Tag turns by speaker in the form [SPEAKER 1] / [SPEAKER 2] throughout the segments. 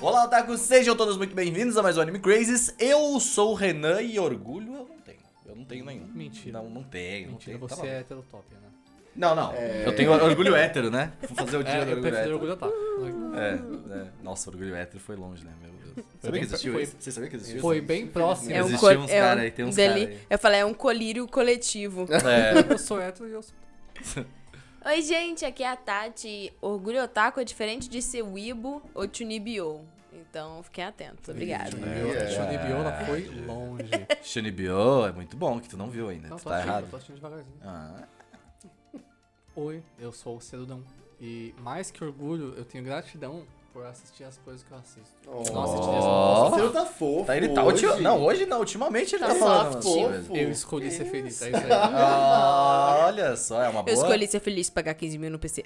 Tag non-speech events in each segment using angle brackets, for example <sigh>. [SPEAKER 1] Olá, otakus! Sejam todos muito bem-vindos a mais um Anime Crazes. Eu sou o Renan e orgulho eu não tenho. Eu não tenho nenhum.
[SPEAKER 2] Mentira.
[SPEAKER 1] Não, não tenho.
[SPEAKER 2] Mentira,
[SPEAKER 1] não tenho.
[SPEAKER 2] você
[SPEAKER 1] Tá bom.
[SPEAKER 2] é heterotópia, né?
[SPEAKER 1] Não, não. Eu tenho orgulho hétero, né? Vou fazer o dia
[SPEAKER 2] É,
[SPEAKER 1] do
[SPEAKER 2] eu
[SPEAKER 1] orgulho
[SPEAKER 2] prefiro
[SPEAKER 1] hétero.
[SPEAKER 2] orgulho otaku.
[SPEAKER 1] É, é. Nossa, orgulho hétero foi longe, né? Meu Deus. Sabia
[SPEAKER 2] bem-
[SPEAKER 1] que existiu
[SPEAKER 2] foi-
[SPEAKER 1] isso? Você sabia que existiu
[SPEAKER 2] Foi
[SPEAKER 1] isso?
[SPEAKER 2] bem próximo.
[SPEAKER 1] É
[SPEAKER 3] um
[SPEAKER 1] Existia
[SPEAKER 3] col-
[SPEAKER 1] uns cara aí, tem uns cara aí.
[SPEAKER 3] Eu falei, é um colírio coletivo.
[SPEAKER 1] É.
[SPEAKER 2] Eu sou hétero e
[SPEAKER 1] <laughs>
[SPEAKER 2] eu sou...
[SPEAKER 3] <laughs> Oi, gente, aqui é a Tati. Orgulho otaku é diferente de ser Wibo ou Tunibio. Então, fiquem atentos. Obrigada.
[SPEAKER 1] né?
[SPEAKER 2] Eu
[SPEAKER 4] É.
[SPEAKER 2] acho que a Biona foi longe.
[SPEAKER 1] Shinibio é muito bom, que tu não viu ainda.
[SPEAKER 2] Não,
[SPEAKER 1] tu
[SPEAKER 2] tô
[SPEAKER 1] tá
[SPEAKER 2] assistindo,
[SPEAKER 1] errado.
[SPEAKER 2] tô assistindo devagarzinho.
[SPEAKER 1] Ah,
[SPEAKER 2] Oi, eu sou o Cedudão. E mais que orgulho, eu tenho gratidão por assistir as coisas que eu assisto. Nossa, eu te dei
[SPEAKER 1] Ó.
[SPEAKER 2] essa-
[SPEAKER 4] Você não tá fofo.
[SPEAKER 1] tá, ele tá
[SPEAKER 4] hoje. assim.
[SPEAKER 1] ulti- Não, hoje não, ultimamente ele tá,
[SPEAKER 3] Tá
[SPEAKER 1] falando.
[SPEAKER 3] soft.
[SPEAKER 1] umas coisas.
[SPEAKER 4] Fofo.
[SPEAKER 2] Eu escolhi ser feliz, é isso aí.
[SPEAKER 1] Ah, olha só, é uma boa.
[SPEAKER 3] Eu escolhi ser feliz e pagar 15 mil no PC.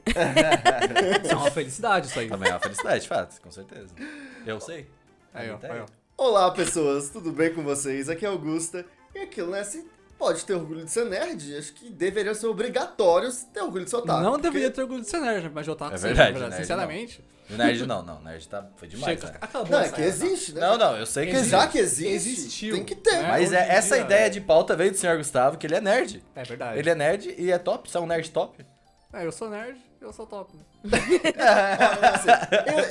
[SPEAKER 2] Isso é uma felicidade isso aí.
[SPEAKER 1] Também é uma felicidade, de fato, com certeza. Eu sei.
[SPEAKER 2] Aí, ó, aí, ó.
[SPEAKER 1] Tá,
[SPEAKER 4] Olá, pessoas, tudo bem com vocês? Aqui é Augusta. E aquilo, né? Assim, pode ter orgulho de ser nerd. Acho que deveria ser obrigatório ter orgulho de ser otaku.
[SPEAKER 2] não
[SPEAKER 4] porque-
[SPEAKER 2] deveria ter orgulho de ser nerd, mas de otaku
[SPEAKER 1] É
[SPEAKER 2] sim,
[SPEAKER 1] verdade,
[SPEAKER 2] na
[SPEAKER 1] nerd não.
[SPEAKER 2] Sinceramente.
[SPEAKER 1] O Nerd não, não. o Nerd tá, foi demais,
[SPEAKER 2] chega-
[SPEAKER 1] né?
[SPEAKER 2] acabou
[SPEAKER 4] Não, é
[SPEAKER 2] essa
[SPEAKER 4] que
[SPEAKER 2] era.
[SPEAKER 4] existe, né?
[SPEAKER 1] Não, não, eu sei que
[SPEAKER 4] Porque
[SPEAKER 1] existe.
[SPEAKER 4] já que existe,
[SPEAKER 2] Existiu.
[SPEAKER 4] tem que ter.
[SPEAKER 2] É.
[SPEAKER 1] Mas
[SPEAKER 2] hoje
[SPEAKER 1] é,
[SPEAKER 2] em
[SPEAKER 1] essa
[SPEAKER 2] dia,
[SPEAKER 1] ideia
[SPEAKER 2] é.
[SPEAKER 1] de pauta veio do senhor Gustavo, que ele é nerd.
[SPEAKER 2] É verdade.
[SPEAKER 1] Ele é nerd e é top, você é um nerd top.
[SPEAKER 2] É, eu sou nerd, eu sou top. né? É
[SPEAKER 4] assim,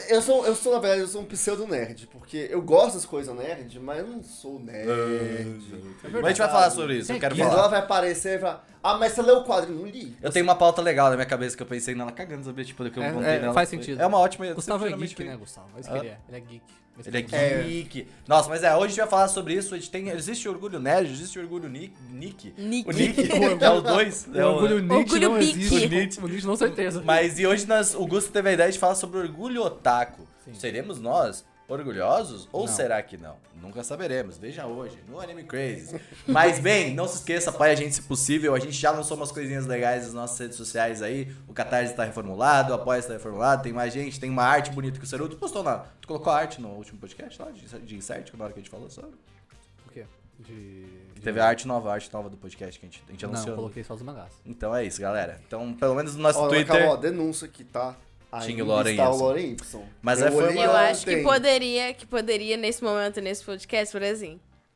[SPEAKER 4] Eu, eu sou, eu sou, na verdade, eu sou um pseudo-nerd, porque eu gosto das coisas nerd, mas eu não sou nerd.
[SPEAKER 1] Mas a gente vai falar sobre isso, eu
[SPEAKER 2] É,
[SPEAKER 1] quero
[SPEAKER 4] E ela
[SPEAKER 1] falar.
[SPEAKER 4] vai aparecer e falar, ah, mas você leu o quadro, não li.
[SPEAKER 1] Eu tenho uma pauta legal na minha cabeça que eu pensei nela cagando, sabia? Tipo, do que eu
[SPEAKER 2] É,
[SPEAKER 1] contei
[SPEAKER 2] é,
[SPEAKER 1] nela.
[SPEAKER 2] faz sentido.
[SPEAKER 1] É uma ótima... eu
[SPEAKER 2] Gustavo é
[SPEAKER 1] sempre
[SPEAKER 2] geek, né,
[SPEAKER 1] geralmente-
[SPEAKER 2] Gustavo? É isso que ele é. Ele é geek. Mas
[SPEAKER 1] Ele é
[SPEAKER 2] que ele
[SPEAKER 1] geek. Nossa, mas é, hoje a gente vai falar sobre isso. A gente tem... Existe o orgulho nerd, existe o orgulho Nick. Nick.
[SPEAKER 3] Nick.
[SPEAKER 1] O Nick
[SPEAKER 2] <laughs>
[SPEAKER 1] é os dois.
[SPEAKER 2] é.
[SPEAKER 1] é o-
[SPEAKER 2] orgulho Nietzsche
[SPEAKER 3] Orgulho
[SPEAKER 2] não
[SPEAKER 3] geek.
[SPEAKER 2] existe.
[SPEAKER 1] O Nietzsche-
[SPEAKER 2] O Nietzsche não certeza.
[SPEAKER 1] Mas e hoje nós, o Gusto teve a ideia de falar sobre orgulho otaku.
[SPEAKER 2] Sim.
[SPEAKER 1] Seremos nós orgulhosos ou
[SPEAKER 2] Não.
[SPEAKER 1] será que não? Nunca saberemos. Veja hoje no Anime Crazy. Mas bem, não se esqueça, apoie a gente se possível. A gente já lançou umas coisinhas legais nas nossas redes sociais aí. O Catarse está reformulado, o Apoia está reformulado. Tem mais gente, tem uma arte bonita que o Ceruto postou na. Tu colocou a arte no último podcast lá de, de insert, na hora que a gente falou sobre.
[SPEAKER 2] O quê? De...
[SPEAKER 1] Que teve a arte nova, a arte nova do podcast que a gente, a gente
[SPEAKER 2] Não,
[SPEAKER 1] anunciou.
[SPEAKER 2] coloquei só os mangás.
[SPEAKER 1] Então é isso, galera. Então, pelo menos no nosso
[SPEAKER 4] Ó,
[SPEAKER 1] Twitter.
[SPEAKER 4] calma, ó, denúncia aqui, tá? Ainda
[SPEAKER 1] Tinha o Loren
[SPEAKER 4] está o
[SPEAKER 1] Y.
[SPEAKER 4] Loren Y.
[SPEAKER 1] Mas é, foi
[SPEAKER 4] olhei
[SPEAKER 1] uma-
[SPEAKER 3] Eu
[SPEAKER 4] lá
[SPEAKER 3] acho que
[SPEAKER 4] ontem.
[SPEAKER 3] poderia, que poderia, nesse momento, nesse podcast, por assim. E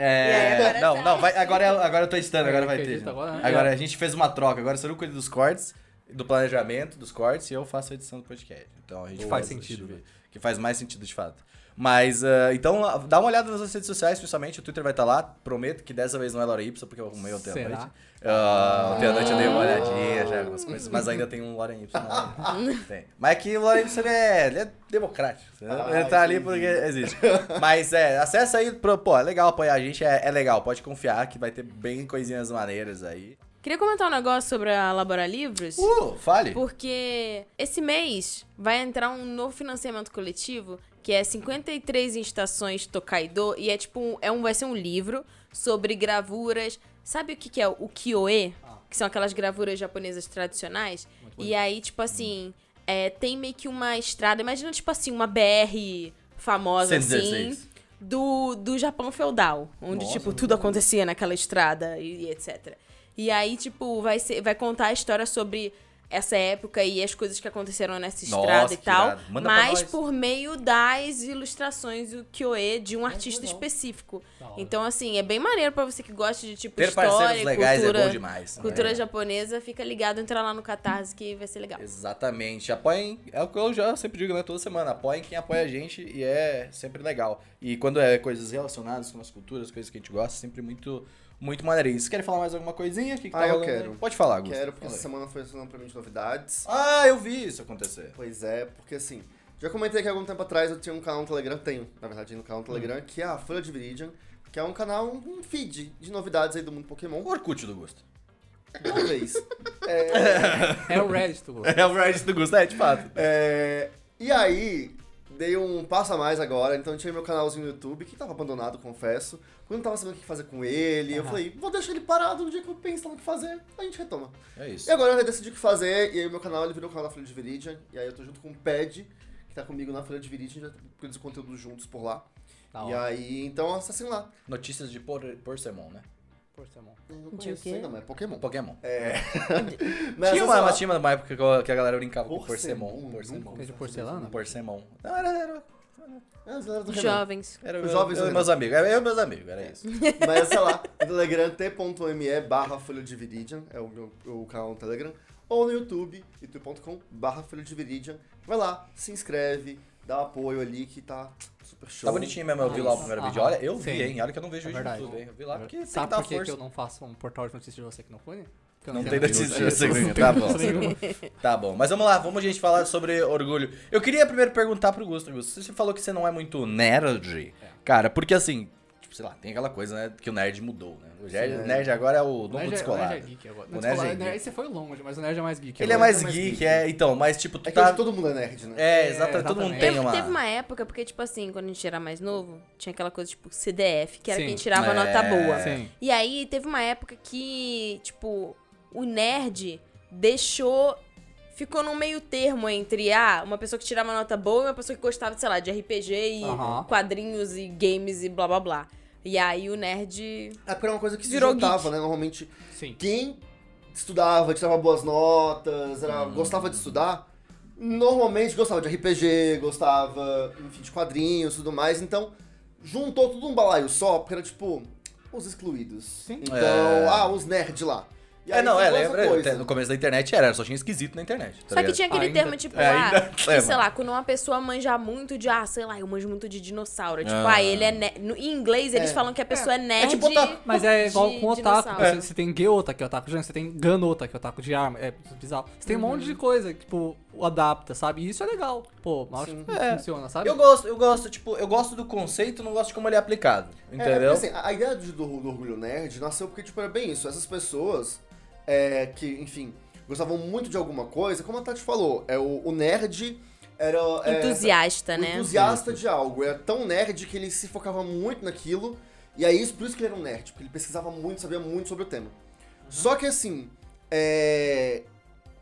[SPEAKER 3] aí,
[SPEAKER 1] É,
[SPEAKER 3] agora É.
[SPEAKER 1] não,
[SPEAKER 3] tá.
[SPEAKER 1] não, vai, agora, eu- agora eu tô editando, agora
[SPEAKER 2] Eu
[SPEAKER 1] vai ter.
[SPEAKER 2] acredito
[SPEAKER 1] gente.
[SPEAKER 2] agora, né?
[SPEAKER 1] Agora a gente fez uma troca, agora você não cuida dos cortes, do planejamento dos cortes e eu faço a edição do podcast. Então a gente
[SPEAKER 2] Que
[SPEAKER 1] faz
[SPEAKER 2] faz
[SPEAKER 1] sentido,
[SPEAKER 2] sentido,
[SPEAKER 1] tipo,
[SPEAKER 2] né?
[SPEAKER 1] que faz mais sentido de fato. Mas ah, então ah, dá uma olhada nas nossas redes sociais, principalmente o Twitter vai estar lá. Prometo que dessa vez não é Laura Y, porque eu arrumei ontem à
[SPEAKER 2] Será?
[SPEAKER 1] noite. Ah, ontem à noite eu dei uma olhadinha já algumas coisas, mas ainda tem um Laura Y. lá.
[SPEAKER 3] <laughs>
[SPEAKER 1] Tem. Mas é que o Laura Y ele é, ele é democrático. né?
[SPEAKER 4] Ah,
[SPEAKER 1] ele tá ali
[SPEAKER 4] entendi.
[SPEAKER 1] porque existe. Mas é, acessa aí, pro- pô, é legal apoiar a gente, é, é legal, pode confiar que vai ter bem coisinhas maneiras aí.
[SPEAKER 3] Queria comentar um negócio sobre a Labora Livros.
[SPEAKER 1] Uh, fale!
[SPEAKER 3] Porque esse mês vai entrar um novo financiamento coletivo, que é 53 estações Tokaido, e é tipo, um- é um, vai ser um livro sobre gravuras. Sabe o que, que é o Kyoe?
[SPEAKER 2] Ah.
[SPEAKER 3] Que são aquelas gravuras japonesas tradicionais.
[SPEAKER 2] Muito
[SPEAKER 3] E aí, tipo assim, é, tem meio que uma estrada, imagina, tipo assim, uma BR famosa, assim,
[SPEAKER 1] 116.
[SPEAKER 3] do, do Japão feudal, onde,
[SPEAKER 1] Nossa,
[SPEAKER 3] tipo, tudo acontecia naquela estrada e, e etc. E aí, tipo, vai, ser, vai contar a história sobre essa época e as coisas que aconteceram nessa
[SPEAKER 1] Nossa,
[SPEAKER 3] estrada e
[SPEAKER 1] que
[SPEAKER 3] tal,
[SPEAKER 1] irado. Manda pra
[SPEAKER 3] mas
[SPEAKER 1] nós.
[SPEAKER 3] por meio das ilustrações do Kyoe de um artista
[SPEAKER 4] legal.
[SPEAKER 3] específico.
[SPEAKER 2] Da hora.
[SPEAKER 3] Então, assim, é bem maneiro pra você que gosta de, tipo,
[SPEAKER 1] Ter
[SPEAKER 3] história,
[SPEAKER 1] parceiros legais
[SPEAKER 3] cultura,
[SPEAKER 1] é bom demais.
[SPEAKER 3] cultura
[SPEAKER 1] É.
[SPEAKER 3] japonesa, fica ligado, entra lá no Catarse que vai ser legal.
[SPEAKER 1] Exatamente. Apoiem, é o que eu já sempre digo, né? Toda semana. Apoiem quem apoia a gente e é sempre legal. E quando é coisas relacionadas com as culturas, coisas que a gente gosta, é sempre muito, muito maneirinho. Vocês querem falar mais alguma coisinha? O que que
[SPEAKER 4] Ah, eu
[SPEAKER 1] rolando aí?
[SPEAKER 4] quero.
[SPEAKER 1] Pode falar, Gusto.
[SPEAKER 4] Quero, porque essa
[SPEAKER 1] Fala aí.
[SPEAKER 4] semana foi falando pra mim de novidades.
[SPEAKER 1] Ah, eu vi isso acontecer.
[SPEAKER 4] Pois é, porque assim, já comentei que algum tempo atrás eu tinha um canal no Telegram, tenho, na verdade, no canal no
[SPEAKER 1] Hum.
[SPEAKER 4] Telegram, que é a Folha de Viridian, que é um canal, um feed de novidades aí do mundo Pokémon.
[SPEAKER 1] O Orkut do Gusto.
[SPEAKER 4] <laughs> Talvez.
[SPEAKER 2] É o
[SPEAKER 1] <laughs>
[SPEAKER 2] Reddit, tu
[SPEAKER 1] É o Reddit do Gusto, é de fato.
[SPEAKER 4] É, e aí, dei um passo a mais agora, então eu tirei meu canalzinho no YouTube, que tava abandonado, confesso. Quando eu tava sabendo o que fazer com ele, eu
[SPEAKER 2] Aham.
[SPEAKER 4] falei, vou deixar ele parado no dia que eu pensar no que fazer, a gente retoma.
[SPEAKER 1] É
[SPEAKER 4] E
[SPEAKER 1] isso.
[SPEAKER 4] agora eu decidi o que fazer, e aí meu canal ele virou o canal da Folha de Viridian, e aí eu tô junto com o Pad, que tá comigo na Folha de Viridian, já produz conteúdo juntos por lá.
[SPEAKER 1] Tá
[SPEAKER 4] e aí, então acessem lá.
[SPEAKER 1] Notícias de por, Porcemon, né?
[SPEAKER 4] Eu não
[SPEAKER 3] De
[SPEAKER 4] conheço
[SPEAKER 3] quê?
[SPEAKER 4] isso ainda, mas é Pokémon.
[SPEAKER 1] Pokémon.
[SPEAKER 4] Mas
[SPEAKER 1] tinha,
[SPEAKER 4] acessa
[SPEAKER 1] uma,
[SPEAKER 4] lá.
[SPEAKER 1] tinha uma época que eu- que a galera brincava com
[SPEAKER 4] Porcemon,
[SPEAKER 1] Porcemon. Porcemon.
[SPEAKER 4] nunca
[SPEAKER 2] É de porcelana?
[SPEAKER 1] Porcemon. Não, era, era,
[SPEAKER 4] É, as galera do Renan.
[SPEAKER 3] Jovens.
[SPEAKER 1] Era
[SPEAKER 4] Os
[SPEAKER 1] eu,
[SPEAKER 4] jovens
[SPEAKER 1] eu e
[SPEAKER 4] do
[SPEAKER 1] meus amigos. Era eu e meus amigos, era isso.
[SPEAKER 4] Mas sei lá, no Telegram t.me barra Folha de Viridian, é o meu o canal no Telegram, ou no YouTube, youtube.com barra Folha de Viridian. Vai lá, se inscreve, dá um apoio ali que tá super show.
[SPEAKER 1] Tá bonitinho mesmo, eu vi lá o primeiro vídeo. Olha, eu vi,
[SPEAKER 2] Ah, Sim.
[SPEAKER 1] hein? Olha que eu não vejo
[SPEAKER 2] É
[SPEAKER 1] vídeo
[SPEAKER 2] verdade.
[SPEAKER 1] de tudo, hein? Eu vi lá porque tem que
[SPEAKER 2] Sabe
[SPEAKER 1] dar
[SPEAKER 2] por que, que
[SPEAKER 1] força.
[SPEAKER 2] eu não faço um portal de notícias de você que não foi? Porque eu
[SPEAKER 1] Não tem
[SPEAKER 2] tenho
[SPEAKER 1] notícia
[SPEAKER 2] amigos.
[SPEAKER 1] de você,
[SPEAKER 2] Eu não é
[SPEAKER 1] Guilherme,
[SPEAKER 2] tenho
[SPEAKER 1] tá bom.
[SPEAKER 2] notícia nenhuma.
[SPEAKER 1] Tá bom, mas vamos lá, vamos gente falar sobre orgulho. Eu queria primeiro perguntar pro Gusto, Gusto, você falou que você não é muito nerd,
[SPEAKER 2] É.
[SPEAKER 1] cara, porque assim, tipo, sei lá, tem aquela coisa, né, que o nerd mudou, né? O nerd,
[SPEAKER 4] Sim, é.
[SPEAKER 1] o nerd agora é o
[SPEAKER 2] O
[SPEAKER 1] novo
[SPEAKER 2] Nerd é- o
[SPEAKER 1] descolado.
[SPEAKER 2] Nerd é geek agora.
[SPEAKER 1] O
[SPEAKER 2] O
[SPEAKER 1] nerd é
[SPEAKER 2] Nerd
[SPEAKER 1] geek.
[SPEAKER 2] é Você foi longe, mas o Nerd é mais geek.
[SPEAKER 1] Ele é
[SPEAKER 2] agora.
[SPEAKER 1] mais geek, é, então, mas tipo, tu
[SPEAKER 4] É que
[SPEAKER 1] tá...
[SPEAKER 4] hoje todo mundo é nerd, né?
[SPEAKER 1] É,
[SPEAKER 2] É,
[SPEAKER 1] exatamente, todo mundo
[SPEAKER 2] exatamente.
[SPEAKER 1] tem
[SPEAKER 3] Teve,
[SPEAKER 1] uma...
[SPEAKER 3] teve uma época, porque, tipo assim, quando a gente era mais novo, tinha aquela coisa, tipo, CDF, que era
[SPEAKER 2] Sim.
[SPEAKER 3] quem tirava
[SPEAKER 1] É.
[SPEAKER 3] nota boa.
[SPEAKER 2] Sim.
[SPEAKER 3] E aí teve uma época que, tipo, o nerd deixou. Ficou num meio termo entre, ah, uma pessoa que tirava nota boa e uma pessoa que gostava, sei lá, de RPG e
[SPEAKER 2] Aham.
[SPEAKER 3] quadrinhos e games e blá blá blá. E aí o nerd.
[SPEAKER 4] É porque era uma coisa que se
[SPEAKER 3] Virou
[SPEAKER 4] juntava,
[SPEAKER 3] geek.
[SPEAKER 4] né? Normalmente,
[SPEAKER 2] Sim.
[SPEAKER 4] quem estudava, tirava boas notas, era,
[SPEAKER 1] Hum.
[SPEAKER 4] gostava de estudar, normalmente gostava de RPG, gostava, enfim, de quadrinhos e tudo mais. Então, juntou tudo um balaio só, porque era tipo, os excluídos.
[SPEAKER 2] Sim.
[SPEAKER 4] Então,
[SPEAKER 1] É.
[SPEAKER 4] ah, os nerds lá. E
[SPEAKER 1] É,
[SPEAKER 4] aí
[SPEAKER 1] não, é,
[SPEAKER 4] ficou essa
[SPEAKER 1] lembra,
[SPEAKER 4] coisa.
[SPEAKER 1] no começo da internet era, só tinha esquisito na internet. tá
[SPEAKER 3] Só que
[SPEAKER 1] ligado?
[SPEAKER 3] tinha aquele
[SPEAKER 2] Ainda-
[SPEAKER 3] termo, tipo,
[SPEAKER 1] É, ainda-
[SPEAKER 3] <laughs> ah, que, sei lá, quando uma pessoa manja muito de, ah, sei lá, eu manjo muito de dinossauro. Tipo,
[SPEAKER 1] Ah.
[SPEAKER 3] ah, ele é nerd. No, em inglês eles
[SPEAKER 4] É.
[SPEAKER 3] falam que a pessoa é, nerd.
[SPEAKER 1] É tipo otaku.
[SPEAKER 2] Mas é igual
[SPEAKER 3] de
[SPEAKER 2] com o otaku.
[SPEAKER 3] dinossauro.
[SPEAKER 2] Você, você tem Geota, que é otaku de anime, você tem Ganota, que é otaku de arma. É bizarro. Você tem um monte de
[SPEAKER 3] Uhum.
[SPEAKER 2] coisa que, tipo, adapta, sabe? E isso é legal. Pô, mas acho que funciona, sabe?
[SPEAKER 1] Eu gosto, eu gosto, tipo, eu gosto do conceito, não gosto de como ele é aplicado,
[SPEAKER 4] É,
[SPEAKER 1] entendeu?
[SPEAKER 4] porque, assim, a a ideia do, do- do Orgulho Nerd nasceu porque, tipo, era bem isso. Essas pessoas é, que, enfim, gostavam muito de alguma coisa, como a Tati falou, é o, o nerd era... é,
[SPEAKER 3] Entusiasta,
[SPEAKER 4] um
[SPEAKER 3] né?
[SPEAKER 4] entusiasta de algo. Era tão nerd que ele se focava muito naquilo. E aí, isso- por isso que ele era um nerd, porque ele pesquisava muito, sabia muito sobre o tema.
[SPEAKER 3] Uhum.
[SPEAKER 4] Só que assim, é,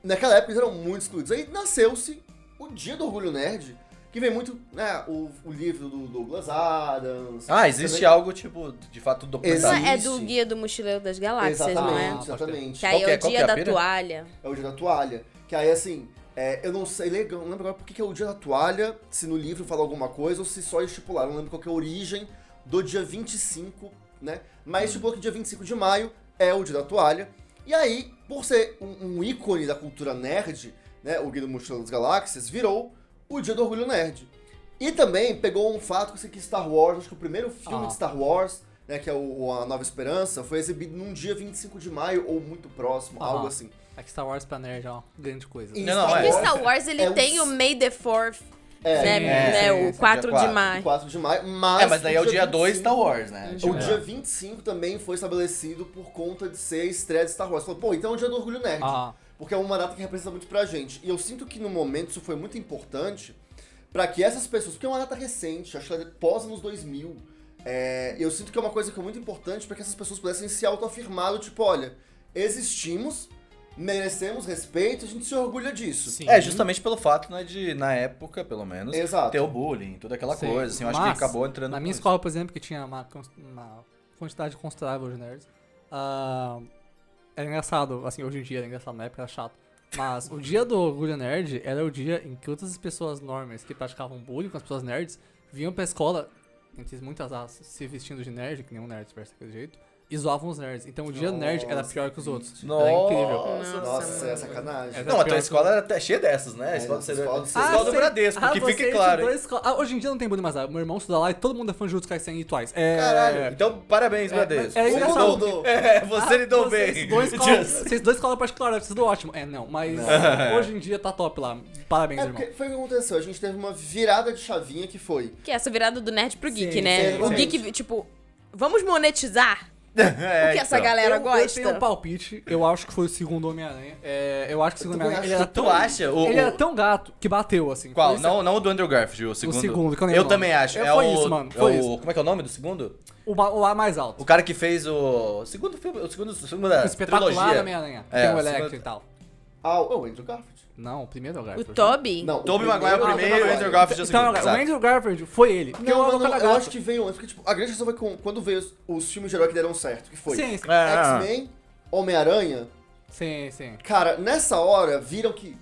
[SPEAKER 4] naquela época eles eram muito excluídos. Aí nasceu-se o Dia do Orgulho Nerd, que vem muito, né, o, o livro do Douglas Adams.
[SPEAKER 1] Ah, existe
[SPEAKER 4] também-
[SPEAKER 1] algo, tipo, de fato
[SPEAKER 3] Não
[SPEAKER 1] documentado.
[SPEAKER 4] Exato.
[SPEAKER 3] é
[SPEAKER 4] Existe.
[SPEAKER 3] do Guia do Mochileiro das Galáxias, não
[SPEAKER 4] Exatamente,
[SPEAKER 3] é?
[SPEAKER 2] Ah, pode crer.
[SPEAKER 4] exatamente.
[SPEAKER 3] Que aí
[SPEAKER 1] Qual que é?
[SPEAKER 3] é o
[SPEAKER 1] Qual
[SPEAKER 3] dia
[SPEAKER 1] que é a
[SPEAKER 3] da
[SPEAKER 1] pira?
[SPEAKER 3] toalha.
[SPEAKER 4] É o dia da toalha. Que aí, assim, é, eu não sei, legal, não lembro agora por que que é o dia da toalha, se no livro fala alguma coisa ou se só estipularam. Não lembro qual que é a origem do dia 25, né? Mas estipulou que dia 25 de maio é o dia da toalha. E aí, por ser um, um ícone da cultura nerd, né? O Guia do Mochila das Galáxias virou o dia do orgulho nerd. E também pegou um fato que eu sei que Star Wars, acho que o primeiro filme
[SPEAKER 2] Ah.
[SPEAKER 4] de Star Wars, né, que é o, A Nova Esperança, foi exibido num dia 25 de maio ou muito próximo,
[SPEAKER 2] Ah.
[SPEAKER 4] algo assim.
[SPEAKER 2] É que Star Wars pra nerd é uma grande coisa.
[SPEAKER 4] E
[SPEAKER 1] Não, não,
[SPEAKER 4] Star
[SPEAKER 1] é.
[SPEAKER 3] Porque
[SPEAKER 4] Wars-
[SPEAKER 3] Star Wars ele
[SPEAKER 4] é um-
[SPEAKER 3] tem o May the 4th,
[SPEAKER 4] É,
[SPEAKER 3] né?
[SPEAKER 2] sim,
[SPEAKER 3] né,
[SPEAKER 2] sim, sim,
[SPEAKER 3] o
[SPEAKER 2] sim,
[SPEAKER 3] 4
[SPEAKER 1] dia
[SPEAKER 3] de
[SPEAKER 1] 4.
[SPEAKER 3] maio.
[SPEAKER 4] 4 de maio, mas.
[SPEAKER 2] Ah,
[SPEAKER 1] É, mas daí é o dia 2 Star
[SPEAKER 4] 25
[SPEAKER 1] Wars, né?
[SPEAKER 4] O
[SPEAKER 1] Tipo,
[SPEAKER 4] dia 25 também foi estabelecido por conta de ser a estreia de Star Wars. Falou, pô, então é o dia do orgulho nerd.
[SPEAKER 2] Ah,
[SPEAKER 4] Porque é uma data que representa muito pra gente. E eu sinto que no momento isso foi muito importante pra que essas pessoas. Porque é uma data recente, acho que ela é pós anos 2000. É, eu sinto que é uma coisa que é muito importante pra que essas pessoas pudessem se autoafirmar do tipo, olha, existimos, merecemos respeito, a gente se orgulha disso.
[SPEAKER 2] sim.
[SPEAKER 1] É, justamente pelo fato, né, de, na época, pelo menos,
[SPEAKER 4] Exato.
[SPEAKER 1] ter o bullying, toda aquela
[SPEAKER 2] Sim.
[SPEAKER 1] coisa, assim, eu acho
[SPEAKER 2] Mas,
[SPEAKER 1] que acabou entrando...
[SPEAKER 2] Na minha
[SPEAKER 1] com
[SPEAKER 2] escola, por exemplo, que tinha uma, cons- uma quantidade considerável de nerds, ah, era engraçado, assim, hoje em dia era engraçado, na época era chato. Mas o dia do Orgulho Nerd era o dia em que todas as pessoas normais que praticavam bullying com as pessoas nerds vinham pra escola, entre muitas asas, se vestindo de nerd, que nem um nerd se veste daquele jeito, e zoavam os nerds. Então o dia nerd era pior que os outros.
[SPEAKER 1] isso. Nossa.
[SPEAKER 2] Era incrível.
[SPEAKER 4] Nossa,
[SPEAKER 3] Nossa,
[SPEAKER 4] é sacanagem.
[SPEAKER 2] Essa
[SPEAKER 1] Não, a
[SPEAKER 2] pior
[SPEAKER 1] tua
[SPEAKER 2] que-
[SPEAKER 1] escola era até cheia dessas, né? A
[SPEAKER 4] É,
[SPEAKER 1] escola do
[SPEAKER 4] nossa, escola do
[SPEAKER 1] Cerezo-
[SPEAKER 4] Cerezo.
[SPEAKER 1] escola do
[SPEAKER 2] sei.
[SPEAKER 1] Bradesco,
[SPEAKER 2] Ah,
[SPEAKER 1] que
[SPEAKER 2] você
[SPEAKER 1] fique
[SPEAKER 2] de
[SPEAKER 1] claro. hein?
[SPEAKER 2] dois escola- Ah, hoje em dia não tem bullying mais. ah, Meu irmão estuda lá e todo mundo é fã de Jutsu Kaisen e Twice. É...
[SPEAKER 1] Caralho, então parabéns,
[SPEAKER 2] É,
[SPEAKER 1] Bradesco.
[SPEAKER 2] é
[SPEAKER 1] Você
[SPEAKER 2] engraçado.
[SPEAKER 1] lidou- <laughs>
[SPEAKER 4] mudou.
[SPEAKER 1] É, você
[SPEAKER 2] Ah,
[SPEAKER 1] lidou
[SPEAKER 2] vocês
[SPEAKER 1] bem. <laughs>
[SPEAKER 2] Dois colam,
[SPEAKER 1] Just-
[SPEAKER 2] vocês dois colam particular, vocês do ótimo. É, não, mas
[SPEAKER 1] <laughs>
[SPEAKER 2] hoje em dia tá top lá. Parabéns,
[SPEAKER 4] É
[SPEAKER 2] irmão.
[SPEAKER 4] porque foi o que aconteceu. A gente teve uma virada de chavinha que foi.
[SPEAKER 3] Que é essa virada do nerd pro geek,
[SPEAKER 2] Sim,
[SPEAKER 3] né?
[SPEAKER 4] sim,
[SPEAKER 3] o
[SPEAKER 4] sim.
[SPEAKER 3] geek, tipo, vamos monetizar
[SPEAKER 1] É,
[SPEAKER 3] o que essa
[SPEAKER 1] então.
[SPEAKER 3] galera
[SPEAKER 2] eu, eu
[SPEAKER 3] gosta.
[SPEAKER 2] tenho um palpite, eu acho que foi o segundo Homem-Aranha. É, eu acho que o segundo
[SPEAKER 4] Eu também
[SPEAKER 2] Homem-Aranha ele
[SPEAKER 4] acho.
[SPEAKER 2] era tão.
[SPEAKER 1] Tu acha? O,
[SPEAKER 2] Ele
[SPEAKER 1] o-
[SPEAKER 2] era tão gato que bateu, assim. Foi
[SPEAKER 1] Qual?
[SPEAKER 2] isso-
[SPEAKER 1] Não, não o do Andrew Garfield, o segundo.
[SPEAKER 2] segundo, que eu não lembro o nome.
[SPEAKER 1] também acho.
[SPEAKER 2] É,
[SPEAKER 1] É
[SPEAKER 2] foi
[SPEAKER 1] o,
[SPEAKER 2] isso, mano,
[SPEAKER 1] é
[SPEAKER 2] foi
[SPEAKER 1] o-
[SPEAKER 2] isso.
[SPEAKER 1] Como é que é o nome do segundo?
[SPEAKER 2] O, ma- o A mais
[SPEAKER 1] O
[SPEAKER 2] alto.
[SPEAKER 1] cara que fez o. o Segundo filme. O segundo, o segundo da
[SPEAKER 2] O espetacular
[SPEAKER 1] trilogia.
[SPEAKER 2] Homem-Aranha.
[SPEAKER 1] É,
[SPEAKER 2] tem o
[SPEAKER 1] o segundo-
[SPEAKER 2] Electro e tal.
[SPEAKER 4] Ah, o o Andrew Garfield.
[SPEAKER 2] Não, o primeiro é o
[SPEAKER 3] O
[SPEAKER 2] Garfield.
[SPEAKER 3] Toby?
[SPEAKER 4] Não,
[SPEAKER 1] Tobey Maguire é o
[SPEAKER 2] Ah,
[SPEAKER 4] Andrew
[SPEAKER 1] primeiro, o
[SPEAKER 4] Garfield.
[SPEAKER 1] Andrew Garfield é o segundo.
[SPEAKER 2] Então, o
[SPEAKER 1] exato.
[SPEAKER 2] Andrew Garfield foi ele. Porque eu
[SPEAKER 4] Não,
[SPEAKER 2] amo
[SPEAKER 4] não,
[SPEAKER 2] o cara
[SPEAKER 4] não, eu
[SPEAKER 2] gato.
[SPEAKER 4] acho que veio antes, porque tipo, a grande questão foi com, quando veio os, os filmes de herói que deram certo, que foi
[SPEAKER 2] Sim, sim.
[SPEAKER 1] É.
[SPEAKER 4] X-Men, Homem-Aranha.
[SPEAKER 2] Sim, sim.
[SPEAKER 1] Ah. É.
[SPEAKER 4] Cara, nessa hora viram que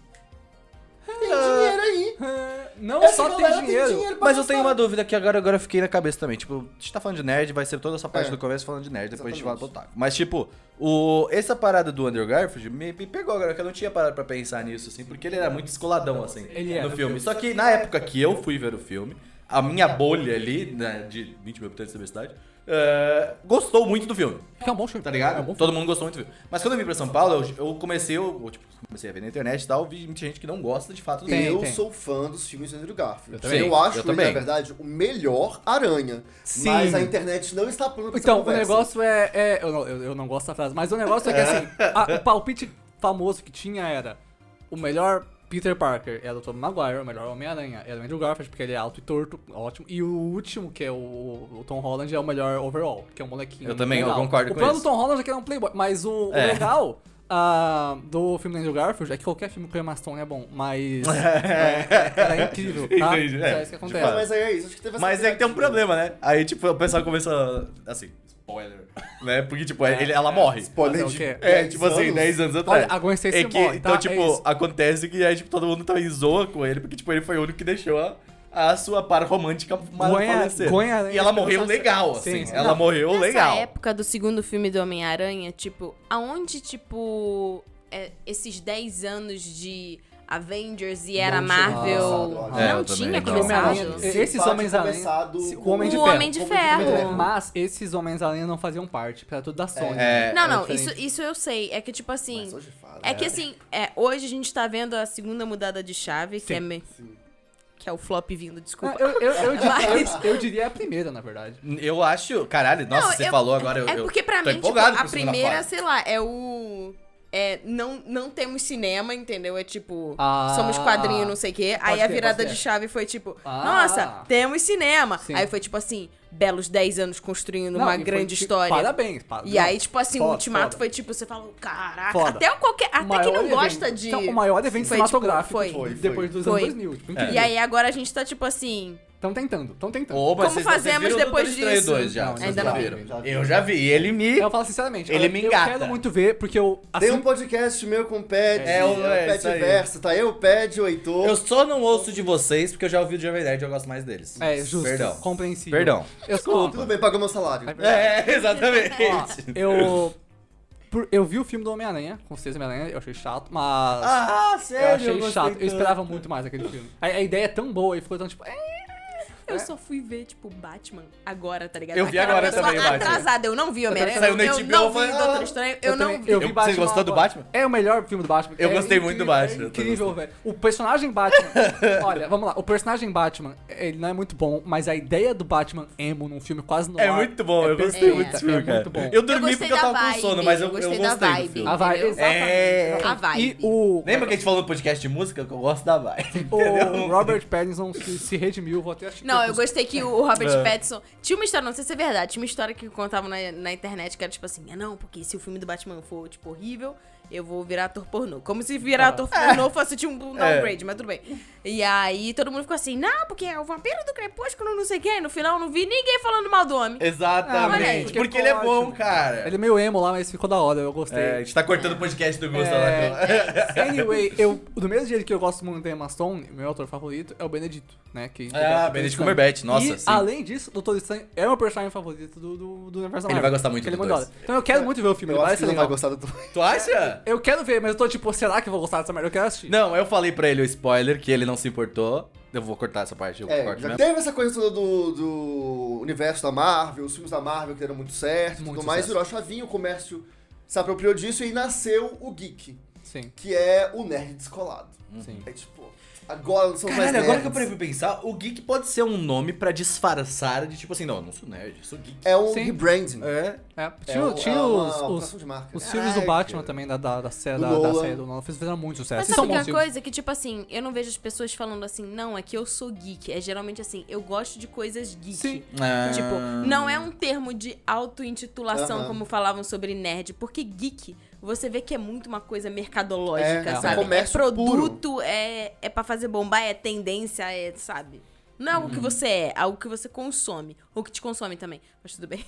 [SPEAKER 4] tem dinheiro aí.
[SPEAKER 2] não
[SPEAKER 4] Essa
[SPEAKER 2] só
[SPEAKER 4] galera
[SPEAKER 2] tem
[SPEAKER 4] tem
[SPEAKER 2] dinheiro.
[SPEAKER 4] dinheiro pra
[SPEAKER 1] Mas eu
[SPEAKER 4] gastar.
[SPEAKER 1] tenho uma dúvida que agora, agora eu fiquei na cabeça também. Tipo, a gente tá falando de nerd, vai ser toda essa parte
[SPEAKER 4] É.
[SPEAKER 1] do começo falando de nerd, depois a gente fala do
[SPEAKER 4] Exatamente.
[SPEAKER 1] otaku. Mas, tipo, o, essa parada do Andrew Garfield me, me pegou agora, que eu não tinha parado pra pensar nisso, assim, porque ele era muito descoladão, assim,
[SPEAKER 2] Ele era
[SPEAKER 1] no
[SPEAKER 2] no
[SPEAKER 1] filme. Só que na época que eu fui ver o filme, a minha bolha ali, né, de 20 mil habitantes da minha cidade, eh, gostou muito do filme.
[SPEAKER 2] Que é um bom filme.
[SPEAKER 1] Tá
[SPEAKER 2] É um
[SPEAKER 1] ligado?
[SPEAKER 2] bom
[SPEAKER 1] Todo mundo gostou muito do filme. Mas quando eu vim pra São Paulo, eu, eu comecei, eu, eu, tipo, comecei a ver na internet e tal, vi muita gente que não gosta de fato do
[SPEAKER 2] <laughs> Tem,
[SPEAKER 1] filme.
[SPEAKER 4] eu
[SPEAKER 2] tem.
[SPEAKER 4] sou fã dos filmes do Andrew Garfield.
[SPEAKER 1] Eu também,
[SPEAKER 4] Eu acho,
[SPEAKER 1] eu
[SPEAKER 4] ele,
[SPEAKER 1] também.
[SPEAKER 4] na verdade, o melhor Aranha.
[SPEAKER 2] Sim.
[SPEAKER 4] Mas a internet não está pronta pra essa
[SPEAKER 2] Então, o
[SPEAKER 4] conversa.
[SPEAKER 2] negócio é. é- eu, não, eu, eu não gosto da frase, mas o negócio é que assim, a- o palpite famoso que tinha era o melhor Peter Parker era o Tobey Maguire, o melhor Homem-Aranha era o Andrew Garfield, porque ele é alto e torto, ótimo. E o último, que é o, o Tom Holland, é o melhor overall, que é um molequinho.
[SPEAKER 1] Eu também, eu
[SPEAKER 2] legal.
[SPEAKER 1] concordo
[SPEAKER 2] o
[SPEAKER 1] com
[SPEAKER 2] plano
[SPEAKER 1] isso.
[SPEAKER 2] do Tom Holland é que ele é um playboy, mas o, o
[SPEAKER 1] É.
[SPEAKER 2] legal. ah, do filme do Andrew Garfield, é que qualquer filme com Emma Stone é bom,
[SPEAKER 1] <laughs>
[SPEAKER 2] mas era incrível, tá?
[SPEAKER 1] Entendi,
[SPEAKER 2] é,
[SPEAKER 1] é,
[SPEAKER 2] isso
[SPEAKER 1] de
[SPEAKER 2] que acontece.
[SPEAKER 4] Ah, mas aí é isso, acho que teve essa
[SPEAKER 1] Mas é que tem um
[SPEAKER 4] piadinha.
[SPEAKER 1] problema, né? Aí, tipo, o pessoal começa. a- Assim, spoiler. Né? Porque, tipo,
[SPEAKER 2] É,
[SPEAKER 1] ele, ela morre.
[SPEAKER 4] Podem
[SPEAKER 2] Fazer o quê?
[SPEAKER 4] de-
[SPEAKER 1] É, tipo assim,
[SPEAKER 4] anos.
[SPEAKER 1] 10 anos atrás.
[SPEAKER 2] Olha, aguentei
[SPEAKER 1] é
[SPEAKER 2] esse
[SPEAKER 1] que,
[SPEAKER 2] morre,
[SPEAKER 1] Então,
[SPEAKER 2] tá? É
[SPEAKER 1] tipo,
[SPEAKER 2] isso.
[SPEAKER 1] acontece que aí, tipo, todo mundo também zoa com ele, porque, tipo, ele foi o único que deixou a, a sua par romântica mal
[SPEAKER 2] Gonha-
[SPEAKER 1] falecer.
[SPEAKER 2] Gonha-
[SPEAKER 1] e ela morreu legal,
[SPEAKER 2] é Sim,
[SPEAKER 1] assim.
[SPEAKER 2] sim.
[SPEAKER 1] Ela
[SPEAKER 2] Não,
[SPEAKER 1] morreu
[SPEAKER 3] Nessa
[SPEAKER 1] legal.
[SPEAKER 3] época do segundo filme do Homem-Aranha, tipo, aonde, tipo, é, esses 10 anos de Avengers e era
[SPEAKER 4] Não tinha
[SPEAKER 3] Marvel
[SPEAKER 4] começado,
[SPEAKER 1] É, eu
[SPEAKER 3] não
[SPEAKER 1] também
[SPEAKER 3] tinha
[SPEAKER 1] não.
[SPEAKER 3] começado?
[SPEAKER 2] Homem-Aranha-
[SPEAKER 4] Se
[SPEAKER 2] Esses
[SPEAKER 4] pá,
[SPEAKER 2] homens
[SPEAKER 4] tinha
[SPEAKER 2] além-
[SPEAKER 4] começado
[SPEAKER 2] se- o Homem de
[SPEAKER 3] O
[SPEAKER 2] Ferro. é
[SPEAKER 3] Homem de
[SPEAKER 4] ah, é Homem de
[SPEAKER 3] Ferro.
[SPEAKER 4] Ferro.
[SPEAKER 2] Mas esses Homens-Aranha não faziam parte, porque era tudo da Sony. né?
[SPEAKER 1] É.
[SPEAKER 3] Não, não,
[SPEAKER 2] Era
[SPEAKER 3] isso,
[SPEAKER 2] diferente.
[SPEAKER 3] isso eu sei. É que, tipo assim.
[SPEAKER 4] Mas hoje fala.
[SPEAKER 3] É que assim, é, hoje a gente tá vendo a segunda mudada de chave, que
[SPEAKER 2] Sim. Ah,
[SPEAKER 3] é, me-
[SPEAKER 4] Sim.
[SPEAKER 3] que é o flop vindo, desculpa.
[SPEAKER 2] Não, eu, eu, eu, diria,
[SPEAKER 3] Mas-
[SPEAKER 2] eu diria a primeira, na verdade.
[SPEAKER 1] Eu acho. Caralho, nossa,
[SPEAKER 3] Não,
[SPEAKER 1] você
[SPEAKER 3] eu-
[SPEAKER 1] falou agora. Eu,
[SPEAKER 3] é
[SPEAKER 1] eu
[SPEAKER 3] porque pra
[SPEAKER 1] tô
[SPEAKER 3] mim, tipo,
[SPEAKER 1] empolgado
[SPEAKER 3] a
[SPEAKER 1] pro Segunda
[SPEAKER 3] primeira,
[SPEAKER 1] Fase.
[SPEAKER 3] sei lá, é o. É, não, não temos cinema, entendeu? É tipo,
[SPEAKER 2] Ah.
[SPEAKER 3] somos quadrinho, não sei o quê. Aí
[SPEAKER 2] Pode
[SPEAKER 3] a
[SPEAKER 2] ser,
[SPEAKER 3] virada
[SPEAKER 2] pode
[SPEAKER 3] de
[SPEAKER 2] ser.
[SPEAKER 3] chave foi tipo,
[SPEAKER 2] Ah.
[SPEAKER 3] nossa, temos cinema.
[SPEAKER 2] Sim.
[SPEAKER 3] Aí foi tipo assim, belos 10 anos construindo
[SPEAKER 2] Não,
[SPEAKER 3] uma
[SPEAKER 2] e foi,
[SPEAKER 3] grande
[SPEAKER 2] tipo,
[SPEAKER 3] história.
[SPEAKER 2] Parabéns. pa-
[SPEAKER 3] E
[SPEAKER 2] não,
[SPEAKER 3] aí, tipo assim, o
[SPEAKER 2] foda,
[SPEAKER 3] ultimato
[SPEAKER 2] foda.
[SPEAKER 3] foi tipo, você fala, caraca,
[SPEAKER 2] Foda.
[SPEAKER 3] até qualquer.
[SPEAKER 2] O
[SPEAKER 3] Até
[SPEAKER 2] maior
[SPEAKER 3] quem não
[SPEAKER 2] evento.
[SPEAKER 3] gosta de.
[SPEAKER 2] Então, o maior evento
[SPEAKER 3] Foi, tipo,
[SPEAKER 2] cinematográfico
[SPEAKER 3] foi.
[SPEAKER 4] Foi,
[SPEAKER 2] depois
[SPEAKER 4] foi.
[SPEAKER 2] dos
[SPEAKER 3] Foi.
[SPEAKER 2] anos 2000. Tipo,
[SPEAKER 3] E aí agora a gente tá tipo assim.
[SPEAKER 2] Estão tentando, estão tentando.
[SPEAKER 1] Ô, mas
[SPEAKER 3] Como
[SPEAKER 1] vocês-
[SPEAKER 3] fazemos
[SPEAKER 1] vocês viram
[SPEAKER 3] depois
[SPEAKER 1] Doutor Estranho
[SPEAKER 3] disso?
[SPEAKER 1] 2 já,
[SPEAKER 2] Não,
[SPEAKER 1] vocês
[SPEAKER 3] ainda
[SPEAKER 1] já
[SPEAKER 3] não.
[SPEAKER 1] viram.
[SPEAKER 4] Já vi.
[SPEAKER 1] Eu já vi. Ele me.
[SPEAKER 2] Eu falo sinceramente,
[SPEAKER 1] Ele
[SPEAKER 2] eu,
[SPEAKER 1] me
[SPEAKER 2] eu
[SPEAKER 1] engata.
[SPEAKER 2] quero muito ver, porque eu...
[SPEAKER 4] Tem
[SPEAKER 2] assim-
[SPEAKER 4] um podcast meu com o Pad,
[SPEAKER 1] É,
[SPEAKER 4] é,
[SPEAKER 1] o-
[SPEAKER 4] o
[SPEAKER 1] é,
[SPEAKER 4] Pad
[SPEAKER 1] isso aí.
[SPEAKER 4] Verso, tá eu, o Pad, o Heitor.
[SPEAKER 1] Eu só não ouço de vocês porque eu já ouvi o Jovem Nerd e eu gosto mais deles.
[SPEAKER 2] É, justo,
[SPEAKER 1] Perdão.
[SPEAKER 2] compreensível.
[SPEAKER 1] Perdão.
[SPEAKER 2] Eu,
[SPEAKER 4] Tudo bem, pagou meu salário.
[SPEAKER 2] É verdade.
[SPEAKER 1] É, <laughs>
[SPEAKER 2] Ó,
[SPEAKER 1] exatamente.
[SPEAKER 2] eu... por- eu vi o filme do Homem-Aranha, com certeza Homem-Aranha, eu achei chato, mas...
[SPEAKER 1] Ah,
[SPEAKER 2] Eu achei chato. Eu esperava muito mais aquele filme. A, a ideia é tão boa e ficou tão tipo. "É".
[SPEAKER 3] Eu só fui ver, tipo Batman agora, tá ligado?
[SPEAKER 1] Eu vi
[SPEAKER 3] Aquela
[SPEAKER 1] agora
[SPEAKER 3] pessoa
[SPEAKER 1] também, Batman.
[SPEAKER 3] atrasada, eu não vi Homem-Aranha.
[SPEAKER 1] Saiu
[SPEAKER 3] Eu,
[SPEAKER 1] na HBO, eu
[SPEAKER 3] não
[SPEAKER 1] falei,
[SPEAKER 3] vi
[SPEAKER 1] ah,
[SPEAKER 3] Doutor Estranho, eu, não
[SPEAKER 2] também-
[SPEAKER 3] vi.
[SPEAKER 2] Eu vi
[SPEAKER 1] Eu-
[SPEAKER 2] Batman.
[SPEAKER 1] você gostou do
[SPEAKER 2] agora.
[SPEAKER 1] Batman?
[SPEAKER 2] É o melhor filme do Batman.
[SPEAKER 1] Eu
[SPEAKER 2] É
[SPEAKER 1] gostei muito do
[SPEAKER 2] incrível, é
[SPEAKER 1] Batman, eu tô
[SPEAKER 2] incrível, velho. O personagem
[SPEAKER 1] <laughs>
[SPEAKER 2] Batman. olha, vamos lá. O personagem Batman, ele não é muito bom, mas a ideia do Batman emo num filme quase não
[SPEAKER 1] É muito bom, eu gostei
[SPEAKER 3] É,
[SPEAKER 1] muito desse
[SPEAKER 2] é
[SPEAKER 1] filme, cara.
[SPEAKER 2] muito bom.
[SPEAKER 1] Eu dormi
[SPEAKER 3] gostei
[SPEAKER 1] porque eu
[SPEAKER 3] da
[SPEAKER 1] tava com
[SPEAKER 3] vibe,
[SPEAKER 1] sono, mas eu,
[SPEAKER 3] eu gostei
[SPEAKER 1] eu
[SPEAKER 3] da
[SPEAKER 1] gostei do
[SPEAKER 3] vibe.
[SPEAKER 1] filme.
[SPEAKER 2] A vibe,
[SPEAKER 3] Entendeu?
[SPEAKER 2] exatamente.
[SPEAKER 1] É.
[SPEAKER 2] exatamente.
[SPEAKER 3] A vibe.
[SPEAKER 2] E o.
[SPEAKER 1] Lembra que a gente falou no podcast de música que eu gosto da vibe, entendeu?
[SPEAKER 2] O Robert Pattinson se, se redimiu, vou até achar.
[SPEAKER 3] Não, eu gostei que o Robert
[SPEAKER 1] É.
[SPEAKER 3] Pattinson... Tinha uma história, não sei se é verdade, tinha uma história que contavam na, na internet que era tipo assim, ah não, porque se o filme do Batman for, tipo, horrível, eu vou virar ator pornô. Como se virar
[SPEAKER 2] Ah.
[SPEAKER 3] ator
[SPEAKER 1] <laughs>
[SPEAKER 3] pornô fosse, tipo, um
[SPEAKER 1] É.
[SPEAKER 3] downgrade, mas tudo bem. E aí todo mundo ficou assim, não, porque é o vampiro do crepúsculo, não sei quem. No final eu não vi ninguém falando mal do homem.
[SPEAKER 1] <laughs> Exatamente.
[SPEAKER 3] Ah, olha aí,
[SPEAKER 1] porque ele é
[SPEAKER 2] ficou
[SPEAKER 1] bom,
[SPEAKER 2] ótimo.
[SPEAKER 1] cara.
[SPEAKER 2] Ele é meio emo lá, mas ficou da hora, eu gostei.
[SPEAKER 1] É, a gente tá cortando o podcast do né? Gusta lá.
[SPEAKER 2] É, anyway, eu, do mesmo jeito que eu gosto muito da Emma Stone, meu autor favorito é o Benedito, né? Que
[SPEAKER 1] Ah,
[SPEAKER 2] que-
[SPEAKER 1] Benedict
[SPEAKER 2] que-
[SPEAKER 1] Cumberbatch, nossa,
[SPEAKER 2] E,
[SPEAKER 1] sim.
[SPEAKER 2] além disso, o Doutor Estranho é o meu personagem favorito do, do, do universo
[SPEAKER 1] Ele
[SPEAKER 2] Marvel.
[SPEAKER 1] vai gostar muito
[SPEAKER 2] que ele
[SPEAKER 1] do
[SPEAKER 2] é
[SPEAKER 1] dois.
[SPEAKER 2] da hora. Então eu quero muito ver o filme,
[SPEAKER 4] Eu
[SPEAKER 2] ele
[SPEAKER 4] acho
[SPEAKER 2] vai
[SPEAKER 4] que
[SPEAKER 2] ser
[SPEAKER 4] não vai
[SPEAKER 2] legal.
[SPEAKER 4] gostar do
[SPEAKER 1] Tu acha?
[SPEAKER 2] Eu quero ver, mas eu tô tipo, será que eu vou gostar dessa merda? Eu quero assistir.
[SPEAKER 1] Não, eu falei pra ele o spoiler, que ele não se importou. Eu vou cortar essa parte, eu
[SPEAKER 4] É,
[SPEAKER 1] corto
[SPEAKER 4] já
[SPEAKER 1] mesmo.
[SPEAKER 4] teve essa coisa toda do, do universo da Marvel, os filmes da Marvel que deram muito certo, e
[SPEAKER 2] Muito
[SPEAKER 4] tudo mais,
[SPEAKER 2] sucesso.
[SPEAKER 4] virou a chavinha, o comércio se apropriou disso e nasceu o geek,
[SPEAKER 2] Sim,
[SPEAKER 4] que é o nerd descolado.
[SPEAKER 1] Uhum.
[SPEAKER 2] sim.
[SPEAKER 4] É tipo, agora não são mais
[SPEAKER 1] Caralho, agora que eu parei
[SPEAKER 4] nerds.
[SPEAKER 1] pra pensar, o geek pode ser um nome pra disfarçar de tipo assim, não, eu não sou nerd, eu sou geek.
[SPEAKER 4] É um
[SPEAKER 2] Sim.
[SPEAKER 4] rebranding.
[SPEAKER 1] É.
[SPEAKER 2] É,
[SPEAKER 4] É
[SPEAKER 2] tinha
[SPEAKER 4] um-
[SPEAKER 2] tinha
[SPEAKER 4] é uma
[SPEAKER 2] os,
[SPEAKER 4] operação
[SPEAKER 2] os,
[SPEAKER 4] de marca.
[SPEAKER 2] os filmes do
[SPEAKER 4] Caraca.
[SPEAKER 2] Batman também, da, da, da, série-
[SPEAKER 4] Do
[SPEAKER 2] da, da
[SPEAKER 4] Nolan.
[SPEAKER 2] série do Nolan, fiz- fizeram muito sucesso.
[SPEAKER 3] Mas
[SPEAKER 2] E
[SPEAKER 3] sabe
[SPEAKER 2] são
[SPEAKER 3] que é uma
[SPEAKER 2] bons filmes.
[SPEAKER 3] coisa que, tipo assim, eu não vejo as pessoas falando assim, não, é que eu sou geek. É geralmente assim, eu gosto de coisas geek.
[SPEAKER 2] Sim.
[SPEAKER 1] Ah.
[SPEAKER 3] Tipo, não é um termo de auto-intitulação,
[SPEAKER 4] Aham.
[SPEAKER 3] como falavam sobre nerd, porque geek, você vê que é muito uma coisa mercadológica,
[SPEAKER 4] É, é.
[SPEAKER 3] sabe? É,
[SPEAKER 4] Comércio
[SPEAKER 3] produto, é, é pra fazer bombar, é tendência, é, sabe? Não é algo que você é, é algo que você consome. Ou que te consome também, mas tudo bem.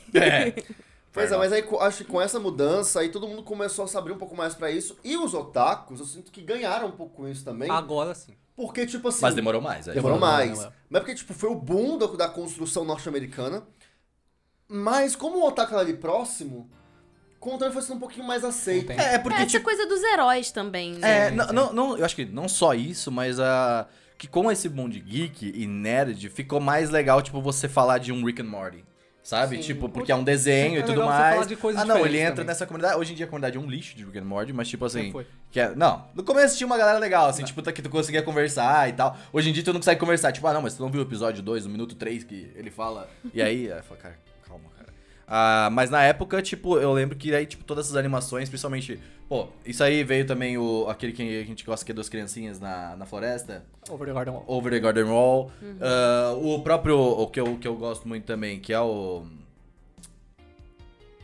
[SPEAKER 4] Pois é, mas aí co- acho que com essa mudança aí todo mundo começou a se abrir um pouco mais pra isso. E os otakus, eu sinto que ganharam um pouco com isso também.
[SPEAKER 2] Agora sim.
[SPEAKER 4] Porque, tipo assim.
[SPEAKER 1] Mas demorou mais, é. velho.
[SPEAKER 4] Demorou
[SPEAKER 2] Ah. Demorou,
[SPEAKER 4] mais.
[SPEAKER 2] demorou.
[SPEAKER 4] Mas porque, tipo, foi o boom da, da construção norte-americana. Mas como o Otaku era ali próximo, o conteúdo foi sendo um pouquinho mais aceito.
[SPEAKER 2] Entendi.
[SPEAKER 1] É,
[SPEAKER 3] É,
[SPEAKER 1] porque,
[SPEAKER 3] essa
[SPEAKER 1] tipo.
[SPEAKER 3] coisa dos heróis também, né?
[SPEAKER 1] É, não, não, não, eu acho que não só isso, mas a. Que com esse bom de geek e nerd, ficou mais legal, tipo, você falar de um Rick and Morty. Sabe?
[SPEAKER 4] Sim.
[SPEAKER 1] Tipo, porque é um desenho
[SPEAKER 2] É
[SPEAKER 1] e tudo
[SPEAKER 2] legal você
[SPEAKER 1] mais.
[SPEAKER 2] falar de coisas
[SPEAKER 1] ah, não, ele
[SPEAKER 2] diferentes
[SPEAKER 1] entra
[SPEAKER 2] também.
[SPEAKER 1] nessa comunidade. Hoje em dia a comunidade é um lixo de Rick and Morty, mas tipo assim.
[SPEAKER 2] Já foi.
[SPEAKER 1] Que é- não, no começo tinha uma galera legal, assim, tipo, tá- que tu conseguia conversar e tal. Hoje em dia tu não consegue conversar. Tipo, ah, não, mas tu não viu o episódio 2, no minuto 3, que ele fala. E aí, <laughs> aí eu falo, cara, calma, cara. Ah, mas na época, tipo, eu lembro que aí, tipo, todas essas animações, principalmente. Pô, isso aí veio também o, aquele que a gente gosta que é duas criancinhas na, na floresta.
[SPEAKER 2] Over the Garden Wall.
[SPEAKER 1] Over the Garden Wall.
[SPEAKER 3] Uhum.
[SPEAKER 1] Ah, o próprio. O que, eu, o que eu gosto muito também, que é o.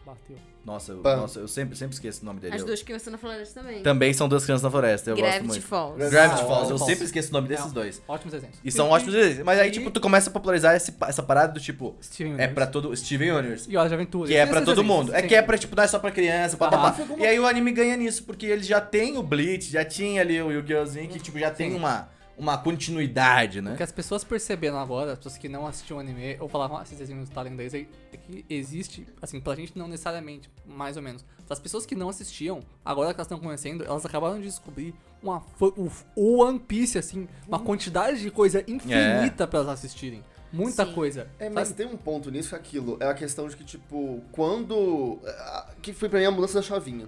[SPEAKER 2] Bateu.
[SPEAKER 1] Nossa, eu,
[SPEAKER 4] Pam.
[SPEAKER 1] nossa, eu sempre, sempre esqueço o nome dele.
[SPEAKER 3] As
[SPEAKER 1] Eu-
[SPEAKER 3] duas crianças na floresta também.
[SPEAKER 1] Também são duas crianças na floresta. Eu gosto
[SPEAKER 3] Gravity
[SPEAKER 1] muito.
[SPEAKER 3] Falls.
[SPEAKER 1] Gravity
[SPEAKER 4] Ah,
[SPEAKER 1] Falls, eu
[SPEAKER 2] Falls.
[SPEAKER 1] sempre esqueço o nome desses
[SPEAKER 2] Não.
[SPEAKER 1] dois.
[SPEAKER 2] Ótimos exemplos.
[SPEAKER 1] E são ótimos desenhos. Mas aí,
[SPEAKER 2] e-
[SPEAKER 1] tipo, tu começa a popularizar esse- essa parada do tipo.
[SPEAKER 2] Steven
[SPEAKER 1] É
[SPEAKER 2] Universe.
[SPEAKER 1] pra todo. Steven Universe.
[SPEAKER 2] E Hora de Aventura.
[SPEAKER 1] Que é
[SPEAKER 2] Esses
[SPEAKER 1] pra todo
[SPEAKER 2] exemplos,
[SPEAKER 1] mundo. É
[SPEAKER 2] sim.
[SPEAKER 1] que é pra, tipo, não é só pra criança, pá, pá,
[SPEAKER 2] Aham.
[SPEAKER 1] pá. E aí o anime ganha nisso, porque ele já tem o Bleach, já tinha ali o Yu-Gi-Oh!zinho, que, tipo, já tem
[SPEAKER 2] Sim.
[SPEAKER 1] uma, uma continuidade, né?
[SPEAKER 2] O que as pessoas perceberam agora, as pessoas que não assistiam anime, ou falavam, ah, esses desenhos do em inglês, é é que existe, assim, pra gente não necessariamente, mais ou menos. As pessoas que não assistiam, agora que elas estão conhecendo, elas acabaram de descobrir uma, fo- o o One Piece, assim, uma
[SPEAKER 4] Hum.
[SPEAKER 2] quantidade de coisa infinita pra elas assistirem. Muita
[SPEAKER 3] Sim.
[SPEAKER 2] coisa.
[SPEAKER 4] É, mas
[SPEAKER 2] Sabe?
[SPEAKER 4] tem um ponto nisso que é aquilo. É a questão de que, tipo, quando. a- Que foi pra mim a mudança da chavinha.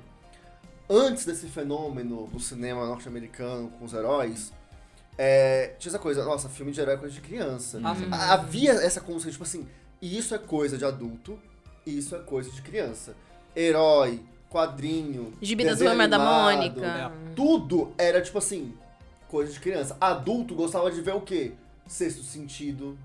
[SPEAKER 4] Antes desse fenômeno do cinema norte-americano com os heróis, é, tinha essa coisa, nossa, filme de herói é coisa de criança.
[SPEAKER 3] Uhum.
[SPEAKER 2] Ah, sim.
[SPEAKER 4] A- Havia essa consciência, tipo assim, isso é coisa de adulto, isso é coisa de criança. Herói, quadrinho.
[SPEAKER 3] Gibi da
[SPEAKER 4] desenho
[SPEAKER 3] Turma da
[SPEAKER 4] animado,
[SPEAKER 2] É,
[SPEAKER 3] Mônica.
[SPEAKER 4] Tudo era, tipo assim, coisa de criança. Adulto gostava de ver o quê? Sexto sentido.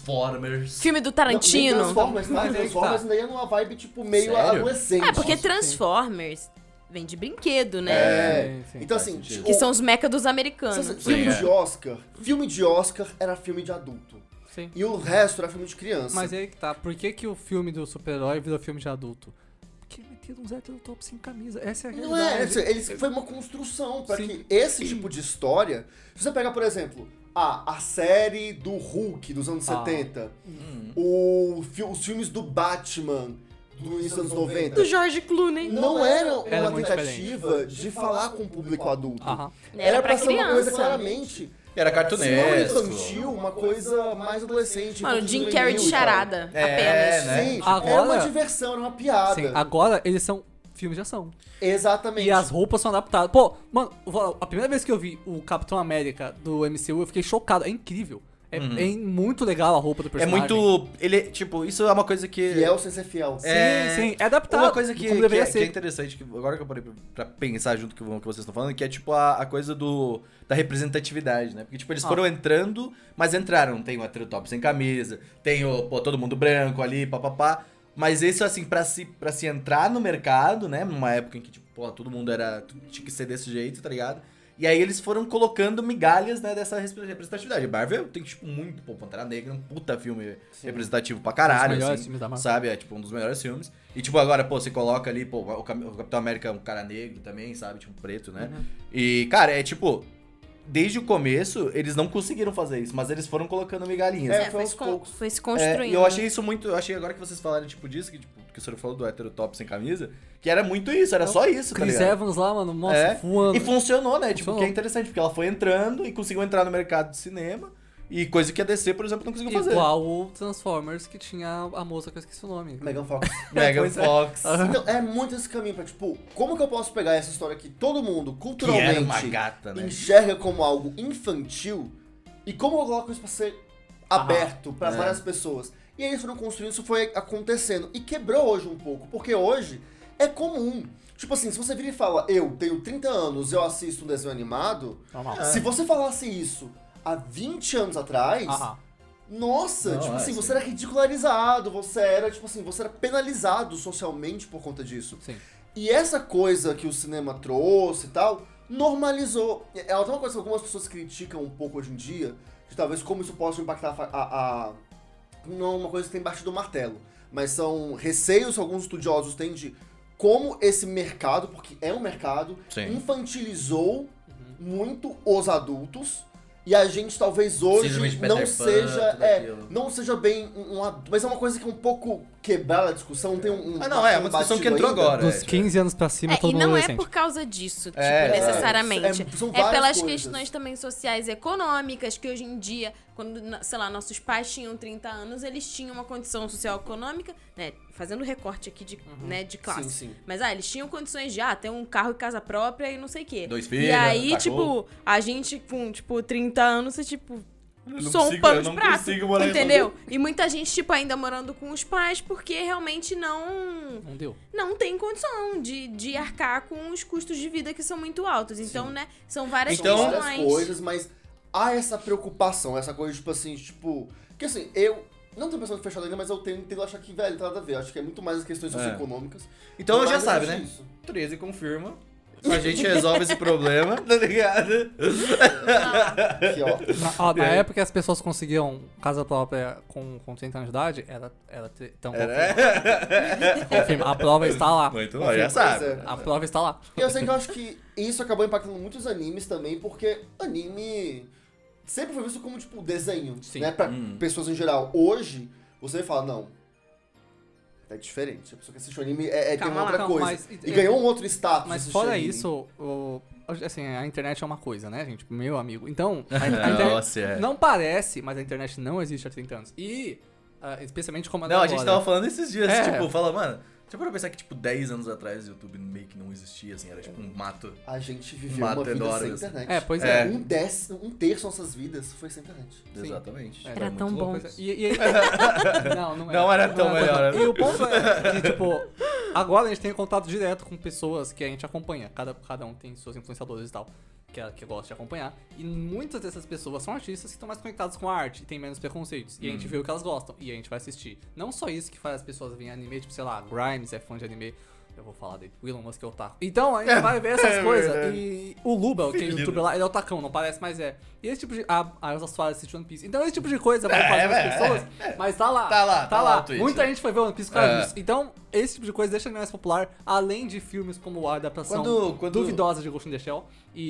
[SPEAKER 1] Transformers.
[SPEAKER 3] Filme do
[SPEAKER 4] Não, nem
[SPEAKER 3] Tarantino.
[SPEAKER 4] Transformers, tá?
[SPEAKER 2] Mas aí que
[SPEAKER 4] Transformers
[SPEAKER 2] tá.
[SPEAKER 4] ainda é numa vibe, tipo, meio
[SPEAKER 1] Sério?
[SPEAKER 4] adolescente.
[SPEAKER 3] é, porque
[SPEAKER 2] Nossa, sim.
[SPEAKER 3] Transformers vem de brinquedo, né?
[SPEAKER 4] É.
[SPEAKER 2] Sim, sim.
[SPEAKER 4] então
[SPEAKER 1] faz
[SPEAKER 4] assim,
[SPEAKER 1] sentido.
[SPEAKER 4] tipo,
[SPEAKER 3] Que são os meca dos americanos.
[SPEAKER 4] sabe, filme
[SPEAKER 1] Sim, é.
[SPEAKER 4] de Oscar, filme de Oscar era filme de adulto.
[SPEAKER 2] Sim.
[SPEAKER 4] E o resto era filme de criança.
[SPEAKER 2] Mas aí que tá, por que, que o filme do super-herói virou filme de adulto? Porque meteram um Zé Top sem camisa. Essa é a
[SPEAKER 4] Não é,
[SPEAKER 2] realidade.
[SPEAKER 4] assim, eles, foi uma construção pra
[SPEAKER 2] Sim.
[SPEAKER 4] que esse tipo de história. Se você pegar, por exemplo, a, a série do Hulk dos anos
[SPEAKER 2] Ah.
[SPEAKER 4] 70,
[SPEAKER 1] Hum.
[SPEAKER 4] o fi- os filmes do Batman dos anos, 90.
[SPEAKER 3] Do George Clooney.
[SPEAKER 4] Não era uma
[SPEAKER 2] Era muito
[SPEAKER 4] tentativa de falar com o público adulto.
[SPEAKER 2] Aham.
[SPEAKER 4] Era pra ser uma coisa claramente.
[SPEAKER 1] Era
[SPEAKER 4] Se não
[SPEAKER 1] cartunesco.
[SPEAKER 4] assim, infantil, uma coisa mais adolescente.
[SPEAKER 3] Mano,
[SPEAKER 4] infantil
[SPEAKER 3] Jim Carrey de
[SPEAKER 4] juvenil e tal.
[SPEAKER 3] charada.
[SPEAKER 1] É,
[SPEAKER 3] apenas.
[SPEAKER 1] né?
[SPEAKER 4] Sim,
[SPEAKER 2] Agora-
[SPEAKER 4] era uma diversão, era uma piada.
[SPEAKER 2] Sim, agora eles são filmes de ação.
[SPEAKER 4] Exatamente.
[SPEAKER 2] E as roupas são adaptadas. Pô, mano, eu vou- a primeira vez que eu vi o Capitão América do MCU, eu fiquei chocado. É incrível. É, é muito legal a roupa do
[SPEAKER 1] Uhum. É
[SPEAKER 2] personagem.
[SPEAKER 1] muito. Ele, tipo, isso é uma coisa que.
[SPEAKER 4] Fiel sem ser fiel.
[SPEAKER 2] Sim, sim. É adaptado.
[SPEAKER 1] Uma coisa que,
[SPEAKER 2] como
[SPEAKER 1] que, é,
[SPEAKER 2] deveria
[SPEAKER 1] que é
[SPEAKER 2] ser.
[SPEAKER 1] interessante, que agora que eu parei pra- pra pensar junto com o que vocês estão falando, que é tipo a, a coisa do da representatividade, né? Porque, tipo, eles
[SPEAKER 2] Ah.
[SPEAKER 1] foram entrando, mas entraram. Tem o Atritop sem camisa, tem o pô, todo mundo branco ali, papapá. Mas isso, assim, pra se, pra se entrar no mercado, né? Numa época em que, tipo, pô, todo mundo era. Tinha que ser desse jeito, tá ligado? E aí eles foram colocando migalhas, né, dessa representatividade. Marvel tem, tipo, muito, pô, Pantera Negra, é um puta filme representativo pra
[SPEAKER 2] Um dos
[SPEAKER 1] caralho,
[SPEAKER 2] melhores
[SPEAKER 1] assim.
[SPEAKER 2] filmes da Marvel.
[SPEAKER 1] Sabe? É tipo um dos melhores filmes. E tipo, agora, pô, você coloca ali, pô, o Cap- o Capitão América é um cara negro também, sabe? Tipo, preto, né?
[SPEAKER 2] Uhum.
[SPEAKER 1] E, cara, é tipo. Desde o começo, eles não conseguiram fazer isso, mas eles foram colocando migalhinhas.
[SPEAKER 4] É,
[SPEAKER 3] É,
[SPEAKER 4] foi
[SPEAKER 3] foi,
[SPEAKER 4] aos
[SPEAKER 3] se con-
[SPEAKER 4] poucos.
[SPEAKER 3] foi se
[SPEAKER 1] É,
[SPEAKER 3] construindo. né?
[SPEAKER 1] e eu achei isso muito. Eu achei agora que vocês falaram, tipo, disso, que, tipo, que o senhor falou do hétero top sem camisa, que era muito isso, era
[SPEAKER 2] Não,
[SPEAKER 1] só isso, tá
[SPEAKER 2] É Chris
[SPEAKER 1] ligado?
[SPEAKER 2] Evans lá, mano, nossa,
[SPEAKER 1] É.
[SPEAKER 2] voando.
[SPEAKER 1] E funcionou, né? Tipo,
[SPEAKER 2] Funcionou.
[SPEAKER 1] que é interessante, porque ela foi entrando e conseguiu entrar no mercado de cinema. E coisa que a DC, por exemplo, não conseguiu fazer.
[SPEAKER 2] Igual o Transformers que tinha a moça que eu esqueci o nome.
[SPEAKER 4] Megan Fox.
[SPEAKER 1] Megan
[SPEAKER 2] Pois é.
[SPEAKER 1] Fox.
[SPEAKER 4] Então, é muito esse caminho pra, tipo, como que eu posso pegar essa história que todo
[SPEAKER 1] Que era
[SPEAKER 4] mundo,
[SPEAKER 1] uma
[SPEAKER 4] culturalmente,
[SPEAKER 1] gata, né?
[SPEAKER 4] enxerga como algo infantil e como eu coloco isso pra ser aberto pra
[SPEAKER 1] É.
[SPEAKER 4] várias pessoas. E aí eles foram construindo, isso foi acontecendo. E quebrou hoje um pouco, porque hoje é comum. Tipo assim, se você vira e fala, eu tenho 30 anos, eu assisto um desenho animado,
[SPEAKER 2] Normal.
[SPEAKER 4] se você falasse isso há 20 anos atrás,
[SPEAKER 2] Aham.
[SPEAKER 4] nossa,
[SPEAKER 1] Não,
[SPEAKER 4] tipo
[SPEAKER 1] é
[SPEAKER 4] assim,
[SPEAKER 1] assim.
[SPEAKER 4] você era ridicularizado, você era, tipo assim, você era penalizado socialmente por conta disso.
[SPEAKER 2] Sim.
[SPEAKER 4] E essa coisa que o cinema trouxe e tal, normalizou. É até uma coisa que algumas pessoas criticam um pouco hoje em dia, de talvez como isso possa impactar a. a- a- não é uma coisa que tem batido o martelo, mas são receios que alguns estudiosos têm de como esse mercado, porque é um mercado,
[SPEAKER 1] Sim. Uhum.
[SPEAKER 4] infantilizou muito os adultos E a gente talvez
[SPEAKER 1] Síndrome
[SPEAKER 4] hoje
[SPEAKER 1] de
[SPEAKER 4] não
[SPEAKER 1] Peter Pan,
[SPEAKER 4] seja.
[SPEAKER 1] tudo
[SPEAKER 4] É,
[SPEAKER 1] aquilo.
[SPEAKER 4] não seja bem um, um ad- Mas é uma coisa que é um pouco quebrar a discussão, não tem um. um
[SPEAKER 1] Ah, não, é, uma
[SPEAKER 4] um
[SPEAKER 1] discussão
[SPEAKER 4] batido
[SPEAKER 1] que entrou
[SPEAKER 4] ainda.
[SPEAKER 1] agora.
[SPEAKER 2] Dos
[SPEAKER 1] tipo,
[SPEAKER 2] 15 anos pra cima,
[SPEAKER 3] É,
[SPEAKER 2] todo
[SPEAKER 3] e
[SPEAKER 2] mundo
[SPEAKER 3] não é
[SPEAKER 2] adolescente.
[SPEAKER 3] por causa disso, tipo,
[SPEAKER 1] É, exato.
[SPEAKER 3] necessariamente.
[SPEAKER 4] É, são
[SPEAKER 3] É,
[SPEAKER 4] várias
[SPEAKER 3] pelas
[SPEAKER 4] coisas.
[SPEAKER 3] questões também sociais e econômicas, que hoje em dia, quando, na- sei lá, nossos pais tinham 30 anos, eles tinham uma condição social econômica, né? Fazendo recorte aqui de, né, de classe.
[SPEAKER 4] Sim, sim.
[SPEAKER 3] Mas ah, eles tinham condições de ah, ter um carro e casa própria e não sei o quê.
[SPEAKER 1] Dois
[SPEAKER 3] E
[SPEAKER 1] filhos, né, tá
[SPEAKER 3] aí,
[SPEAKER 1] cachorro.
[SPEAKER 3] tipo, a gente com, tipo, 30 anos, você, tipo,
[SPEAKER 5] Eu não
[SPEAKER 3] só um
[SPEAKER 5] consigo-
[SPEAKER 3] pano
[SPEAKER 5] eu
[SPEAKER 3] de
[SPEAKER 5] não
[SPEAKER 3] prato.
[SPEAKER 5] consigo morar em
[SPEAKER 3] entendeu? E muita gente, tipo, ainda morando com os pais, porque realmente não
[SPEAKER 1] <laughs>
[SPEAKER 2] Não deu.
[SPEAKER 3] não tem condição de, de arcar com os custos de vida que são muito altos. Então, né, são várias
[SPEAKER 1] Então-
[SPEAKER 4] São várias
[SPEAKER 3] questões.
[SPEAKER 4] coisas, mas há essa preocupação, essa coisa, tipo assim, tipo. Que assim, eu. Não tô pensando fechado ainda, mas eu tenho, tento achar que, velho, não tem nada a ver. Acho que é muito mais as questões
[SPEAKER 1] É.
[SPEAKER 4] socioeconômicas. é
[SPEAKER 1] Então
[SPEAKER 4] Mas
[SPEAKER 1] já
[SPEAKER 4] eu
[SPEAKER 1] sabe,
[SPEAKER 4] acho
[SPEAKER 1] né?
[SPEAKER 4] isso.
[SPEAKER 1] 13 confirma. A gente resolve esse problema, tá <laughs> ligado?
[SPEAKER 3] Ah,
[SPEAKER 4] Aqui, ó.
[SPEAKER 2] Na, ó, na época que as pessoas conseguiam casa própria com, com 30 anos de idade, era, era tri- então confirma. Confirma, A prova está lá.
[SPEAKER 1] Muito bom, É. Então, já
[SPEAKER 4] Pois
[SPEAKER 1] sabe.
[SPEAKER 4] é.
[SPEAKER 2] A prova está lá.
[SPEAKER 4] Eu sei que eu acho que isso acabou impactando muitos animes também, porque anime sempre foi visto como, tipo, desenho,
[SPEAKER 2] Sim.
[SPEAKER 4] né? Pra
[SPEAKER 1] Hum.
[SPEAKER 4] pessoas em geral. Hoje, você fala, não, é diferente. A pessoa que assiste o anime é, é tem
[SPEAKER 3] Calma
[SPEAKER 4] uma
[SPEAKER 3] lá,
[SPEAKER 4] outra
[SPEAKER 2] calma,
[SPEAKER 4] coisa.
[SPEAKER 2] mas- eh,
[SPEAKER 4] e ganhou um outro status.
[SPEAKER 2] Mas
[SPEAKER 4] assistir
[SPEAKER 2] fora
[SPEAKER 4] anime.
[SPEAKER 2] isso, o- assim, a internet é uma coisa, né, gente? Meu amigo. Então, a,
[SPEAKER 1] <laughs>
[SPEAKER 2] a internet
[SPEAKER 1] Nossa, é.
[SPEAKER 2] não parece, mas a internet não existe há 30 anos. E, ah, especialmente como
[SPEAKER 1] Não, a gente
[SPEAKER 2] agora.
[SPEAKER 1] tava falando esses dias,
[SPEAKER 2] É.
[SPEAKER 1] tipo, fala, mano, deixa eu parar pra pensar que, tipo, 10 anos atrás o YouTube meio que não existia, assim, era tipo um mato.
[SPEAKER 4] A gente viveu
[SPEAKER 1] Mato
[SPEAKER 4] uma vida
[SPEAKER 1] enorme,
[SPEAKER 4] sem
[SPEAKER 1] assim.
[SPEAKER 4] internet.
[SPEAKER 2] É, pois
[SPEAKER 1] É.
[SPEAKER 2] é.
[SPEAKER 4] Um, décimo, um terço das nossas vidas foi sem internet.
[SPEAKER 1] Exatamente.
[SPEAKER 2] É.
[SPEAKER 3] Era
[SPEAKER 1] muito
[SPEAKER 3] tão
[SPEAKER 1] louco.
[SPEAKER 3] bom.
[SPEAKER 2] Pois é. E, e- não, não era.
[SPEAKER 1] Não era tão melhor, né?
[SPEAKER 2] E o ponto é que, tipo, agora a gente tem contato direto com pessoas que a gente acompanha. Cada, cada um tem seus influenciadores e tal, que, é- que gosta de acompanhar. E muitas dessas pessoas são artistas que estão mais conectados com a arte e têm menos preconceitos. E a gente vê o que elas gostam e a gente vai assistir. Não só isso que faz as pessoas verem anime, tipo, sei lá, Grimes é fã de anime. Eu vou falar dele. O Elon Musk é otaku. Então, a gente vai ver essas
[SPEAKER 5] é
[SPEAKER 2] coisas.
[SPEAKER 5] verdade.
[SPEAKER 2] E o Luba, que é
[SPEAKER 5] Filho.
[SPEAKER 2] youtuber lá, ele é otacão, não parece, mas é. E esse tipo de. A, a Elsa Soares assiste One Piece. Então, esse tipo de coisa vai fazer
[SPEAKER 1] é,
[SPEAKER 2] as pessoas. Mas tá lá.
[SPEAKER 1] Tá lá, tá lá o Twitch.
[SPEAKER 2] Muita gente foi ver One Piece por causa
[SPEAKER 1] É.
[SPEAKER 2] disso. Então, esse tipo de coisa deixa ele mais popular, além de filmes como a adaptação
[SPEAKER 1] Quando- quando-
[SPEAKER 2] duvidosa de Ghost in the Shell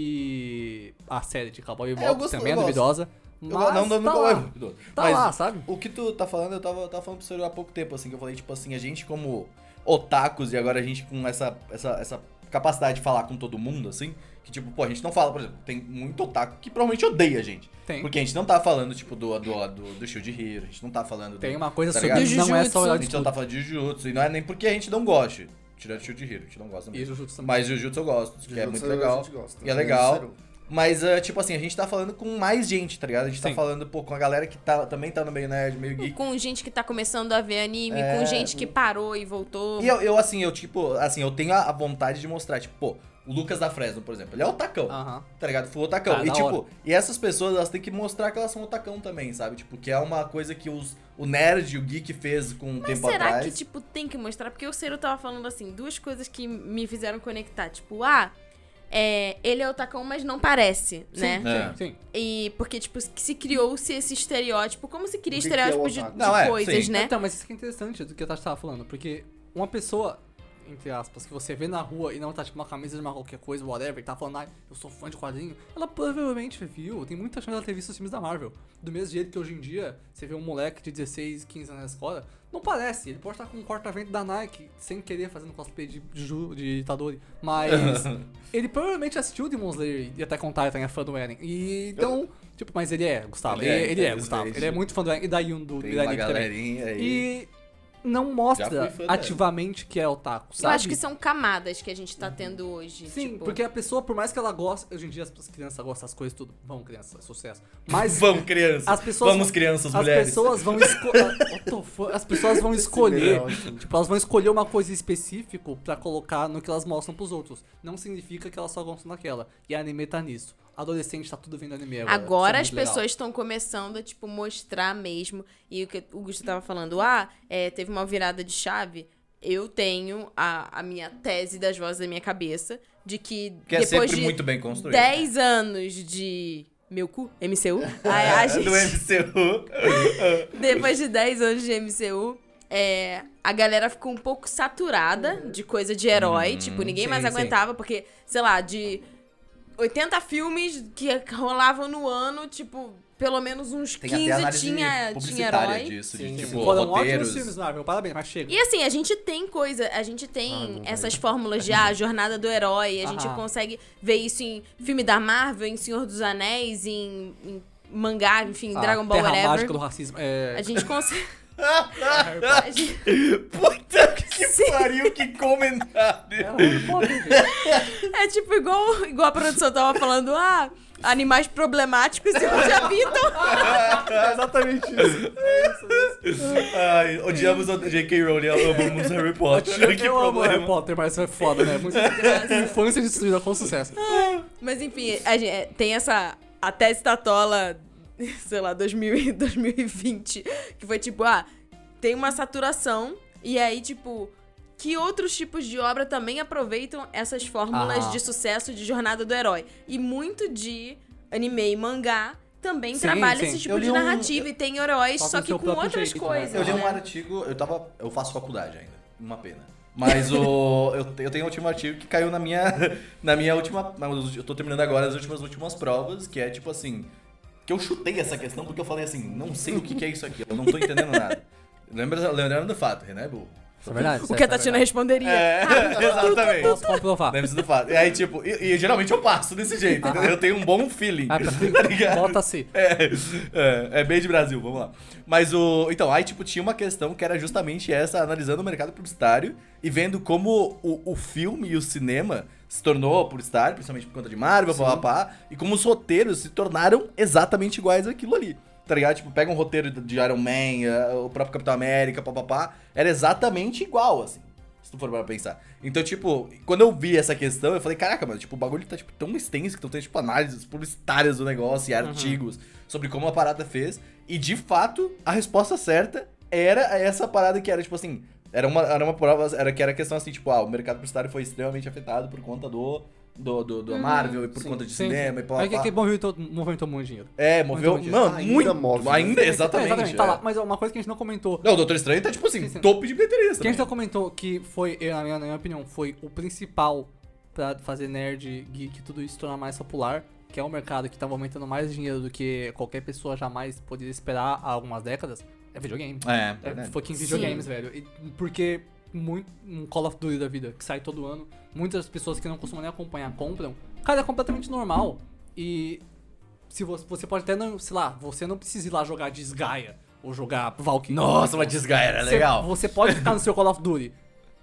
[SPEAKER 2] e a série de Cowboy Bebop
[SPEAKER 1] eu gosto- eu
[SPEAKER 2] também é
[SPEAKER 1] gosto.
[SPEAKER 2] duvidosa. Mas
[SPEAKER 1] Eu- não, não,
[SPEAKER 2] tá
[SPEAKER 1] não,
[SPEAKER 2] lá.
[SPEAKER 1] não.
[SPEAKER 2] Tá
[SPEAKER 1] Mas
[SPEAKER 2] lá, sabe?
[SPEAKER 1] O que tu tá falando, eu tava, eu tava falando pro senhor há pouco tempo, assim, que eu falei, tipo assim, a gente como otakus e agora a gente com essa, essa, essa capacidade de falar com todo mundo, assim, que tipo, pô, a gente não fala, por exemplo, tem muito otaku que provavelmente odeia a gente.
[SPEAKER 2] Tem.
[SPEAKER 1] Porque a gente não tá falando, tipo, do, do, do, do Shield Hero, a gente não tá falando
[SPEAKER 2] Tem
[SPEAKER 1] do,
[SPEAKER 2] uma coisa
[SPEAKER 1] tá
[SPEAKER 2] sobre
[SPEAKER 1] ligado?
[SPEAKER 2] não é só
[SPEAKER 1] A
[SPEAKER 2] olhar de
[SPEAKER 1] gente não tá falando de Jujutsu, e não é nem porque a gente não goste. Tirando Shield Hero, a gente não gosta
[SPEAKER 2] E
[SPEAKER 1] mesmo.
[SPEAKER 2] Jujutsu também.
[SPEAKER 1] Mas Jujutsu eu gosto, que é
[SPEAKER 4] Jujutsu
[SPEAKER 1] muito
[SPEAKER 4] a
[SPEAKER 1] legal.
[SPEAKER 4] gente gosta.
[SPEAKER 1] E é legal.
[SPEAKER 4] Zero.
[SPEAKER 1] Mas, eh, tipo assim, a gente tá falando com mais gente, tá ligado? A gente tá
[SPEAKER 2] Sim.
[SPEAKER 1] falando, pô, com a galera que tá, também tá no meio nerd, meio geek.
[SPEAKER 3] com gente que tá começando a ver anime, com gente que parou e voltou.
[SPEAKER 1] E eu, eu, assim, eu, tipo, assim, eu tenho a, a vontade de mostrar, tipo, pô, o Lucas da Fresno, por exemplo, ele é otacão,
[SPEAKER 2] Aham.
[SPEAKER 1] tá ligado? Full otacão.
[SPEAKER 2] Tá,
[SPEAKER 1] e,
[SPEAKER 2] Ah. da
[SPEAKER 1] tipo,
[SPEAKER 2] hora.
[SPEAKER 1] e essas pessoas, elas têm que mostrar que elas são otacão também, sabe? Tipo, que é uma coisa que os, o nerd, o geek fez com um
[SPEAKER 3] Mas
[SPEAKER 1] tempo
[SPEAKER 3] será
[SPEAKER 1] atrás.
[SPEAKER 3] que, tipo, tem que mostrar? Porque o Ciro tava falando assim, duas coisas que me fizeram conectar. Tipo, ah, é, ele é otacão, mas não parece, né?
[SPEAKER 1] É.
[SPEAKER 2] Sim, sim.
[SPEAKER 3] E porque, tipo, se criou-se esse estereótipo. Como se cria
[SPEAKER 4] O que que é
[SPEAKER 3] estereótipo
[SPEAKER 4] o
[SPEAKER 3] de,
[SPEAKER 4] otaku?
[SPEAKER 3] de
[SPEAKER 1] Não, é,
[SPEAKER 3] coisas,
[SPEAKER 1] sim.
[SPEAKER 3] né?
[SPEAKER 2] Então, mas isso que é interessante do que eu tava falando, porque uma pessoa, entre aspas, que você vê na rua e não tá tipo uma camisa de uma qualquer coisa, whatever, e tá falando, ah, eu sou fã de quadrinho, ela provavelmente viu, tem muita chance dela ter visto os filmes da Marvel. Do mesmo jeito que hoje em dia, você vê um moleque de 16, 15 anos na escola, não parece, ele pode estar com um corta-vento da Nike, sem querer, fazendo cosplay de, Ju- de Itadori,
[SPEAKER 1] <laughs>
[SPEAKER 2] mas ele provavelmente assistiu Demon Slayer e até contar, tá em fã do Eren. E então, tipo, mas ele é, Gustavo,
[SPEAKER 1] Ele
[SPEAKER 2] ele,
[SPEAKER 1] é,
[SPEAKER 2] ele é,
[SPEAKER 1] infelizmente.
[SPEAKER 2] Gustavo, ele é muito fã do Eren e da Yun, do,
[SPEAKER 1] Tem
[SPEAKER 2] da
[SPEAKER 1] uma
[SPEAKER 2] Nick também.
[SPEAKER 1] galerinha aí.
[SPEAKER 2] E não
[SPEAKER 1] Já
[SPEAKER 2] mostra
[SPEAKER 1] fui fã dela.
[SPEAKER 2] ativamente que é otaku,
[SPEAKER 3] Eu
[SPEAKER 2] sabe?
[SPEAKER 3] acho que são camadas que a gente tá tendo hoje.
[SPEAKER 2] Sim,
[SPEAKER 3] tipo...
[SPEAKER 2] porque a pessoa, por mais que ela goste. Hoje em dia as crianças gostam das coisas tudo. Vão, crianças, é sucesso. Mas
[SPEAKER 1] Vamos, crianças.
[SPEAKER 2] as pessoas.
[SPEAKER 1] Vamos, crianças,
[SPEAKER 2] as
[SPEAKER 1] mulheres.
[SPEAKER 2] pessoas vão ah, escolher. as pessoas vão
[SPEAKER 4] Esse
[SPEAKER 2] escolher.
[SPEAKER 4] melhor, assim.
[SPEAKER 2] Tipo, elas vão escolher uma coisa específica pra colocar no que elas mostram pros outros. Não significa que elas só gostam daquela. E a anime tá nisso. Adolescente tá tudo vendo anime agora.
[SPEAKER 3] Agora as
[SPEAKER 2] Isso é muito legal.
[SPEAKER 3] pessoas estão começando a, tipo, mostrar mesmo. E o que o Gustavo tava falando, ah, é, teve uma virada de chave. Eu tenho a, a minha tese das vozes da minha cabeça de que,
[SPEAKER 1] Que é
[SPEAKER 3] depois
[SPEAKER 1] sempre
[SPEAKER 3] de
[SPEAKER 1] muito né? bem construído.
[SPEAKER 3] 10 anos de meu cu, MCU, a, a
[SPEAKER 1] <laughs> É,
[SPEAKER 3] gente,
[SPEAKER 1] Do MCU.
[SPEAKER 3] depois de 10 anos de MCU, é, a galera ficou um pouco saturada de coisa de herói.
[SPEAKER 1] Hum,
[SPEAKER 3] tipo, ninguém
[SPEAKER 1] sim,
[SPEAKER 3] mais
[SPEAKER 1] sim.
[SPEAKER 3] aguentava, porque, sei lá, de 80 filmes que rolavam no ano, tipo, pelo menos
[SPEAKER 1] <laughs>
[SPEAKER 3] uns
[SPEAKER 1] Tem até
[SPEAKER 3] 15
[SPEAKER 1] análise
[SPEAKER 3] tinha, tinha
[SPEAKER 1] publicitária
[SPEAKER 3] herói.
[SPEAKER 1] disso,
[SPEAKER 2] Sim,
[SPEAKER 1] de tipo,
[SPEAKER 2] sim. Foram ótimos
[SPEAKER 1] roteiros. <laughs>
[SPEAKER 2] filmes, Marvel. Parabéns, mas chega.
[SPEAKER 3] E assim, a gente tem coisa, a gente
[SPEAKER 4] Ah,
[SPEAKER 3] tem
[SPEAKER 4] não vai.
[SPEAKER 3] essas fórmulas
[SPEAKER 1] é
[SPEAKER 3] de ah, jornada do herói, a gente
[SPEAKER 2] Aham.
[SPEAKER 3] consegue ver isso em filme da Marvel, em Senhor dos Anéis, em, em mangá, enfim,
[SPEAKER 1] Ah,
[SPEAKER 2] A
[SPEAKER 3] Dragon Ball,
[SPEAKER 2] terra
[SPEAKER 3] whatever.
[SPEAKER 2] mágica do racismo. É...
[SPEAKER 3] A gente consegue. <laughs> a gente-
[SPEAKER 1] Puta que
[SPEAKER 3] Sim.
[SPEAKER 1] pariu, que comentário.
[SPEAKER 2] Era um foda, gente.
[SPEAKER 3] É tipo igual, igual a produção tava falando, ah, animais problemáticos e onde habitam.
[SPEAKER 2] É exatamente isso. É isso, é isso.
[SPEAKER 1] Ai, odiamos a J.K. Rowling, amamos Harry <laughs> Potter.
[SPEAKER 2] Eu,
[SPEAKER 1] que
[SPEAKER 2] eu amo
[SPEAKER 1] problema.
[SPEAKER 2] Harry Potter, mas isso é foda, né? <laughs> Muito infância destruída com sucesso.
[SPEAKER 3] Mas enfim, a gente, é, tem essa. A tese da Tola, <laughs> sei lá, 2000, e 2020, que foi tipo, ah, tem uma saturação, e aí, tipo. Que outros tipos de obra também aproveitam essas fórmulas
[SPEAKER 2] Ah.
[SPEAKER 3] de sucesso de jornada do herói? E muito de anime e mangá também
[SPEAKER 2] Sim,
[SPEAKER 3] trabalha
[SPEAKER 2] sim.
[SPEAKER 3] esse tipo
[SPEAKER 1] Eu
[SPEAKER 3] de
[SPEAKER 1] li um-
[SPEAKER 3] narrativa e tem heróis,
[SPEAKER 2] Só
[SPEAKER 3] só
[SPEAKER 2] com
[SPEAKER 3] que
[SPEAKER 2] seu
[SPEAKER 3] com
[SPEAKER 2] próprio
[SPEAKER 3] outras
[SPEAKER 2] jeito, né?
[SPEAKER 3] coisas.
[SPEAKER 1] Eu li um
[SPEAKER 3] né?
[SPEAKER 1] artigo, eu tava. Eu faço faculdade ainda. Uma pena. Mas o. eu, te- eu tenho um último artigo que caiu na minha. Na minha última. na- Eu tô terminando agora as últimas últimas provas, que é tipo assim. Que eu chutei essa questão porque eu falei assim, não sei o que, que é isso aqui, eu não tô entendendo nada. Lembra, lembrando do fato, Renan é burro.
[SPEAKER 2] Isso é verdade.
[SPEAKER 3] O que a Tatiana responderia.
[SPEAKER 1] É, <laughs> exatamente.
[SPEAKER 2] Posso comprovar.
[SPEAKER 1] Lembre-se do fato. é E aí, tipo, e, e geralmente eu passo desse jeito, entendeu? Eu tenho um bom
[SPEAKER 2] <laughs>
[SPEAKER 1] feeling.
[SPEAKER 2] Ah, tá.
[SPEAKER 1] <laughs> tá ligado?
[SPEAKER 2] Bota-se.
[SPEAKER 1] É, é, é bem de Brasil, vamos lá. Mas o. Então, aí, tipo, tinha uma questão que era justamente essa, analisando o mercado publicitário e vendo como o, o filme e o cinema se tornou publicitário, principalmente por conta de Marvel, pá, pá, pá, e como os roteiros se tornaram exatamente iguais àquilo ali. Tá ligado? Tipo, pega um roteiro de Iron Man, eh, o próprio Capitão América, papapá, era exatamente igual, assim. Se tu for para pensar. Então, tipo, quando eu vi essa questão, eu falei, caraca, mano, tipo, o bagulho tá tipo, tão extenso que estão tendo, tipo, análises publicitárias do negócio e
[SPEAKER 2] Uhum.
[SPEAKER 1] artigos sobre como a parada fez. E de fato, a resposta certa era essa parada que era, tipo assim, era uma, era uma prova, era que era questão assim, tipo, ah, o mercado publicitário foi extremamente afetado por conta do. Do, do, do Marvel e por
[SPEAKER 4] Sim,
[SPEAKER 1] conta de
[SPEAKER 2] Uhum. sim,
[SPEAKER 1] cinema e pá,
[SPEAKER 2] Mas é
[SPEAKER 1] pá,
[SPEAKER 2] que,
[SPEAKER 1] pá.
[SPEAKER 2] que movimentou, movimentou muito dinheiro.
[SPEAKER 1] É, moveu.
[SPEAKER 2] Muito
[SPEAKER 1] Mano,
[SPEAKER 4] dinheiro.
[SPEAKER 1] muito.
[SPEAKER 4] Ainda move, né?
[SPEAKER 1] ainda,
[SPEAKER 4] É,
[SPEAKER 1] exatamente.
[SPEAKER 2] É, exatamente. Tá
[SPEAKER 1] é.
[SPEAKER 2] lá. Mas ó, uma coisa que a gente não comentou.
[SPEAKER 1] Não, o Doutor Estranho tá, tipo assim,
[SPEAKER 2] Sim, sim.
[SPEAKER 1] topo de bilheteria.
[SPEAKER 2] Que a gente
[SPEAKER 1] também.
[SPEAKER 2] não comentou que foi, eu, na, minha, na minha opinião, foi o principal pra fazer nerd, geek, tudo isso tornar mais popular. Que é um mercado que tava aumentando mais dinheiro do que qualquer pessoa jamais poderia esperar há algumas décadas. É videogame.
[SPEAKER 1] É,
[SPEAKER 2] É,
[SPEAKER 1] verdade.
[SPEAKER 2] fucking videogames, velho. E porque muito, um Call of Duty da vida, que sai todo ano, muitas pessoas que não costumam nem acompanhar compram. Cara, é completamente normal. E se você, você pode até não, sei lá, você não precisa ir lá jogar de Desgaia ou jogar Valkyrie.
[SPEAKER 1] Nossa, uma desgaia, era
[SPEAKER 2] Você-
[SPEAKER 1] é legal.
[SPEAKER 2] Você pode ficar no seu Call of Duty.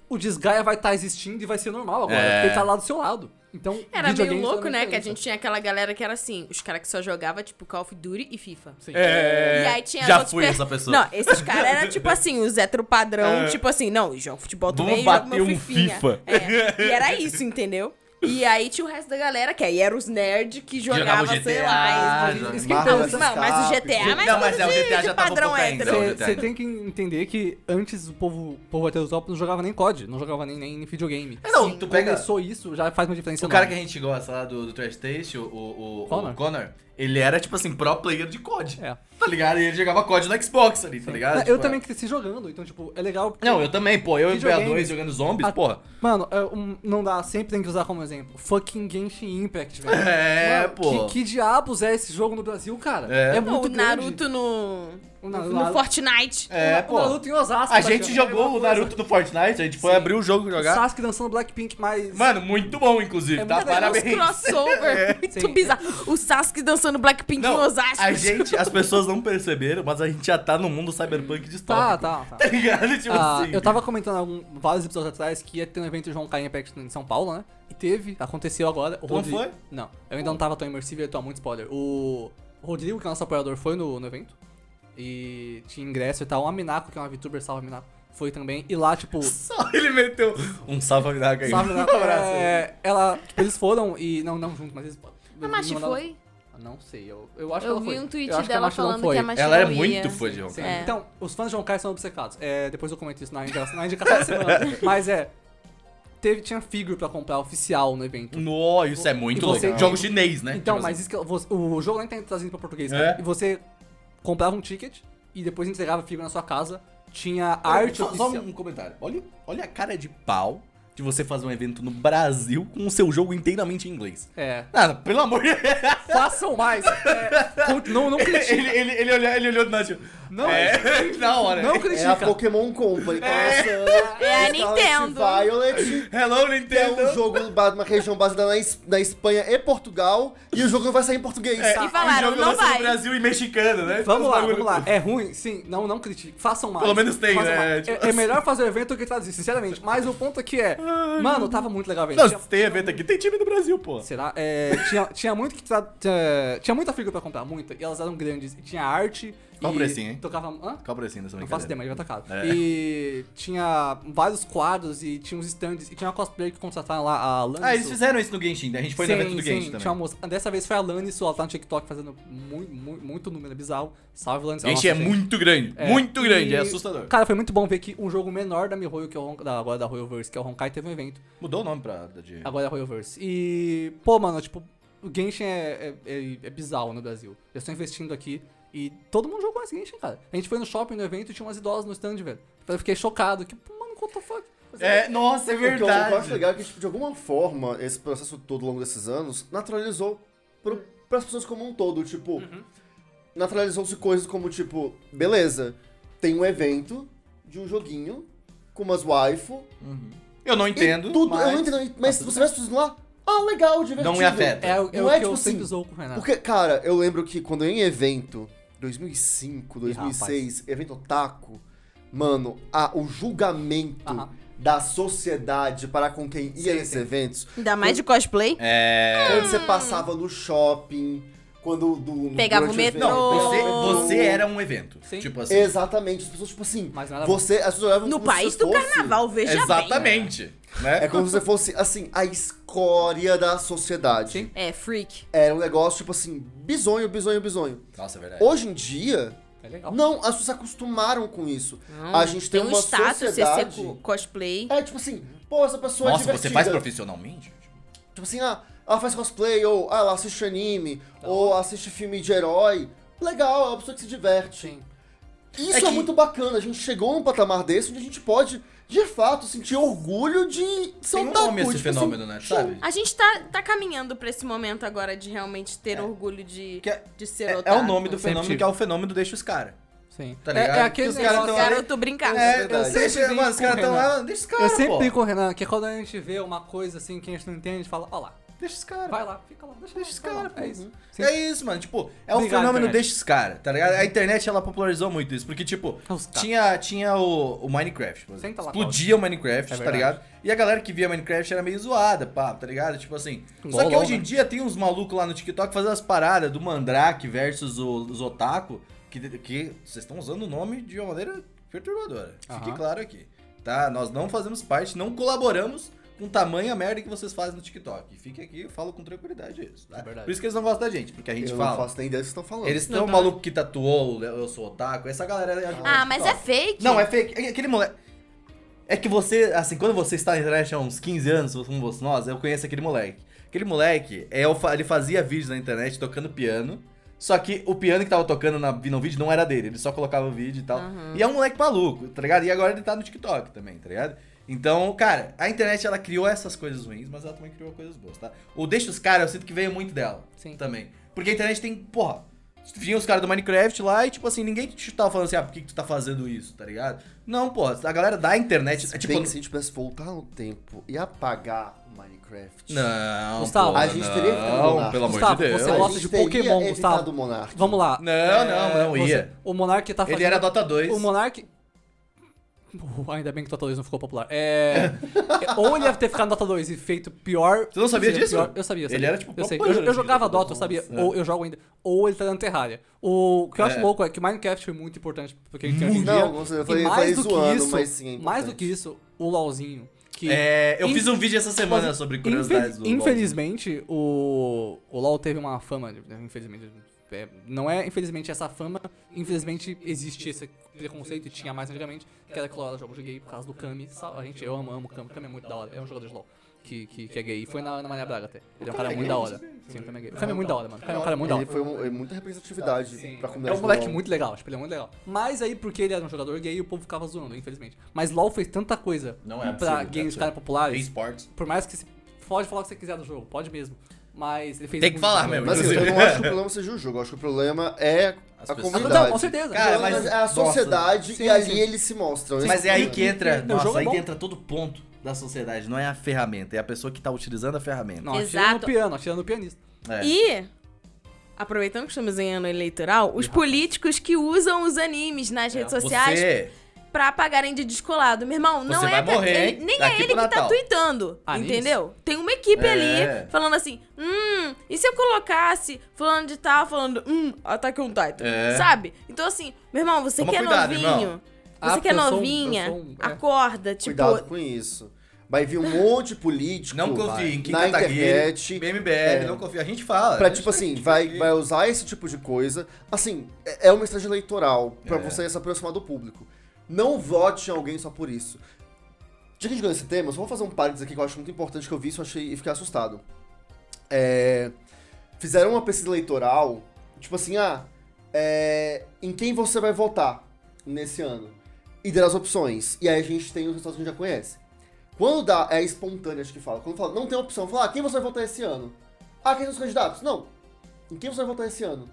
[SPEAKER 2] O Desgaia vai estar existindo e vai ser normal agora,
[SPEAKER 1] É.
[SPEAKER 2] porque ele tá lá do seu lado. Então,
[SPEAKER 3] Era meio
[SPEAKER 2] videogames
[SPEAKER 3] louco,
[SPEAKER 2] também é
[SPEAKER 3] né? Que a
[SPEAKER 2] diferente.
[SPEAKER 3] gente tinha aquela galera que era assim, os caras que só jogava, tipo, Call of Duty e FIFA.
[SPEAKER 2] Sim.
[SPEAKER 1] É,
[SPEAKER 3] E aí tinha as
[SPEAKER 1] já
[SPEAKER 3] outras
[SPEAKER 1] fui
[SPEAKER 3] pe-
[SPEAKER 1] essa pessoa.
[SPEAKER 3] Não, esses caras
[SPEAKER 1] <laughs>
[SPEAKER 3] eram tipo assim, os hétero padrão,
[SPEAKER 1] É.
[SPEAKER 3] tipo assim, não, eu jogo futebol
[SPEAKER 1] Vamos
[SPEAKER 3] também, eu jogo
[SPEAKER 1] bater
[SPEAKER 3] meu
[SPEAKER 1] um
[SPEAKER 3] fifinha.
[SPEAKER 1] FIFA.
[SPEAKER 3] É, e era isso, entendeu? E aí tinha o resto da galera, que aí era os nerds que jogava,
[SPEAKER 1] Jogava o
[SPEAKER 3] sei
[SPEAKER 1] GTA,
[SPEAKER 3] lá.
[SPEAKER 1] jogava-
[SPEAKER 3] esses-
[SPEAKER 2] Não,
[SPEAKER 4] Barra de
[SPEAKER 3] não, mas
[SPEAKER 4] escape,
[SPEAKER 3] o GTA, mas,
[SPEAKER 1] Não, mas é, o
[SPEAKER 3] coisa de-
[SPEAKER 1] GTA
[SPEAKER 3] de
[SPEAKER 1] já tava um
[SPEAKER 3] padrão
[SPEAKER 1] pouco ainda.
[SPEAKER 3] hétero.
[SPEAKER 1] Não, detalhe.
[SPEAKER 2] Você tem que entender que antes o povo, o povo heterotop não jogava nem COD, não jogava nem, nem videogame.
[SPEAKER 1] É, não, tu pega-
[SPEAKER 2] Começou isso, já faz uma diferença.
[SPEAKER 1] O cara que a
[SPEAKER 2] enorme.
[SPEAKER 1] gente gosta lá do, do Trash Taste, o, o, o-
[SPEAKER 2] Connor.
[SPEAKER 1] o Connor, ele era, tipo assim, pro player de COD.
[SPEAKER 2] É.
[SPEAKER 1] Tá ligado? E ele jogava COD no Xbox ali, tá ligado?
[SPEAKER 2] Eu
[SPEAKER 1] Tipo,
[SPEAKER 2] também
[SPEAKER 1] é.
[SPEAKER 2] cresci jogando, então, tipo, é legal. porque-
[SPEAKER 1] Não, eu também, pô. Eu e o BA2
[SPEAKER 2] Videogames.
[SPEAKER 1] jogando zombies,
[SPEAKER 2] Ah,
[SPEAKER 1] porra.
[SPEAKER 2] Mano, é um- não dá, sempre tem que usar como exemplo. Fucking Genshin Impact, velho.
[SPEAKER 1] <laughs> É,
[SPEAKER 2] Mano,
[SPEAKER 1] pô.
[SPEAKER 2] Que, que diabos é esse jogo no Brasil, cara?
[SPEAKER 1] É.
[SPEAKER 2] É,
[SPEAKER 3] Não,
[SPEAKER 2] muito
[SPEAKER 3] o
[SPEAKER 2] grande.
[SPEAKER 3] Naruto no,
[SPEAKER 2] O Na-
[SPEAKER 3] no
[SPEAKER 2] Naruto-
[SPEAKER 3] Fortnite.
[SPEAKER 1] É,
[SPEAKER 2] O
[SPEAKER 1] pô.
[SPEAKER 2] Naruto em Osasco.
[SPEAKER 1] A
[SPEAKER 2] tá
[SPEAKER 1] gente
[SPEAKER 2] ligado?
[SPEAKER 1] jogou o Naruto do Fortnite, a gente foi
[SPEAKER 2] Sim.
[SPEAKER 1] abrir o jogo jogar.
[SPEAKER 2] Sasuke dançando Blackpink, mas...
[SPEAKER 1] Mano, muito bom, inclusive,
[SPEAKER 2] É
[SPEAKER 1] tá?
[SPEAKER 2] muito legal.
[SPEAKER 3] Os
[SPEAKER 1] Parabéns.
[SPEAKER 3] crossover, muito
[SPEAKER 2] Sim.
[SPEAKER 3] bizarro. O Sasuke dançando Blackpink
[SPEAKER 1] Não,
[SPEAKER 3] no Osasco.
[SPEAKER 1] a gente, as pessoas não perceberam, mas a gente já tá no mundo cyberpunk
[SPEAKER 2] Tá,
[SPEAKER 1] distópico.
[SPEAKER 2] tá, tá.
[SPEAKER 1] <laughs> Tá ligado? <laughs> Tipo
[SPEAKER 2] Ah,
[SPEAKER 1] assim.
[SPEAKER 2] eu tava comentando algum- vários episódios atrás que ia ter um evento de Honkai Impact em São Paulo, né? E teve, aconteceu agora. O
[SPEAKER 1] Tu não foi?
[SPEAKER 2] Não, eu ainda não tava tão imersivo e eu tô muito spoiler. O Rodrigo, que é nosso apoiador, foi no, no evento. E tinha ingresso e tal. A Minako, que é uma VTuber, salve Minako, foi também. E lá, tipo.
[SPEAKER 1] Só ele meteu um salve pra Minaka aí.
[SPEAKER 2] Salve
[SPEAKER 1] <laughs> Um
[SPEAKER 2] Minako.
[SPEAKER 1] abraço aí.
[SPEAKER 2] é, ela, tipo, eles foram e. Não, não junto, mas eles.
[SPEAKER 3] A Machi
[SPEAKER 2] me mandaram-
[SPEAKER 3] foi?
[SPEAKER 2] Não sei, eu, eu acho
[SPEAKER 3] Eu
[SPEAKER 2] que ela
[SPEAKER 3] vi
[SPEAKER 2] foi.
[SPEAKER 3] um tweet
[SPEAKER 2] Eu acho que a
[SPEAKER 3] dela
[SPEAKER 2] Machi não
[SPEAKER 3] falando
[SPEAKER 2] foi.
[SPEAKER 3] que a Machi
[SPEAKER 1] Ela é
[SPEAKER 3] não ia.
[SPEAKER 1] muito fã de Honkai.
[SPEAKER 2] Sim.
[SPEAKER 3] É.
[SPEAKER 2] Então, os fãs de Honkai são obcecados. É, depois eu comento isso na indicação, na indicação da semana.
[SPEAKER 1] <laughs>
[SPEAKER 2] Mas é. Teve, tinha figure pra comprar oficial no evento.
[SPEAKER 1] No, isso é muito
[SPEAKER 2] E você-
[SPEAKER 1] louco. Jogo chinês, né?
[SPEAKER 2] Então,
[SPEAKER 1] Tipo
[SPEAKER 2] mas isso que eu- você- o jogo nem tá traduzido pra português,
[SPEAKER 1] É.
[SPEAKER 2] cara. E você comprava um ticket e depois entregava a figura na sua casa. Tinha
[SPEAKER 1] assim.
[SPEAKER 2] arte
[SPEAKER 1] Só, só
[SPEAKER 2] oficial.
[SPEAKER 1] um comentário. Olha, olha a cara de pau de você fazer um evento no Brasil com o seu jogo inteiramente em inglês.
[SPEAKER 2] É.
[SPEAKER 1] Ah, pelo amor de Deus. <laughs>
[SPEAKER 2] Façam mais. É, con- não, não critica.
[SPEAKER 1] Ele, ele, ele olhou, ele olhou do Nath.
[SPEAKER 2] Não,
[SPEAKER 1] É, <laughs> na hora.
[SPEAKER 2] não
[SPEAKER 4] É a
[SPEAKER 2] critica.
[SPEAKER 4] Pokémon Company.
[SPEAKER 3] É a
[SPEAKER 4] É
[SPEAKER 3] Nintendo.
[SPEAKER 4] Violet.
[SPEAKER 1] Hello,
[SPEAKER 4] que É um
[SPEAKER 1] Nintendo.
[SPEAKER 4] jogo, ba- uma região baseada na, Es- na Espanha e Portugal. E o jogo não vai sair em português.
[SPEAKER 1] É,
[SPEAKER 3] E falaram,
[SPEAKER 1] o jogo
[SPEAKER 3] não
[SPEAKER 1] lança
[SPEAKER 3] vai.
[SPEAKER 1] no Brasil e mexicano, né?
[SPEAKER 2] Vamos lá,
[SPEAKER 1] Bagulho-
[SPEAKER 2] vamos lá. É ruim? Sim. Não, não critique. Façam mais.
[SPEAKER 1] Pelo menos tem,
[SPEAKER 2] Façam
[SPEAKER 1] né?
[SPEAKER 2] mais.
[SPEAKER 1] Tipo
[SPEAKER 2] É, é melhor fazer o evento do que traduzir, sinceramente. Mas o ponto aqui é... Mano, tava muito legal o evento.
[SPEAKER 1] Não,
[SPEAKER 2] Tinha-
[SPEAKER 1] tem evento aqui, tem time do Brasil, pô.
[SPEAKER 2] Será? É, tinha, tinha muito que tra... tinha, tinha muita figura pra comprar, muita, e elas eram grandes. E tinha arte.
[SPEAKER 1] Qual
[SPEAKER 2] e
[SPEAKER 1] o precinho, hein?
[SPEAKER 2] Tocava. Hã?
[SPEAKER 1] Qual o precinho dessa
[SPEAKER 2] Não faço ideia,
[SPEAKER 1] brincadeira?
[SPEAKER 2] mas já tá caro.
[SPEAKER 1] É.
[SPEAKER 2] E tinha vários quadros e tinha uns stands e tinha uma cosplayer que contrataram lá a Lanisu.
[SPEAKER 1] Ah, eles fizeram isso no Genshin, né? a gente foi
[SPEAKER 2] sim,
[SPEAKER 1] no evento do
[SPEAKER 2] sim,
[SPEAKER 1] Genshin
[SPEAKER 2] Tinha uma
[SPEAKER 1] também.
[SPEAKER 2] moça. Dessa vez foi a Lanisu, ela tá no TikTok fazendo muito, muito, muito número, é bizarro. Salve, Lanisu.
[SPEAKER 1] Genshin é
[SPEAKER 2] Nossa,
[SPEAKER 1] muito grande, muito
[SPEAKER 2] e-
[SPEAKER 1] grande, é assustador.
[SPEAKER 2] Cara, foi muito bom ver que um jogo menor da Mihoyo, que é o Hon- da, agora da Royalverse, que é o Honkai, teve um evento.
[SPEAKER 1] Mudou o nome pra... De...
[SPEAKER 2] Agora é Royalverse. E, pô, mano, tipo, o Genshin é, é, é- é bizarro no Brasil. Eu estou investindo aqui e todo mundo jogou esse Genshin, cara. A gente foi no shopping no evento e tinha umas idosas no stand, velho. Eu fiquei chocado, que, pô, mano, what the fuck?
[SPEAKER 1] É, nossa, é
[SPEAKER 4] O que eu- o que eu acho
[SPEAKER 1] verdade.
[SPEAKER 4] legal é que, tipo, de alguma forma, esse processo todo ao longo desses anos naturalizou pro, pras pessoas como um todo. Tipo,
[SPEAKER 1] Uhum.
[SPEAKER 4] naturalizou-se coisas como, tipo, beleza, tem um evento de um joguinho com umas waifu.
[SPEAKER 1] Eu não
[SPEAKER 4] e
[SPEAKER 1] entendo,
[SPEAKER 4] tudo,
[SPEAKER 1] mas... tá
[SPEAKER 4] Eu não entendo, mas você vai assistindo lá, ah, legal, divertido.
[SPEAKER 1] Não me afeta.
[SPEAKER 2] É, é o que
[SPEAKER 4] Não é,
[SPEAKER 2] eu
[SPEAKER 4] tipo
[SPEAKER 2] sempre
[SPEAKER 4] assim,
[SPEAKER 2] zoo com o Renato.
[SPEAKER 4] Porque, cara, eu lembro que quando eu ia em evento, 2005,
[SPEAKER 2] Ih, rapaz.
[SPEAKER 4] 2006, evento otaku, mano, a, o julgamento
[SPEAKER 2] Aham.
[SPEAKER 4] da sociedade para com quem ia
[SPEAKER 2] Sim,
[SPEAKER 4] nesses
[SPEAKER 2] sim.
[SPEAKER 4] eventos,
[SPEAKER 3] Ainda mais de cosplay.
[SPEAKER 1] É...
[SPEAKER 4] quando você passava no shopping, quando... Do, no-
[SPEAKER 3] Hum. Pegava o
[SPEAKER 4] durante evento,
[SPEAKER 3] metrô.
[SPEAKER 1] Não, você,
[SPEAKER 4] pegava o
[SPEAKER 1] você
[SPEAKER 4] metrô.
[SPEAKER 1] era um evento.
[SPEAKER 2] Sim.
[SPEAKER 1] Tipo assim.
[SPEAKER 4] Exatamente, as pessoas, tipo assim,
[SPEAKER 2] Mas nada
[SPEAKER 4] você, as pessoas olhavam
[SPEAKER 3] No
[SPEAKER 4] como se
[SPEAKER 3] país
[SPEAKER 4] você
[SPEAKER 3] do
[SPEAKER 4] fosse-
[SPEAKER 3] carnaval, veja bem. né?
[SPEAKER 1] Exatamente.
[SPEAKER 4] É
[SPEAKER 1] Né?
[SPEAKER 4] como se você fosse, assim, a escória da sociedade.
[SPEAKER 2] Sim.
[SPEAKER 3] É, freak.
[SPEAKER 4] Era um negócio, tipo assim, bizonho, bizonho, bizonho.
[SPEAKER 1] Nossa, é verdade.
[SPEAKER 4] Hoje em dia,
[SPEAKER 2] É legal.
[SPEAKER 4] Não, as pessoas se acostumaram com isso.
[SPEAKER 3] Não,
[SPEAKER 4] a gente tem,
[SPEAKER 3] um
[SPEAKER 4] uma
[SPEAKER 3] status
[SPEAKER 4] sociedade...
[SPEAKER 3] ser co- cosplay.
[SPEAKER 4] É tipo assim, pô, essa pessoa
[SPEAKER 1] Nossa,
[SPEAKER 4] é
[SPEAKER 1] você
[SPEAKER 4] divertida.
[SPEAKER 1] faz profissionalmente?
[SPEAKER 4] Tipo assim, ah, ela faz cosplay, ou ah, ela assiste anime,
[SPEAKER 2] Tá.
[SPEAKER 4] ou assiste filme de herói. Legal, é uma pessoa que se diverte.
[SPEAKER 2] Sim.
[SPEAKER 4] Isso
[SPEAKER 1] É
[SPEAKER 4] é,
[SPEAKER 1] que-
[SPEAKER 4] muito bacana, a gente chegou num patamar desse onde a gente pode, de fato, sentir orgulho de ser
[SPEAKER 1] Tem um
[SPEAKER 4] otaku,
[SPEAKER 1] nome esse
[SPEAKER 4] tipo
[SPEAKER 1] fenômeno, né?
[SPEAKER 4] show.
[SPEAKER 1] Sabe?
[SPEAKER 3] A gente tá, tá caminhando pra esse momento agora de realmente ter orgulho de,
[SPEAKER 1] Que é-
[SPEAKER 3] de ser
[SPEAKER 1] É, é
[SPEAKER 3] otaku.
[SPEAKER 1] o nome do
[SPEAKER 2] Sempre
[SPEAKER 1] fenômeno
[SPEAKER 2] tive.
[SPEAKER 1] que é o fenômeno deixa os caras.
[SPEAKER 2] Sim.
[SPEAKER 1] Tá
[SPEAKER 2] É-
[SPEAKER 1] ligado?
[SPEAKER 2] é, aquele
[SPEAKER 1] Os
[SPEAKER 2] negócio-
[SPEAKER 1] caras tão-
[SPEAKER 3] Garoto brincar.
[SPEAKER 4] É,
[SPEAKER 1] eu
[SPEAKER 4] verdade.
[SPEAKER 1] sei,
[SPEAKER 2] Sempre
[SPEAKER 1] mas os caras
[SPEAKER 2] brinco com
[SPEAKER 1] estão
[SPEAKER 2] o Renan.
[SPEAKER 1] lá, deixa os
[SPEAKER 2] eu
[SPEAKER 1] caras,
[SPEAKER 2] sempre
[SPEAKER 1] pô.
[SPEAKER 2] brinco com o Renan, que é quando a gente vê uma coisa assim que a gente não entende, a gente fala, ó lá,
[SPEAKER 1] Deixa os caras.
[SPEAKER 2] vai lá, fica lá, deixa,
[SPEAKER 1] Deixa os
[SPEAKER 2] vai lá,
[SPEAKER 1] caras, pô.
[SPEAKER 2] É isso. Sim.
[SPEAKER 1] É isso, mano. Tipo, é um
[SPEAKER 2] Obrigado,
[SPEAKER 1] fenômeno
[SPEAKER 2] internet.
[SPEAKER 1] deixa os caras, tá ligado? A internet, ela popularizou muito isso. Porque, tipo,
[SPEAKER 2] É os caras.
[SPEAKER 1] tinha, tinha o, o Minecraft, por exemplo.
[SPEAKER 2] Senta lá,
[SPEAKER 1] Explodia o Minecraft,
[SPEAKER 2] É
[SPEAKER 1] tá
[SPEAKER 2] verdade.
[SPEAKER 1] ligado? E a galera que via Minecraft era meio zoada, pá, tá ligado? Tipo assim. Só
[SPEAKER 2] Igual
[SPEAKER 1] que
[SPEAKER 2] LOL,
[SPEAKER 1] hoje em
[SPEAKER 2] né?
[SPEAKER 1] dia tem uns malucos lá no TikTok fazendo as paradas do Mandrake versus o- os Otaku, que, que vocês estão usando o nome de uma maneira perturbadora. Fique
[SPEAKER 2] Aham.
[SPEAKER 1] claro aqui. Tá? Nós não fazemos parte, não colaboramos com tamanha merda que vocês fazem no TikTok. Fique aqui, eu falo com tranquilidade isso. Tá?
[SPEAKER 2] É verdade.
[SPEAKER 1] Por isso que eles não gostam da gente, porque a gente
[SPEAKER 4] Eu não
[SPEAKER 1] fala.
[SPEAKER 4] faço nem ideia do que vocês estão falando.
[SPEAKER 1] Eles estão o maluco que tatuou, o eu sou otaku, essa galera. é-
[SPEAKER 3] Ah, mas é fake.
[SPEAKER 1] Não, é fake. É Aquele moleque. É que você, assim, quando você está na internet há uns 15 anos, como você- nós, eu conheço aquele moleque. Aquele moleque, é, o fa- ele fazia vídeos na internet tocando piano, só que o piano que tava tocando na, no vídeo não era dele, ele só colocava o vídeo e tal. E é um moleque maluco, tá ligado? E agora ele tá no TikTok também, tá ligado? Então, cara, a internet ela criou essas coisas ruins, mas ela também criou coisas boas, tá? O Deixa os Caras, eu sinto que veio muito dela
[SPEAKER 2] Sim.
[SPEAKER 1] também. Porque a internet tem, porra, vinha os caras do Minecraft lá e, tipo assim, ninguém te tava falando assim, ah, por que, que tu tá fazendo isso, tá ligado? Não, porra, a galera da internet, é
[SPEAKER 4] Tipo, Bem,
[SPEAKER 1] tipo...
[SPEAKER 4] que se a gente pudesse voltar no tempo e apagar o Minecraft...
[SPEAKER 1] Não,
[SPEAKER 2] Gustavo,
[SPEAKER 1] porra,
[SPEAKER 4] a gente teria que um ficar no
[SPEAKER 1] não,
[SPEAKER 4] lugar.
[SPEAKER 1] pelo amor
[SPEAKER 2] Gustavo,
[SPEAKER 1] de Deus.
[SPEAKER 2] você
[SPEAKER 4] a
[SPEAKER 2] gosta
[SPEAKER 4] gente
[SPEAKER 2] de
[SPEAKER 4] teria
[SPEAKER 2] Pokémon,
[SPEAKER 4] evitado
[SPEAKER 2] Gustavo.
[SPEAKER 4] o Monark.
[SPEAKER 2] Vamos lá.
[SPEAKER 1] Não,
[SPEAKER 2] É,
[SPEAKER 1] não, não,
[SPEAKER 2] você-
[SPEAKER 1] ia.
[SPEAKER 2] O Monark tá fazendo...
[SPEAKER 1] Ele era Dota 2.
[SPEAKER 2] O Monark. Uh, ainda bem que o Dota 2 não ficou popular. É. é, ou ele ia ter ficado no Dota 2 e feito pior.
[SPEAKER 1] Você não sabia
[SPEAKER 2] seja,
[SPEAKER 1] disso?
[SPEAKER 2] pior- Eu sabia, eu
[SPEAKER 1] Ele
[SPEAKER 2] sabia.
[SPEAKER 1] era, tipo,
[SPEAKER 2] Eu, sei.
[SPEAKER 1] popular
[SPEAKER 2] eu, eu jogava
[SPEAKER 1] antes do
[SPEAKER 2] Dota, eu
[SPEAKER 1] Dota
[SPEAKER 2] sabia.
[SPEAKER 1] 2, né?
[SPEAKER 2] Ou eu jogo ainda. Ou ele tá dando Terraria. O, que eu acho
[SPEAKER 1] É.
[SPEAKER 2] louco é que Minecraft foi muito importante porque a gente tem hoje em dia.
[SPEAKER 4] Não, não sei, eu falei-
[SPEAKER 2] e
[SPEAKER 4] eu
[SPEAKER 2] mais
[SPEAKER 4] falei
[SPEAKER 2] do que
[SPEAKER 4] zoando,
[SPEAKER 2] isso,
[SPEAKER 4] mas sim, é
[SPEAKER 2] mais do
[SPEAKER 4] importante.
[SPEAKER 2] que isso, o LOLzinho. Que
[SPEAKER 1] É, eu
[SPEAKER 2] Inf-
[SPEAKER 1] fiz um vídeo essa semana
[SPEAKER 2] Mas,
[SPEAKER 1] sobre curiosidades
[SPEAKER 2] infel-
[SPEAKER 1] do LoL.
[SPEAKER 2] Infelizmente, o, o LoL teve uma fama, né, infelizmente, é, não é infelizmente essa fama, infelizmente existe esse preconceito, e tinha mais antigamente, que era que LoL era jogo de gay por causa do Kami, sal- a gente, eu amo, amo o Kami, o Kami é muito da hora, é um jogador de LoL. que, que, que é gay. E foi na Ana Maria Braga até. Ele é um cara muito da hora. Sim, também é gay. O cara é muito da hora, mano. O cara é um cara muito da
[SPEAKER 4] Ele
[SPEAKER 2] hora.
[SPEAKER 4] foi um- é muita representatividade pra
[SPEAKER 2] É
[SPEAKER 4] comunidade.
[SPEAKER 2] um moleque
[SPEAKER 4] do LoL.
[SPEAKER 2] muito legal, tipo, ele é muito legal. Mas aí, porque ele era um jogador gay, o povo ficava zoando, infelizmente. Mas LoL fez tanta coisa
[SPEAKER 1] Não é
[SPEAKER 2] pra
[SPEAKER 1] possível,
[SPEAKER 2] games
[SPEAKER 1] é
[SPEAKER 2] ficarem populares.
[SPEAKER 1] esportes.
[SPEAKER 2] Por mais que você pode falar o que você quiser do jogo, pode mesmo. Mas ele fez.
[SPEAKER 1] Tem que
[SPEAKER 2] muita
[SPEAKER 1] falar
[SPEAKER 2] coisa.
[SPEAKER 1] mesmo,
[SPEAKER 4] Mas assim, eu
[SPEAKER 1] Inclusive.
[SPEAKER 4] não <laughs> acho que o problema seja o jogo, eu acho que o problema é
[SPEAKER 1] As
[SPEAKER 4] a
[SPEAKER 1] pessoas.
[SPEAKER 2] Ah,
[SPEAKER 4] comunidade.
[SPEAKER 2] Não, com certeza.
[SPEAKER 1] Cara,
[SPEAKER 4] Mas
[SPEAKER 1] mas-
[SPEAKER 4] é a sociedade
[SPEAKER 2] Nossa.
[SPEAKER 4] e
[SPEAKER 2] Sim,
[SPEAKER 4] ali
[SPEAKER 2] sim.
[SPEAKER 4] eles se mostram. Esse
[SPEAKER 1] Mas é
[SPEAKER 4] o
[SPEAKER 1] aí
[SPEAKER 4] problema.
[SPEAKER 1] que entra.
[SPEAKER 2] o
[SPEAKER 1] Nossa,
[SPEAKER 2] jogo é
[SPEAKER 1] aí
[SPEAKER 2] bom.
[SPEAKER 1] que entra todo ponto da sociedade. Não é a ferramenta, é a pessoa que tá utilizando a ferramenta.
[SPEAKER 2] Não, atirando
[SPEAKER 3] Exato.
[SPEAKER 2] no piano, atirando no pianista.
[SPEAKER 1] É.
[SPEAKER 3] E, aproveitando que estamos em ano eleitoral, os políticos que usam os animes nas redes sociais
[SPEAKER 1] É, Você,
[SPEAKER 3] pra pagarem de descolado. Meu irmão, não
[SPEAKER 1] Você
[SPEAKER 3] é.
[SPEAKER 1] vai
[SPEAKER 3] ca-
[SPEAKER 1] morrer,
[SPEAKER 3] ele-
[SPEAKER 1] hein?
[SPEAKER 3] nem
[SPEAKER 1] Daqui
[SPEAKER 3] é ele
[SPEAKER 1] pro
[SPEAKER 3] que
[SPEAKER 1] Natal.
[SPEAKER 3] tá tweetando.
[SPEAKER 2] Ah, nisso?
[SPEAKER 3] entendeu? Tem uma equipe
[SPEAKER 1] É.
[SPEAKER 3] ali falando assim: hum, e se eu colocasse fulano de tal falando, hum, ataque um Titan?
[SPEAKER 1] É.
[SPEAKER 3] Sabe? Então, assim, meu irmão, você
[SPEAKER 1] Toma
[SPEAKER 3] que é
[SPEAKER 1] cuidado,
[SPEAKER 3] novinho.
[SPEAKER 1] irmão.
[SPEAKER 2] Ah,
[SPEAKER 3] Você que
[SPEAKER 2] porque
[SPEAKER 3] é
[SPEAKER 2] eu sou um- eu
[SPEAKER 3] novinha,
[SPEAKER 2] sou um- é.
[SPEAKER 3] acorda, tipo.
[SPEAKER 4] Cuidado com isso. Vai
[SPEAKER 2] <laughs>
[SPEAKER 4] vir um monte de político
[SPEAKER 1] não confia em Kim
[SPEAKER 4] na
[SPEAKER 1] Kataguiri,
[SPEAKER 4] internet.
[SPEAKER 1] BMBL,
[SPEAKER 4] é.
[SPEAKER 1] não confia. A gente fala.
[SPEAKER 4] Pra,
[SPEAKER 1] a gente
[SPEAKER 4] tipo assim,
[SPEAKER 1] critica
[SPEAKER 4] vai,
[SPEAKER 1] aqui.
[SPEAKER 4] vai usar esse tipo de coisa. Assim, é é uma estratégia eleitoral pra
[SPEAKER 1] É.
[SPEAKER 4] você se aproximar do público. Não vote em alguém só por isso. Já que a gente ganhou esse tema, eu só vou fazer um parênteses aqui que eu acho muito importante que eu vi isso eu achei, e fiquei assustado. É, fizeram uma pesquisa eleitoral, tipo assim, ah, é, em quem você vai votar nesse ano? E deram as opções. E aí a gente tem os resultados que a gente já conhece. Quando dá, é espontâneo, acho que fala. Quando fala, não tem opção, fala, ah, quem você vai votar esse ano? Ah, quem são os candidatos? Não. Em quem você vai votar esse ano?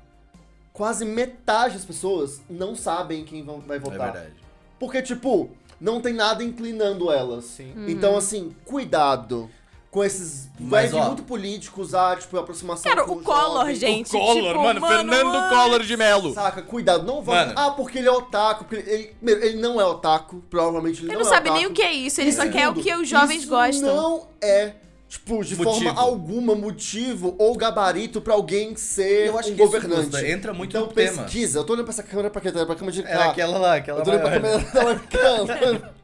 [SPEAKER 4] Quase metade das pessoas não sabem quem vão- vai
[SPEAKER 1] É
[SPEAKER 4] votar.
[SPEAKER 1] verdade.
[SPEAKER 4] Porque, tipo, não tem nada inclinando elas.
[SPEAKER 2] Sim.
[SPEAKER 3] Uhum.
[SPEAKER 4] Então, assim, cuidado com esses. Vai
[SPEAKER 1] Mas,
[SPEAKER 4] vir
[SPEAKER 1] ó-
[SPEAKER 4] muito político usar, tipo, aproximação.
[SPEAKER 3] Cara,
[SPEAKER 4] com
[SPEAKER 3] o Collor,
[SPEAKER 4] jovem.
[SPEAKER 3] gente.
[SPEAKER 5] Collor,
[SPEAKER 3] tipo,
[SPEAKER 5] mano, Fernando
[SPEAKER 3] mano,
[SPEAKER 5] Collor de Mello.
[SPEAKER 4] Saca, cuidado, não vá.
[SPEAKER 1] Mano.
[SPEAKER 4] Ah, porque ele é otaku. Porque ele, primeiro, ele não é otaku, provavelmente ele,
[SPEAKER 3] Ele
[SPEAKER 4] não,
[SPEAKER 3] não
[SPEAKER 4] é
[SPEAKER 3] sabe nem
[SPEAKER 1] tá
[SPEAKER 4] otaku.
[SPEAKER 3] o que é isso, ele
[SPEAKER 4] E
[SPEAKER 3] só quer o
[SPEAKER 4] segundo,
[SPEAKER 3] que os jovens
[SPEAKER 4] isso
[SPEAKER 3] gostam.
[SPEAKER 4] Não é, tipo, de
[SPEAKER 1] Motivo.
[SPEAKER 4] forma alguma motivo ou gabarito pra alguém ser
[SPEAKER 1] Eu acho
[SPEAKER 4] um
[SPEAKER 1] que isso
[SPEAKER 4] governante.
[SPEAKER 1] custa, entra muito
[SPEAKER 4] então,
[SPEAKER 1] no tema.
[SPEAKER 4] pesquisa. Eu tô olhando pra essa câmera pra quê? Pra câmera de
[SPEAKER 1] Era
[SPEAKER 4] cá.
[SPEAKER 1] aquela lá, aquela
[SPEAKER 4] Tá. Eu tô olhando pra
[SPEAKER 1] maior.
[SPEAKER 4] câmera da webcam. <laughs>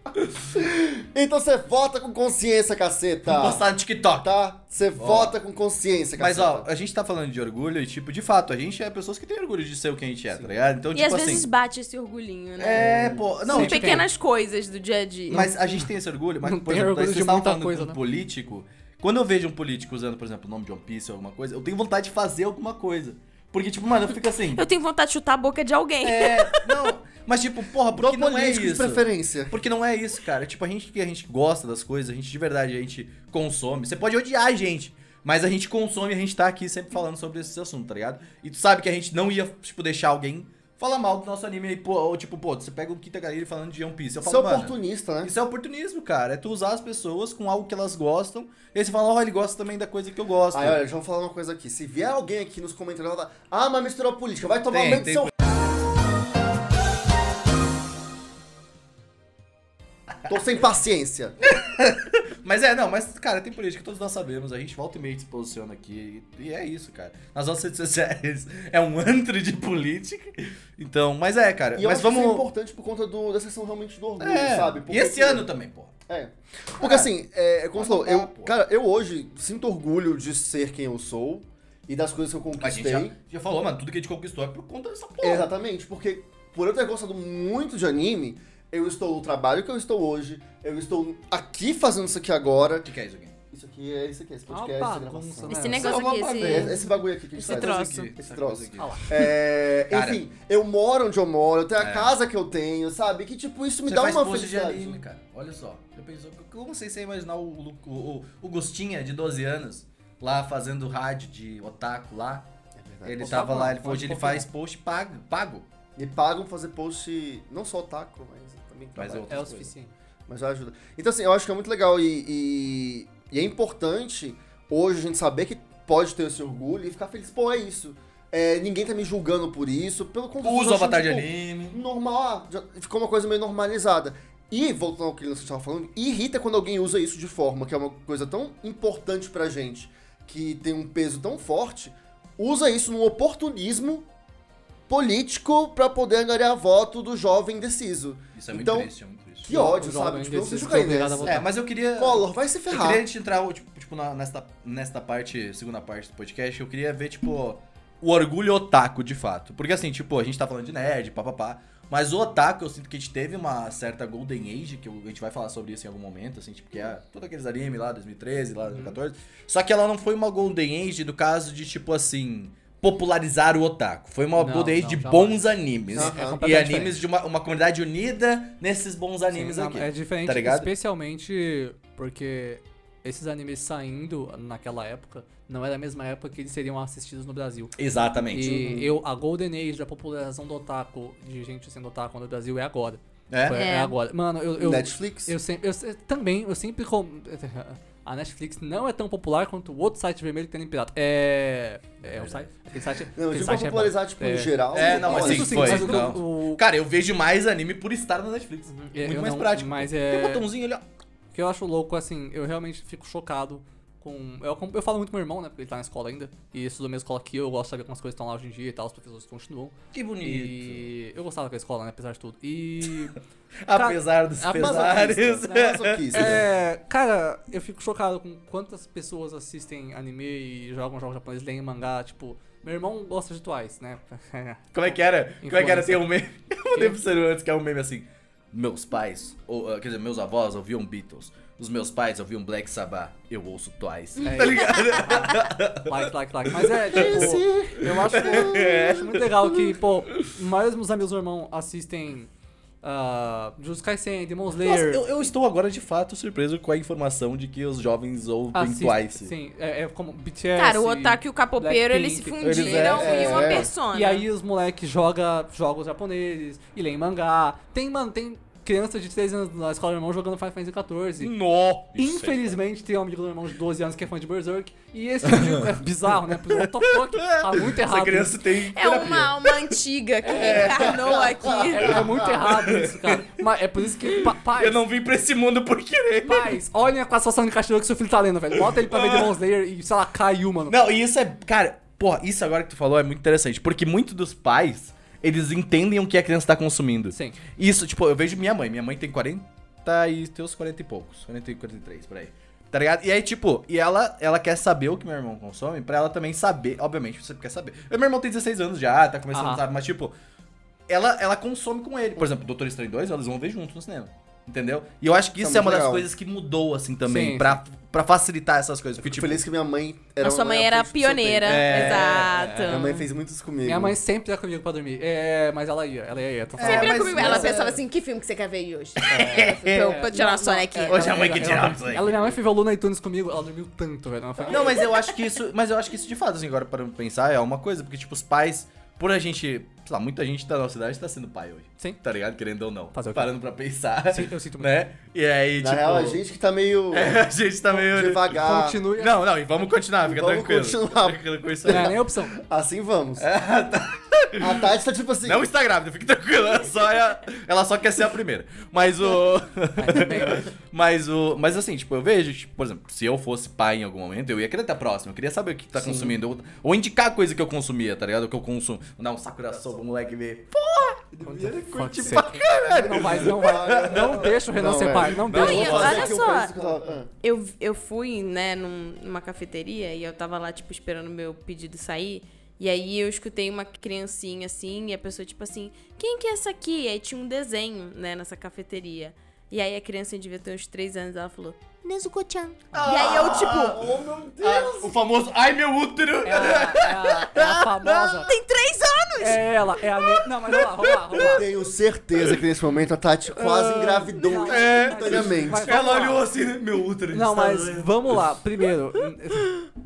[SPEAKER 4] Então você vota com consciência, caceta.
[SPEAKER 1] Vamos postar no TikTok.
[SPEAKER 4] Tá? Você vota com consciência,
[SPEAKER 1] Mas
[SPEAKER 4] caceta.
[SPEAKER 1] ó, a gente tá falando de orgulho e, tipo, de fato, a gente é pessoas que têm orgulho de ser o que a gente é, tá ligado? Então,
[SPEAKER 3] E
[SPEAKER 1] tipo
[SPEAKER 3] às
[SPEAKER 1] assim.
[SPEAKER 3] vezes bate esse orgulhinho, né?
[SPEAKER 1] É, pô. Não,
[SPEAKER 3] São
[SPEAKER 1] tipo,
[SPEAKER 3] pequenas coisas do dia a dia.
[SPEAKER 1] Mas a gente tem esse orgulho, mas,
[SPEAKER 2] Não
[SPEAKER 1] por
[SPEAKER 2] tem
[SPEAKER 1] exemplo,
[SPEAKER 2] orgulho
[SPEAKER 1] vocês
[SPEAKER 2] de
[SPEAKER 1] estavam
[SPEAKER 2] muita
[SPEAKER 1] falando
[SPEAKER 2] coisa,
[SPEAKER 1] com um
[SPEAKER 2] né?
[SPEAKER 1] político. Quando eu vejo um político usando, por exemplo, o nome de One Piece ou alguma coisa, eu tenho vontade de fazer alguma coisa. Porque, tipo, mano, eu fico assim.
[SPEAKER 3] <laughs> Eu tenho vontade de chutar a boca de alguém.
[SPEAKER 1] é, não. Mas, tipo, porra,
[SPEAKER 4] Do
[SPEAKER 1] porque não é
[SPEAKER 4] político de
[SPEAKER 1] isso?
[SPEAKER 4] preferência.
[SPEAKER 1] Porque não é isso, cara. Tipo, a gente que a gente gosta das coisas, a gente de verdade, a gente consome. Você pode odiar a gente, mas a gente consome e a gente tá aqui sempre falando sobre esse assunto, tá ligado? E tu sabe que a gente não ia, tipo, deixar alguém falar mal do nosso anime aí, pô, ou tipo, pô, você pega o Kita Galera falando de One Piece. Eu
[SPEAKER 4] Você é
[SPEAKER 1] falo, mano,
[SPEAKER 4] oportunista, né?
[SPEAKER 1] isso é oportunismo, cara. É tu usar as pessoas com algo que elas gostam, e aí você fala, ó, ele gosta também da coisa que eu gosto.
[SPEAKER 4] Aí, olha, já vou falar uma coisa aqui. Se vier alguém aqui nos comentários, ela fala, ah, mas misturou a política, vai tomar
[SPEAKER 1] Tem,
[SPEAKER 4] o meio do
[SPEAKER 1] tem
[SPEAKER 4] seu... Tô
[SPEAKER 1] <laughs>
[SPEAKER 4] sem paciência.
[SPEAKER 1] Mas é, não, mas, cara, tem política, todos nós sabemos. A gente volta e meia se posiciona aqui. E, e é isso, cara. Nas nossas redes sociais <laughs> é um antro de política. Então, mas é, cara.
[SPEAKER 4] E eu
[SPEAKER 1] mas
[SPEAKER 4] acho que isso é
[SPEAKER 1] vamos.
[SPEAKER 4] importante por conta do, da questão realmente do orgulho,
[SPEAKER 1] É,
[SPEAKER 4] sabe?
[SPEAKER 1] e
[SPEAKER 4] Porque,
[SPEAKER 1] esse
[SPEAKER 4] assim,
[SPEAKER 1] ano também, pô.
[SPEAKER 4] É. Porque assim, é, como você falou,
[SPEAKER 1] dá,
[SPEAKER 4] eu,
[SPEAKER 1] pô.
[SPEAKER 4] cara, eu hoje sinto orgulho de ser quem eu sou e das coisas que eu
[SPEAKER 1] A gente já,
[SPEAKER 4] conquistei.
[SPEAKER 1] já falou, mano, tudo que a gente conquistou é por conta dessa porra.
[SPEAKER 4] Exatamente, porque por eu ter gostado muito de anime, eu estou no trabalho que eu estou hoje, eu estou aqui fazendo isso aqui agora.
[SPEAKER 1] O que, que é isso aqui?
[SPEAKER 4] Isso aqui é isso aqui, esse
[SPEAKER 2] Ah,
[SPEAKER 4] podcast, essa gravação.
[SPEAKER 2] bagunça, né?
[SPEAKER 3] Esse
[SPEAKER 1] Só
[SPEAKER 3] negócio
[SPEAKER 1] vou
[SPEAKER 3] aqui,
[SPEAKER 1] fazer,
[SPEAKER 4] É,
[SPEAKER 3] esse...
[SPEAKER 4] Esse bagulho aqui que a gente
[SPEAKER 3] Esse
[SPEAKER 4] faz.
[SPEAKER 3] troço.
[SPEAKER 1] Esse aqui,
[SPEAKER 4] Esse
[SPEAKER 1] essa
[SPEAKER 4] troço.
[SPEAKER 1] coisa aqui.
[SPEAKER 2] Ah lá.
[SPEAKER 4] É,
[SPEAKER 1] Cara.
[SPEAKER 4] enfim, eu moro onde eu moro, eu tenho a
[SPEAKER 1] É.
[SPEAKER 4] casa que eu tenho, sabe? Que tipo, isso me
[SPEAKER 1] Você
[SPEAKER 4] dá
[SPEAKER 1] faz
[SPEAKER 4] uma
[SPEAKER 1] pose de
[SPEAKER 4] felicidade.
[SPEAKER 1] anime, cara. Olha só. Eu penso, como vocês iam imaginar o, Lu- o, o, o Gostinha de 12 anos lá fazendo rádio de otaku lá?
[SPEAKER 4] É
[SPEAKER 1] Ele
[SPEAKER 2] Otaku
[SPEAKER 1] tava
[SPEAKER 2] não,
[SPEAKER 1] lá, ele falou,
[SPEAKER 2] pode
[SPEAKER 1] hoje ele
[SPEAKER 2] Pokémon.
[SPEAKER 1] faz post pago. pago.
[SPEAKER 4] Me pagam pra fazer post, não só otaku, mas também
[SPEAKER 1] Mas
[SPEAKER 4] trabalho.
[SPEAKER 1] outro.
[SPEAKER 2] É o
[SPEAKER 1] coisas.
[SPEAKER 2] suficiente.
[SPEAKER 4] Mas já ajuda. Então, assim, eu acho que é muito legal e, e- e é importante hoje a gente saber que pode ter esse orgulho e ficar feliz. Pô, é isso. É, ninguém tá me julgando por isso. Pelo contrário,
[SPEAKER 1] Usa
[SPEAKER 4] eu
[SPEAKER 1] o
[SPEAKER 4] acho,
[SPEAKER 1] avatar de
[SPEAKER 4] tipo,
[SPEAKER 1] anime.
[SPEAKER 4] Normal, ah, já ficou uma coisa meio normalizada. E, voltando ao que a gente tava falando, irrita quando alguém usa isso de forma, que é uma coisa tão importante pra gente, que tem um peso tão forte, usa isso num oportunismo político pra poder angariar voto do jovem indeciso.
[SPEAKER 1] Isso é muito
[SPEAKER 4] Então,
[SPEAKER 1] triste, é muito triste.
[SPEAKER 4] Que ódio,
[SPEAKER 2] O jovem
[SPEAKER 4] sabe? Tipo, eu não sei
[SPEAKER 2] indeciso
[SPEAKER 4] jogar
[SPEAKER 2] que é obrigado a
[SPEAKER 4] nessa.
[SPEAKER 2] votar.
[SPEAKER 1] É, mas eu queria.
[SPEAKER 4] Collor, vai se
[SPEAKER 1] Eu
[SPEAKER 4] ferrar.
[SPEAKER 1] queria a gente entrar, tipo, tipo, na- nesta, nesta parte, segunda parte do podcast, eu queria ver, tipo, o orgulho otaku, de fato. Porque assim, tipo, a gente tá falando de nerd, papapá. Mas o otaku, eu sinto que a gente teve uma certa golden age, que a gente vai falar sobre isso em algum momento, assim, tipo, que é todos aqueles anime lá, 2013, lá, 2014. Só que ela não foi uma golden age no caso de, tipo, assim, popularizar o otaku. Foi uma
[SPEAKER 2] Não,
[SPEAKER 1] golden age
[SPEAKER 2] não,
[SPEAKER 1] de
[SPEAKER 2] jamais.
[SPEAKER 1] bons animes.
[SPEAKER 4] Aham. É
[SPEAKER 1] E
[SPEAKER 2] completamente
[SPEAKER 1] animes de uma, uma comunidade unida nesses bons animes
[SPEAKER 2] Sim, não,
[SPEAKER 1] aqui.
[SPEAKER 2] É diferente,
[SPEAKER 1] tá ligado?
[SPEAKER 2] especialmente porque esses animes saindo naquela época não era a mesma época que eles seriam assistidos no Brasil.
[SPEAKER 1] Exatamente.
[SPEAKER 2] E eu, a Golden Age da popularização do otaku, de gente sendo otaku no Brasil, é agora.
[SPEAKER 1] É?
[SPEAKER 2] Foi-
[SPEAKER 3] É.
[SPEAKER 2] agora. Mano, eu. eu
[SPEAKER 4] Netflix.
[SPEAKER 2] Eu sempre. Eu, se- também, eu sempre. com- <laughs> A Netflix não é tão popular quanto o outro site vermelho que tem no Pirata. É. É o site. Aquele site.
[SPEAKER 4] Não,
[SPEAKER 2] aquele
[SPEAKER 4] eu digo pra
[SPEAKER 2] site é bom.
[SPEAKER 4] popularizar, tipo,
[SPEAKER 2] É.
[SPEAKER 4] em geral.
[SPEAKER 1] É, não,
[SPEAKER 2] Não,
[SPEAKER 1] mas
[SPEAKER 2] isso
[SPEAKER 1] sim,
[SPEAKER 2] sim,
[SPEAKER 1] foi.
[SPEAKER 2] mas o-
[SPEAKER 1] não.
[SPEAKER 2] o-
[SPEAKER 1] Cara, eu vejo mais anime por estar na Netflix.
[SPEAKER 2] É,
[SPEAKER 1] Muito
[SPEAKER 2] eu
[SPEAKER 1] mais
[SPEAKER 2] não-
[SPEAKER 1] prático.
[SPEAKER 2] Mas
[SPEAKER 1] Tem um
[SPEAKER 2] é.
[SPEAKER 1] botãozinho ali, ó.
[SPEAKER 2] O que eu acho louco, assim, eu realmente fico chocado com. Eu, eu falo muito com meu irmão, né? Porque ele tá na escola ainda. E estudou minha escola aqui, eu gosto de saber como as coisas estão lá hoje em dia e tal, os professores continuam.
[SPEAKER 1] Que bonito.
[SPEAKER 2] E eu gostava da escola, né? Apesar de tudo. E.
[SPEAKER 1] Apesar dos
[SPEAKER 2] Ca-
[SPEAKER 1] pesares.
[SPEAKER 4] Masoquista, né? Masoquista.
[SPEAKER 2] É, cara, eu fico chocado com quantas pessoas assistem anime e jogam jogos japoneses, leem mangá, tipo, meu irmão gosta de twice, né?
[SPEAKER 1] <laughs>
[SPEAKER 2] <laughs>
[SPEAKER 1] Como é que era? Como é que era
[SPEAKER 2] Influencer.
[SPEAKER 1] ter um meme? <laughs> Eu mandei pro Sérgio antes que é um meme assim. Meus pais, ou, ah, quer dizer, meus avós ouviam Beatles. Os meus pais ouviam Black Sabbath. Eu ouço Twice.
[SPEAKER 2] É
[SPEAKER 1] tá
[SPEAKER 2] isso.
[SPEAKER 1] ligado?
[SPEAKER 2] like, like, like. Mas é, tipo, eu acho, eu acho muito legal que, pô, mais meus amigos do meu irmão assistem ah, Jujutsu Kaisen, Demon
[SPEAKER 1] Nossa,
[SPEAKER 2] Slayer.
[SPEAKER 1] eu, eu estou agora de fato surpreso com a informação de que os jovens ouvem
[SPEAKER 2] assistem-
[SPEAKER 1] Twice.
[SPEAKER 2] Sim, é, é como BTS.
[SPEAKER 3] Cara, o Otaku e o Capopeiro, eles se
[SPEAKER 2] Blackpink,
[SPEAKER 1] eles-
[SPEAKER 3] fundiram
[SPEAKER 1] é,
[SPEAKER 3] em uma
[SPEAKER 4] é.
[SPEAKER 3] persona.
[SPEAKER 2] E aí os moleques jogam jogos japoneses e leem mangá. Tem, mano, tem criança de 3 anos na escola do meu irmão jogando Final Fantasy XIV.
[SPEAKER 1] No!
[SPEAKER 2] Infelizmente, tem um amigo do meu irmão de 12 anos que é fã de Berserk. E esse
[SPEAKER 1] <laughs>
[SPEAKER 2] tipo é bizarro, né? Porque eu tô tô- tá muito errado.
[SPEAKER 1] Essa criança tem
[SPEAKER 3] É
[SPEAKER 1] terapia.
[SPEAKER 3] uma alma antiga que reencarnou
[SPEAKER 2] isso.
[SPEAKER 3] aqui.
[SPEAKER 2] <laughs> É, é
[SPEAKER 1] <laughs>
[SPEAKER 2] muito errado isso, cara. Mas é por isso que pa- pais,
[SPEAKER 1] Eu não vim pra esse mundo por querer.
[SPEAKER 2] pais, olhem a classificação de cachorro que seu filho tá lendo, velho. Bota ele pra ver Demon Slayer e, sei lá, caiu, mano.
[SPEAKER 1] Ah. Não, e isso é. Cara, porra, isso agora que tu falou é muito interessante. Porque muitos dos pais, eles entendem o que a criança tá consumindo.
[SPEAKER 2] Sim.
[SPEAKER 1] Isso, tipo, eu vejo minha mãe. Minha mãe tem 40 e tem uns 40 e poucos. 40 e 43, por aí. Tá ligado? E aí, tipo, e ela, ela quer saber o que meu irmão consome pra ela também saber. Obviamente, você quer saber. Meu irmão tem 16 anos já, tá começando,
[SPEAKER 2] Aham.
[SPEAKER 1] sabe? Mas, tipo, ela, ela consome com ele. Por exemplo, Doutor Estranho 2, elas vão ver juntos no cinema. Entendeu? E eu acho que
[SPEAKER 4] Tá
[SPEAKER 1] isso é
[SPEAKER 4] muito
[SPEAKER 1] uma das
[SPEAKER 4] legal.
[SPEAKER 1] coisas que mudou, assim, também.
[SPEAKER 2] Sim,
[SPEAKER 1] pra, pra facilitar essas coisas. Porque,
[SPEAKER 4] Fico
[SPEAKER 1] tipo,
[SPEAKER 4] feliz que minha mãe era um
[SPEAKER 3] A sua
[SPEAKER 4] uma-
[SPEAKER 3] mãe era
[SPEAKER 4] frente do seu
[SPEAKER 3] pioneira.
[SPEAKER 4] tempo.
[SPEAKER 1] É,
[SPEAKER 3] Exato.
[SPEAKER 4] Minha mãe fez muito isso comigo.
[SPEAKER 2] Minha mãe sempre ia comigo pra dormir. É, mas ela ia, ela ia, ia. Tô falando.
[SPEAKER 3] Sempre
[SPEAKER 1] É, mas-
[SPEAKER 3] comigo. Ela
[SPEAKER 1] mas-
[SPEAKER 3] pensava assim, que filme que você quer ver hoje? Pra <laughs> eu pra eu tirar
[SPEAKER 2] Não,
[SPEAKER 3] uma
[SPEAKER 2] não,
[SPEAKER 3] sonequinha.
[SPEAKER 1] Hoje a mãe que tira a
[SPEAKER 2] ela,
[SPEAKER 1] soneca.
[SPEAKER 2] ela, minha mãe foi ver o Luna iTunes comigo, ela dormiu tanto, velho. Ela foi-
[SPEAKER 1] Não, mas eu acho que isso. Mas eu acho que isso de fato, assim, agora para pensar, é uma coisa, porque, tipo, os pais, por a gente. Sei lá, muita gente da nossa idade tá sendo pai hoje.
[SPEAKER 2] Sim.
[SPEAKER 1] Tá ligado? Querendo ou não.
[SPEAKER 2] Fazer o quê?
[SPEAKER 1] Parando pra pensar.
[SPEAKER 2] Sim, eu sinto
[SPEAKER 1] <laughs>
[SPEAKER 2] muito.
[SPEAKER 1] né? E aí,
[SPEAKER 4] Na
[SPEAKER 1] tipo.
[SPEAKER 4] real, a gente que tá
[SPEAKER 1] <laughs>
[SPEAKER 4] meio
[SPEAKER 1] É, a gente tá meio.
[SPEAKER 4] devagar.
[SPEAKER 2] Continue.
[SPEAKER 1] Não, não, e vamos continuar, fica
[SPEAKER 4] Vamos
[SPEAKER 1] tranquilo.
[SPEAKER 4] continuar.
[SPEAKER 1] Fica tranquilo com isso
[SPEAKER 2] Não
[SPEAKER 1] aí.
[SPEAKER 2] é nem opção.
[SPEAKER 4] Assim vamos. A Tati tá tipo assim.
[SPEAKER 1] É, Não está grávida, fique tranquila. Ela só, é a- ela só quer ser a primeira. Mas o.
[SPEAKER 2] né?
[SPEAKER 1] <laughs> mas o. Mas assim, tipo, eu vejo, tipo, por exemplo, se eu fosse pai em algum momento, eu ia querer estar próximo. Eu queria saber o que tá consumindo. Ou, ou indicar a coisa que eu consumia, tá ligado? O que eu consumo. Dar um sakura soba, o moleque ver.
[SPEAKER 2] Fuck, você- Não vai, não vai. Não deixa o Renan
[SPEAKER 4] Não,
[SPEAKER 2] ser
[SPEAKER 4] é.
[SPEAKER 2] pai. Não
[SPEAKER 1] Não,
[SPEAKER 2] deixa.
[SPEAKER 1] e
[SPEAKER 2] Eu vou
[SPEAKER 3] olha
[SPEAKER 2] fazer.
[SPEAKER 4] aqui um
[SPEAKER 3] só.
[SPEAKER 4] preço que eu tava-
[SPEAKER 3] Eu, eu fui, né, num- numa cafeteria e eu tava lá, tipo, esperando meu pedido sair. E aí eu escutei uma criancinha assim, e a pessoa, tipo assim, quem que é essa aqui? E aí tinha um desenho, né, nessa cafeteria. E aí a criança devia ter uns 3 anos, ela falou, Nezuko-chan. e aí eu, tipo,
[SPEAKER 4] Oh, meu Deus.
[SPEAKER 1] Ah, o famoso. Ai, meu útero!
[SPEAKER 2] É a, é a- é a famosa.
[SPEAKER 3] tem 3 anos!
[SPEAKER 2] É ela, é a. ne- Não, mas vamos lá, vamos lá, vamos lá.
[SPEAKER 4] "Ah, Tenho certeza que nesse momento a Tati
[SPEAKER 1] Ah,
[SPEAKER 4] quase engravidou
[SPEAKER 2] não,
[SPEAKER 1] é.
[SPEAKER 4] instantaamente.
[SPEAKER 2] Mas-
[SPEAKER 1] Ela olhou assim, né? meu útero.
[SPEAKER 2] Não,
[SPEAKER 1] está
[SPEAKER 2] mas
[SPEAKER 1] doendo.
[SPEAKER 2] vamos lá. Primeiro,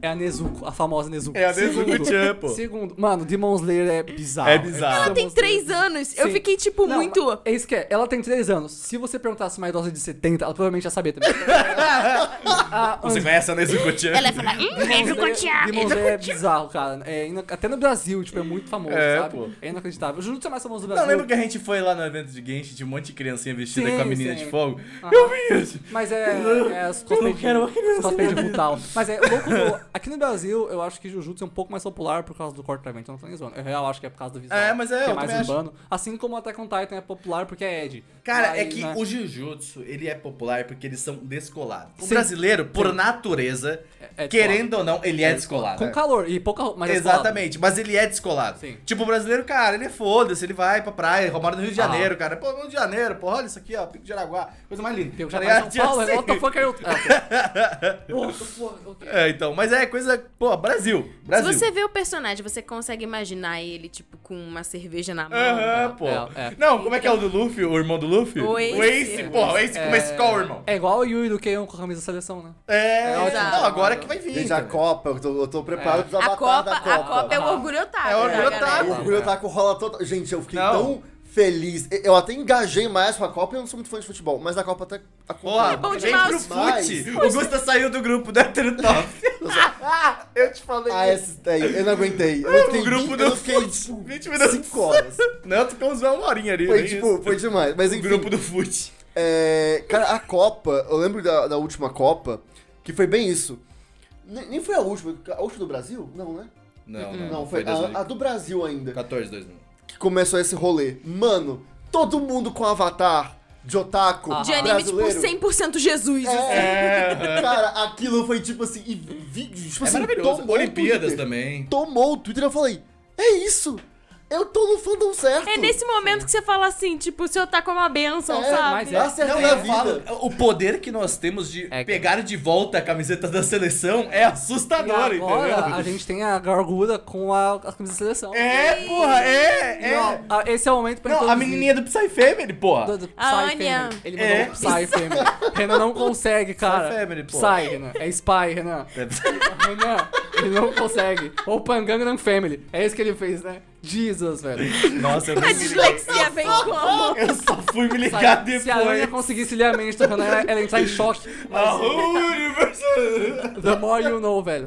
[SPEAKER 2] é a Nezuko, a famosa Nezuko.
[SPEAKER 1] É a Nezuko-chan, pô.
[SPEAKER 2] Segundo, segundo, mano, Demon Slayer é bizarro.
[SPEAKER 1] É bizarro.
[SPEAKER 3] Ela
[SPEAKER 2] Demon
[SPEAKER 3] tem
[SPEAKER 2] Slayer-
[SPEAKER 3] 3 anos! Eu
[SPEAKER 2] Sim.
[SPEAKER 3] fiquei, tipo,
[SPEAKER 2] Não,
[SPEAKER 3] muito...
[SPEAKER 2] mas É isso que é. Ela tem 3 anos. Se você perguntasse uma idosa de 70, ela provavelmente ia
[SPEAKER 1] <laughs>
[SPEAKER 2] saber também. Ah,
[SPEAKER 1] Você conhece a Nezuko-chan?
[SPEAKER 3] Ela fala,
[SPEAKER 2] <laughs>
[SPEAKER 3] hum, Nezuko-chan!
[SPEAKER 2] Demon Slayer é bizarro, cara. É ina- até no Brasil, tipo, é muito famoso,
[SPEAKER 1] É,
[SPEAKER 2] sabe?
[SPEAKER 1] pô.
[SPEAKER 2] É inacreditável. Juro que você é mais famoso do
[SPEAKER 1] Não,
[SPEAKER 2] Brasil.
[SPEAKER 1] lembra que a gente foi lá no evento de Genshin, tinha um monte de criancinha vestida
[SPEAKER 2] Sim,
[SPEAKER 1] com a menina
[SPEAKER 2] sim.
[SPEAKER 1] de fogo?
[SPEAKER 2] Aham.
[SPEAKER 1] Eu vi isso.
[SPEAKER 2] Mas é, é as cosplay
[SPEAKER 1] não quero uma <laughs>
[SPEAKER 2] de, as cosplay de brutal. Mas é louco do, Aqui no Brasil, eu acho que Jujutsu é um pouco mais popular por causa do corte também, então não tô nem zoando. Eu real acho que é por causa do visual.
[SPEAKER 1] É, mas é, eu
[SPEAKER 2] que é mais
[SPEAKER 1] também acho.
[SPEAKER 2] urbano. Assim como Attack on Titan é popular porque é Ed.
[SPEAKER 1] Cara, é
[SPEAKER 2] Mas,
[SPEAKER 1] que
[SPEAKER 2] né,
[SPEAKER 1] o Jujutsu, ele é popular porque eles são descolados. O
[SPEAKER 2] Sim.
[SPEAKER 1] brasileiro, por natureza,
[SPEAKER 2] é
[SPEAKER 1] querendo ou não, ele é descolado.
[SPEAKER 2] Com calor e pouca roupa, mas é suado.
[SPEAKER 1] Exatamente, mas ele é descolado.
[SPEAKER 2] Sim.
[SPEAKER 1] Tipo, o brasileiro, cara, ele é foda-se, ele vai pra praia, roubado no Rio de
[SPEAKER 2] Ah.
[SPEAKER 1] Janeiro, cara. Pô, Rio de Janeiro, pô, olha isso aqui, ó, Pico de Araguá, coisa mais linda.
[SPEAKER 2] Tem o que
[SPEAKER 1] Tá
[SPEAKER 2] já tá em
[SPEAKER 1] ligado? <laughs>
[SPEAKER 2] São Paulo,
[SPEAKER 1] Assim.
[SPEAKER 2] é what the fuck are you...
[SPEAKER 1] <laughs>
[SPEAKER 2] Ah, ok. What the fuck, ok.
[SPEAKER 1] É, então, mas é coisa, pô, Brasil,
[SPEAKER 3] Se
[SPEAKER 1] Brasil.
[SPEAKER 3] você vê o personagem, você consegue imaginar ele, tipo, com uma cerveja na mão.
[SPEAKER 1] Aham,
[SPEAKER 3] né?
[SPEAKER 1] pô.
[SPEAKER 2] É, é.
[SPEAKER 1] Não, como é que é o do Luffy, o irmão do Luffy?
[SPEAKER 3] O Ace.
[SPEAKER 1] O Ace, porra, o Ace
[SPEAKER 2] É-
[SPEAKER 1] começa com o irmão.
[SPEAKER 2] É igual o Yuri do K1 com a camisa da seleção, né?
[SPEAKER 1] É,
[SPEAKER 2] É
[SPEAKER 3] ótimo.
[SPEAKER 1] não, agora que vai vir.
[SPEAKER 4] Gente, a
[SPEAKER 1] cara.
[SPEAKER 4] Copa, eu tô, eu tô preparado pros
[SPEAKER 3] É. A
[SPEAKER 4] avatar
[SPEAKER 3] Copa,
[SPEAKER 4] da
[SPEAKER 3] a
[SPEAKER 4] Copa.
[SPEAKER 3] Copa é o orgulho otário.
[SPEAKER 1] É o
[SPEAKER 3] né,
[SPEAKER 1] orgulho
[SPEAKER 3] galera?
[SPEAKER 1] otário.
[SPEAKER 4] O orgulho otaku rola toda. Gente, eu fiquei
[SPEAKER 1] Não.
[SPEAKER 4] tão feliz. Eu até engajei mais com a Copa, eu não sou muito fã de futebol, mas na Copa tá até
[SPEAKER 1] Porra,
[SPEAKER 4] acompanho.
[SPEAKER 3] bom
[SPEAKER 1] vem
[SPEAKER 3] demais.
[SPEAKER 1] pro
[SPEAKER 4] Mas-
[SPEAKER 1] fute. O Gusta saiu do grupo do hétero top. eu te falei
[SPEAKER 4] Ah, essa daí, eu não aguentei. Eu
[SPEAKER 1] <laughs>
[SPEAKER 4] fiquei,
[SPEAKER 1] O grupo
[SPEAKER 4] eu
[SPEAKER 1] do
[SPEAKER 4] fiquei
[SPEAKER 1] fute. 20 minutos.
[SPEAKER 4] 5 horas.
[SPEAKER 1] Não, ficamos uma horinha ali.
[SPEAKER 4] Foi,
[SPEAKER 1] nem
[SPEAKER 4] tipo,
[SPEAKER 1] isso.
[SPEAKER 4] foi demais. Mas
[SPEAKER 1] o
[SPEAKER 4] enfim,
[SPEAKER 1] grupo do fute.
[SPEAKER 4] é, cara, a Copa, eu lembro da, da última Copa, que foi bem isso. Nem nem foi a última, a última do Brasil? Não, né?
[SPEAKER 1] Não,
[SPEAKER 4] Não, foi, a, a do Brasil ainda.
[SPEAKER 1] 14, 2000.
[SPEAKER 4] que começou esse rolê. Mano, todo mundo com avatar de otaku
[SPEAKER 2] Ah.
[SPEAKER 3] De anime, tipo,
[SPEAKER 4] brasileiro.
[SPEAKER 3] 100% Jesus. assim.
[SPEAKER 4] É, cara, aquilo foi tipo assim, e vídeo, tipo
[SPEAKER 1] É
[SPEAKER 4] assim,
[SPEAKER 1] maravilhoso.
[SPEAKER 4] tomou o
[SPEAKER 1] Olimpíadas
[SPEAKER 4] Twitter.
[SPEAKER 1] também.
[SPEAKER 4] Tomou o Twitter, eu falei, é isso, eu tô no fandom certo.
[SPEAKER 3] É nesse momento que você fala assim, tipo, o senhor tá com uma bênção,
[SPEAKER 4] É,
[SPEAKER 3] sabe?
[SPEAKER 2] mas é.
[SPEAKER 4] Tá certo
[SPEAKER 1] Não,
[SPEAKER 4] na
[SPEAKER 1] eu
[SPEAKER 4] vida.
[SPEAKER 1] falo, o poder que nós temos de
[SPEAKER 2] É que-
[SPEAKER 1] pegar de volta a camiseta da seleção é
[SPEAKER 2] E
[SPEAKER 1] assustador,
[SPEAKER 2] agora
[SPEAKER 1] entendeu?
[SPEAKER 2] a gente tem a gargura com a, a camisa da seleção.
[SPEAKER 1] É, porra, é, é. Não,
[SPEAKER 2] Não, a- esse é o momento pra
[SPEAKER 1] a
[SPEAKER 2] introduzir.
[SPEAKER 1] menininha do Psy Family, porra.
[SPEAKER 2] Do, do Psy
[SPEAKER 3] A
[SPEAKER 2] Family.
[SPEAKER 3] Anya.
[SPEAKER 2] Ele mandou
[SPEAKER 1] É.
[SPEAKER 2] um Psy Family. Renan não consegue, cara.
[SPEAKER 1] Family, pô.
[SPEAKER 2] Psy, Renan. É Spy, Renan. Renan, ele não consegue. Ou Pangangnam Family. É isso que ele fez, né? Jesus, velho.
[SPEAKER 1] <laughs> Nossa, eu não
[SPEAKER 3] <laughs> A dislexia vem como?
[SPEAKER 1] Eu só fui me ligar
[SPEAKER 2] Se a Anya
[SPEAKER 1] depois.
[SPEAKER 2] conseguisse ler a mente do Renan, ela, ela ia entrar em choque.
[SPEAKER 1] A
[SPEAKER 2] Mas,
[SPEAKER 1] Universo.
[SPEAKER 2] the more you know, velho.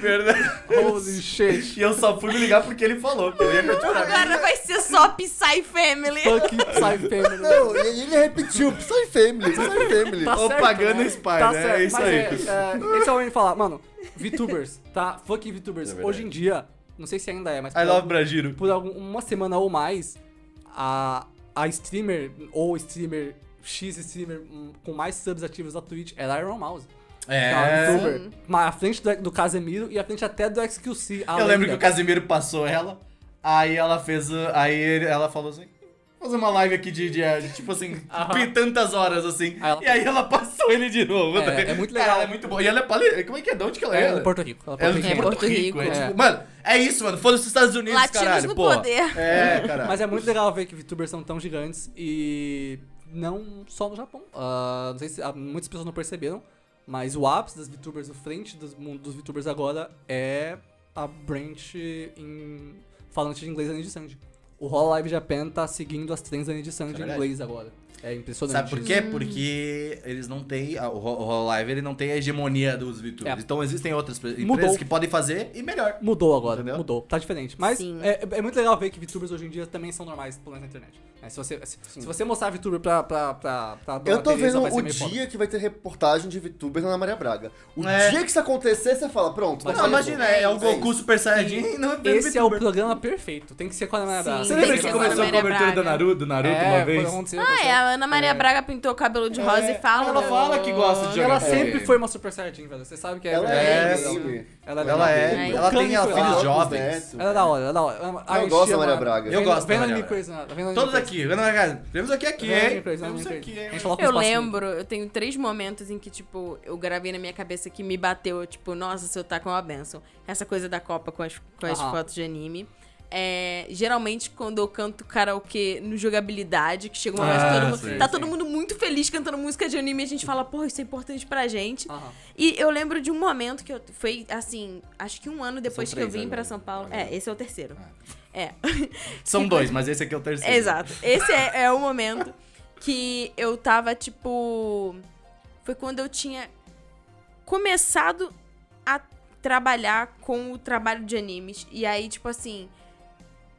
[SPEAKER 1] Verdade.
[SPEAKER 2] Holy shit.
[SPEAKER 1] E eu só fui me ligar porque ele falou que eu ia continuar.
[SPEAKER 3] Agora vai ser só Psy Family.
[SPEAKER 2] Fucking Psy Family.
[SPEAKER 4] Não, e ele repetiu, Psy Family, Psy
[SPEAKER 3] <laughs>
[SPEAKER 4] Family.
[SPEAKER 2] Tá
[SPEAKER 1] Ou
[SPEAKER 2] certo,
[SPEAKER 1] pagando
[SPEAKER 2] né?
[SPEAKER 1] Spy,
[SPEAKER 2] tá
[SPEAKER 1] né? É
[SPEAKER 2] Certo.
[SPEAKER 1] isso
[SPEAKER 2] Mas
[SPEAKER 1] aí.
[SPEAKER 2] É, é, esse é o homem falar, mano, VTubers, tá? Fucking
[SPEAKER 1] É
[SPEAKER 2] VTubers.
[SPEAKER 1] verdade.
[SPEAKER 2] Hoje em dia, não sei se ainda é, mas
[SPEAKER 1] I
[SPEAKER 2] por,
[SPEAKER 1] love Bragiro.
[SPEAKER 2] por algum- uma semana ou mais, a, a streamer ou streamer X streamer hum, com mais subs ativos da Twitch era a Iron Mouse. que É. uma VTuber. Mas à frente do, do Casemiro e à frente até do XQC. a
[SPEAKER 1] Eu lembro que
[SPEAKER 2] lenda.
[SPEAKER 1] o Casimiro passou ela, aí ela fez. uh, Aí ele- ela falou assim. "Vou Fazer uma live aqui de, de, de, tipo assim,
[SPEAKER 2] Aham.
[SPEAKER 1] pi- tantas horas assim.
[SPEAKER 2] Aí ela-
[SPEAKER 1] E aí ela passou ele de novo.
[SPEAKER 2] É,
[SPEAKER 1] tá ligado?
[SPEAKER 2] é muito
[SPEAKER 1] Cara,
[SPEAKER 2] legal.
[SPEAKER 1] ela é muito boa. E ela é pale... Como é que é? De onde que ela é?
[SPEAKER 2] É, em Porto Rico. Ela é
[SPEAKER 1] Ela é
[SPEAKER 2] Porto
[SPEAKER 1] de
[SPEAKER 2] Rico.
[SPEAKER 1] Porto,
[SPEAKER 3] Porto
[SPEAKER 1] Rico. é
[SPEAKER 3] Rico,
[SPEAKER 1] tipo,
[SPEAKER 2] é.
[SPEAKER 1] mano, é isso, mano. Foda-se os Estados Unidos,
[SPEAKER 3] Latinos
[SPEAKER 1] caralho.
[SPEAKER 3] no
[SPEAKER 1] pô.
[SPEAKER 3] poder.
[SPEAKER 1] É, caralho.
[SPEAKER 2] Mas é muito legal ver que VTubers são tão gigantes e não só no Japão. Ah, não sei se ah, muitas pessoas não perceberam, mas o ápice das VTubers, o frente dos, mundo dos VTubers agora é a branch em falante de inglês da Nid Sanji. O Hollow Live Japan tá seguindo as trends da Nid Sanji em
[SPEAKER 1] verdade.
[SPEAKER 2] inglês agora. É impressionante.
[SPEAKER 1] Sabe por
[SPEAKER 2] isso.
[SPEAKER 1] quê? Porque eles não têm. a- O Hololive Live ele não tem a hegemonia dos VTubers.
[SPEAKER 2] É.
[SPEAKER 1] Então existem outras pre- empresas
[SPEAKER 2] Mudou.
[SPEAKER 1] que podem fazer e melhor.
[SPEAKER 2] Mudou agora,
[SPEAKER 1] Entendeu?
[SPEAKER 2] mudou. Tá diferente. Mas
[SPEAKER 3] Sim.
[SPEAKER 2] é, é muito legal ver que VTubers hoje em dia também são normais, pelo menos na internet. É, se, você, se, se você mostrar VTuber pra, pra, pra, pra
[SPEAKER 4] Eu
[SPEAKER 2] dona
[SPEAKER 4] tô
[SPEAKER 2] Teresa,
[SPEAKER 4] vendo
[SPEAKER 2] vai ser
[SPEAKER 4] o
[SPEAKER 2] meio foda.
[SPEAKER 4] dia que vai ter reportagem de VTuber na Ana Maria Braga. O
[SPEAKER 1] É.
[SPEAKER 4] dia que isso acontecer, você fala, pronto.
[SPEAKER 2] Mas
[SPEAKER 1] não,
[SPEAKER 4] beleza.
[SPEAKER 1] imagina, é, o
[SPEAKER 4] isso.
[SPEAKER 1] Goku Super Saiyajin. Não, é
[SPEAKER 2] Esse é o
[SPEAKER 1] VTuber.
[SPEAKER 2] programa perfeito. Tem que ser com a Ana
[SPEAKER 3] Sim.
[SPEAKER 2] Braga.
[SPEAKER 1] Você
[SPEAKER 3] Tem
[SPEAKER 1] lembra
[SPEAKER 3] que
[SPEAKER 1] que
[SPEAKER 3] ser
[SPEAKER 1] começou a
[SPEAKER 3] Maria
[SPEAKER 1] cobertura
[SPEAKER 3] Braga.
[SPEAKER 1] do Naruto, do Naruto
[SPEAKER 2] É,
[SPEAKER 1] uma
[SPEAKER 2] foi
[SPEAKER 1] vez?
[SPEAKER 2] acontecer,
[SPEAKER 3] Ah,
[SPEAKER 2] aconteceu.
[SPEAKER 3] é, a Ana Maria Braga pintou o cabelo de rosa e fala.
[SPEAKER 1] É. Ela fala que gosta de jogar.
[SPEAKER 2] Ela
[SPEAKER 1] com
[SPEAKER 2] sempre
[SPEAKER 1] ele.
[SPEAKER 2] foi uma super saiyajin, velho. Você sabe que é.
[SPEAKER 4] Ela
[SPEAKER 1] É,
[SPEAKER 4] é,
[SPEAKER 1] sim.
[SPEAKER 4] anime.
[SPEAKER 2] Ela,
[SPEAKER 1] Ela
[SPEAKER 3] É,
[SPEAKER 1] é, ela
[SPEAKER 2] Cândido
[SPEAKER 1] tem a
[SPEAKER 2] foi
[SPEAKER 4] Ela
[SPEAKER 1] filhos
[SPEAKER 4] é
[SPEAKER 1] jovens.
[SPEAKER 4] neto.
[SPEAKER 2] Ela é da hora, ela é da hora.
[SPEAKER 4] Eu gosto da Maria Braga.
[SPEAKER 1] Eu gosto da
[SPEAKER 2] Vendo
[SPEAKER 1] Maria Braga.
[SPEAKER 2] anime Crazy, né? Vendo anime
[SPEAKER 1] Todos
[SPEAKER 2] Crazy.
[SPEAKER 1] aqui, vendo aqui, temos aqui aqui,
[SPEAKER 2] Vendo anime
[SPEAKER 1] hein?
[SPEAKER 2] Crazy,
[SPEAKER 1] Temos
[SPEAKER 2] anime
[SPEAKER 1] aqui,
[SPEAKER 2] Crazy.
[SPEAKER 1] hein?
[SPEAKER 2] A gente coloca um
[SPEAKER 3] Eu
[SPEAKER 2] espacinho.
[SPEAKER 3] lembro, eu tenho três momentos em que, tipo, eu gravei na minha cabeça que me bateu, tipo, nossa, seu tá com uma benção. Essa coisa da Copa com as, com as
[SPEAKER 2] Aham.
[SPEAKER 3] fotos de anime. É, geralmente, quando eu canto karaokê no jogabilidade, que chega uma hora
[SPEAKER 1] Ah,
[SPEAKER 3] que todo mundo.
[SPEAKER 1] sim,
[SPEAKER 3] tá
[SPEAKER 2] sim.
[SPEAKER 3] todo mundo muito feliz cantando música de anime e a gente fala, porra, isso é importante pra gente.
[SPEAKER 2] Aham.
[SPEAKER 3] E eu lembro de um momento que eu. Foi assim, acho que um ano depois que eu
[SPEAKER 1] três
[SPEAKER 3] vim pra
[SPEAKER 1] agora.
[SPEAKER 3] São Paulo.
[SPEAKER 1] Olha.
[SPEAKER 3] É, esse é o terceiro. É.
[SPEAKER 1] São dois, mas esse aqui é o terceiro.
[SPEAKER 3] Exato. Esse é, é o momento que eu tava, tipo. Foi quando eu tinha começado a trabalhar com o trabalho de animes. E aí, tipo assim.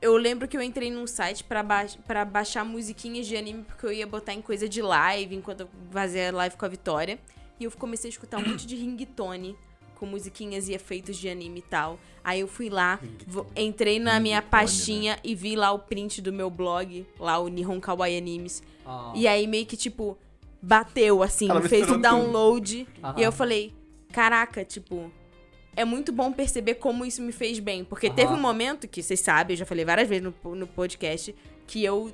[SPEAKER 3] Eu lembro que eu entrei num site pra, ba pra baixar musiquinhas de anime, porque eu ia botar em coisa de live, enquanto eu fazia live com a Vitória. E eu comecei a escutar um monte de ringtone com com musiquinhas e efeitos de anime e tal. Aí eu fui lá, vo- entrei na minha pastinha e vi lá o print do meu blog, lá o Nihon Kawaii Animes.
[SPEAKER 2] Ah,
[SPEAKER 3] E aí meio que tipo bateu assim,
[SPEAKER 4] Ela
[SPEAKER 3] fez
[SPEAKER 4] misturou
[SPEAKER 3] um download
[SPEAKER 2] Aham.
[SPEAKER 3] e eu falei, caraca, tipo, é muito bom perceber como isso me fez bem, porque
[SPEAKER 2] Aham.
[SPEAKER 3] teve um momento que vocês sabem, eu já falei várias vezes no, po- no podcast, que eu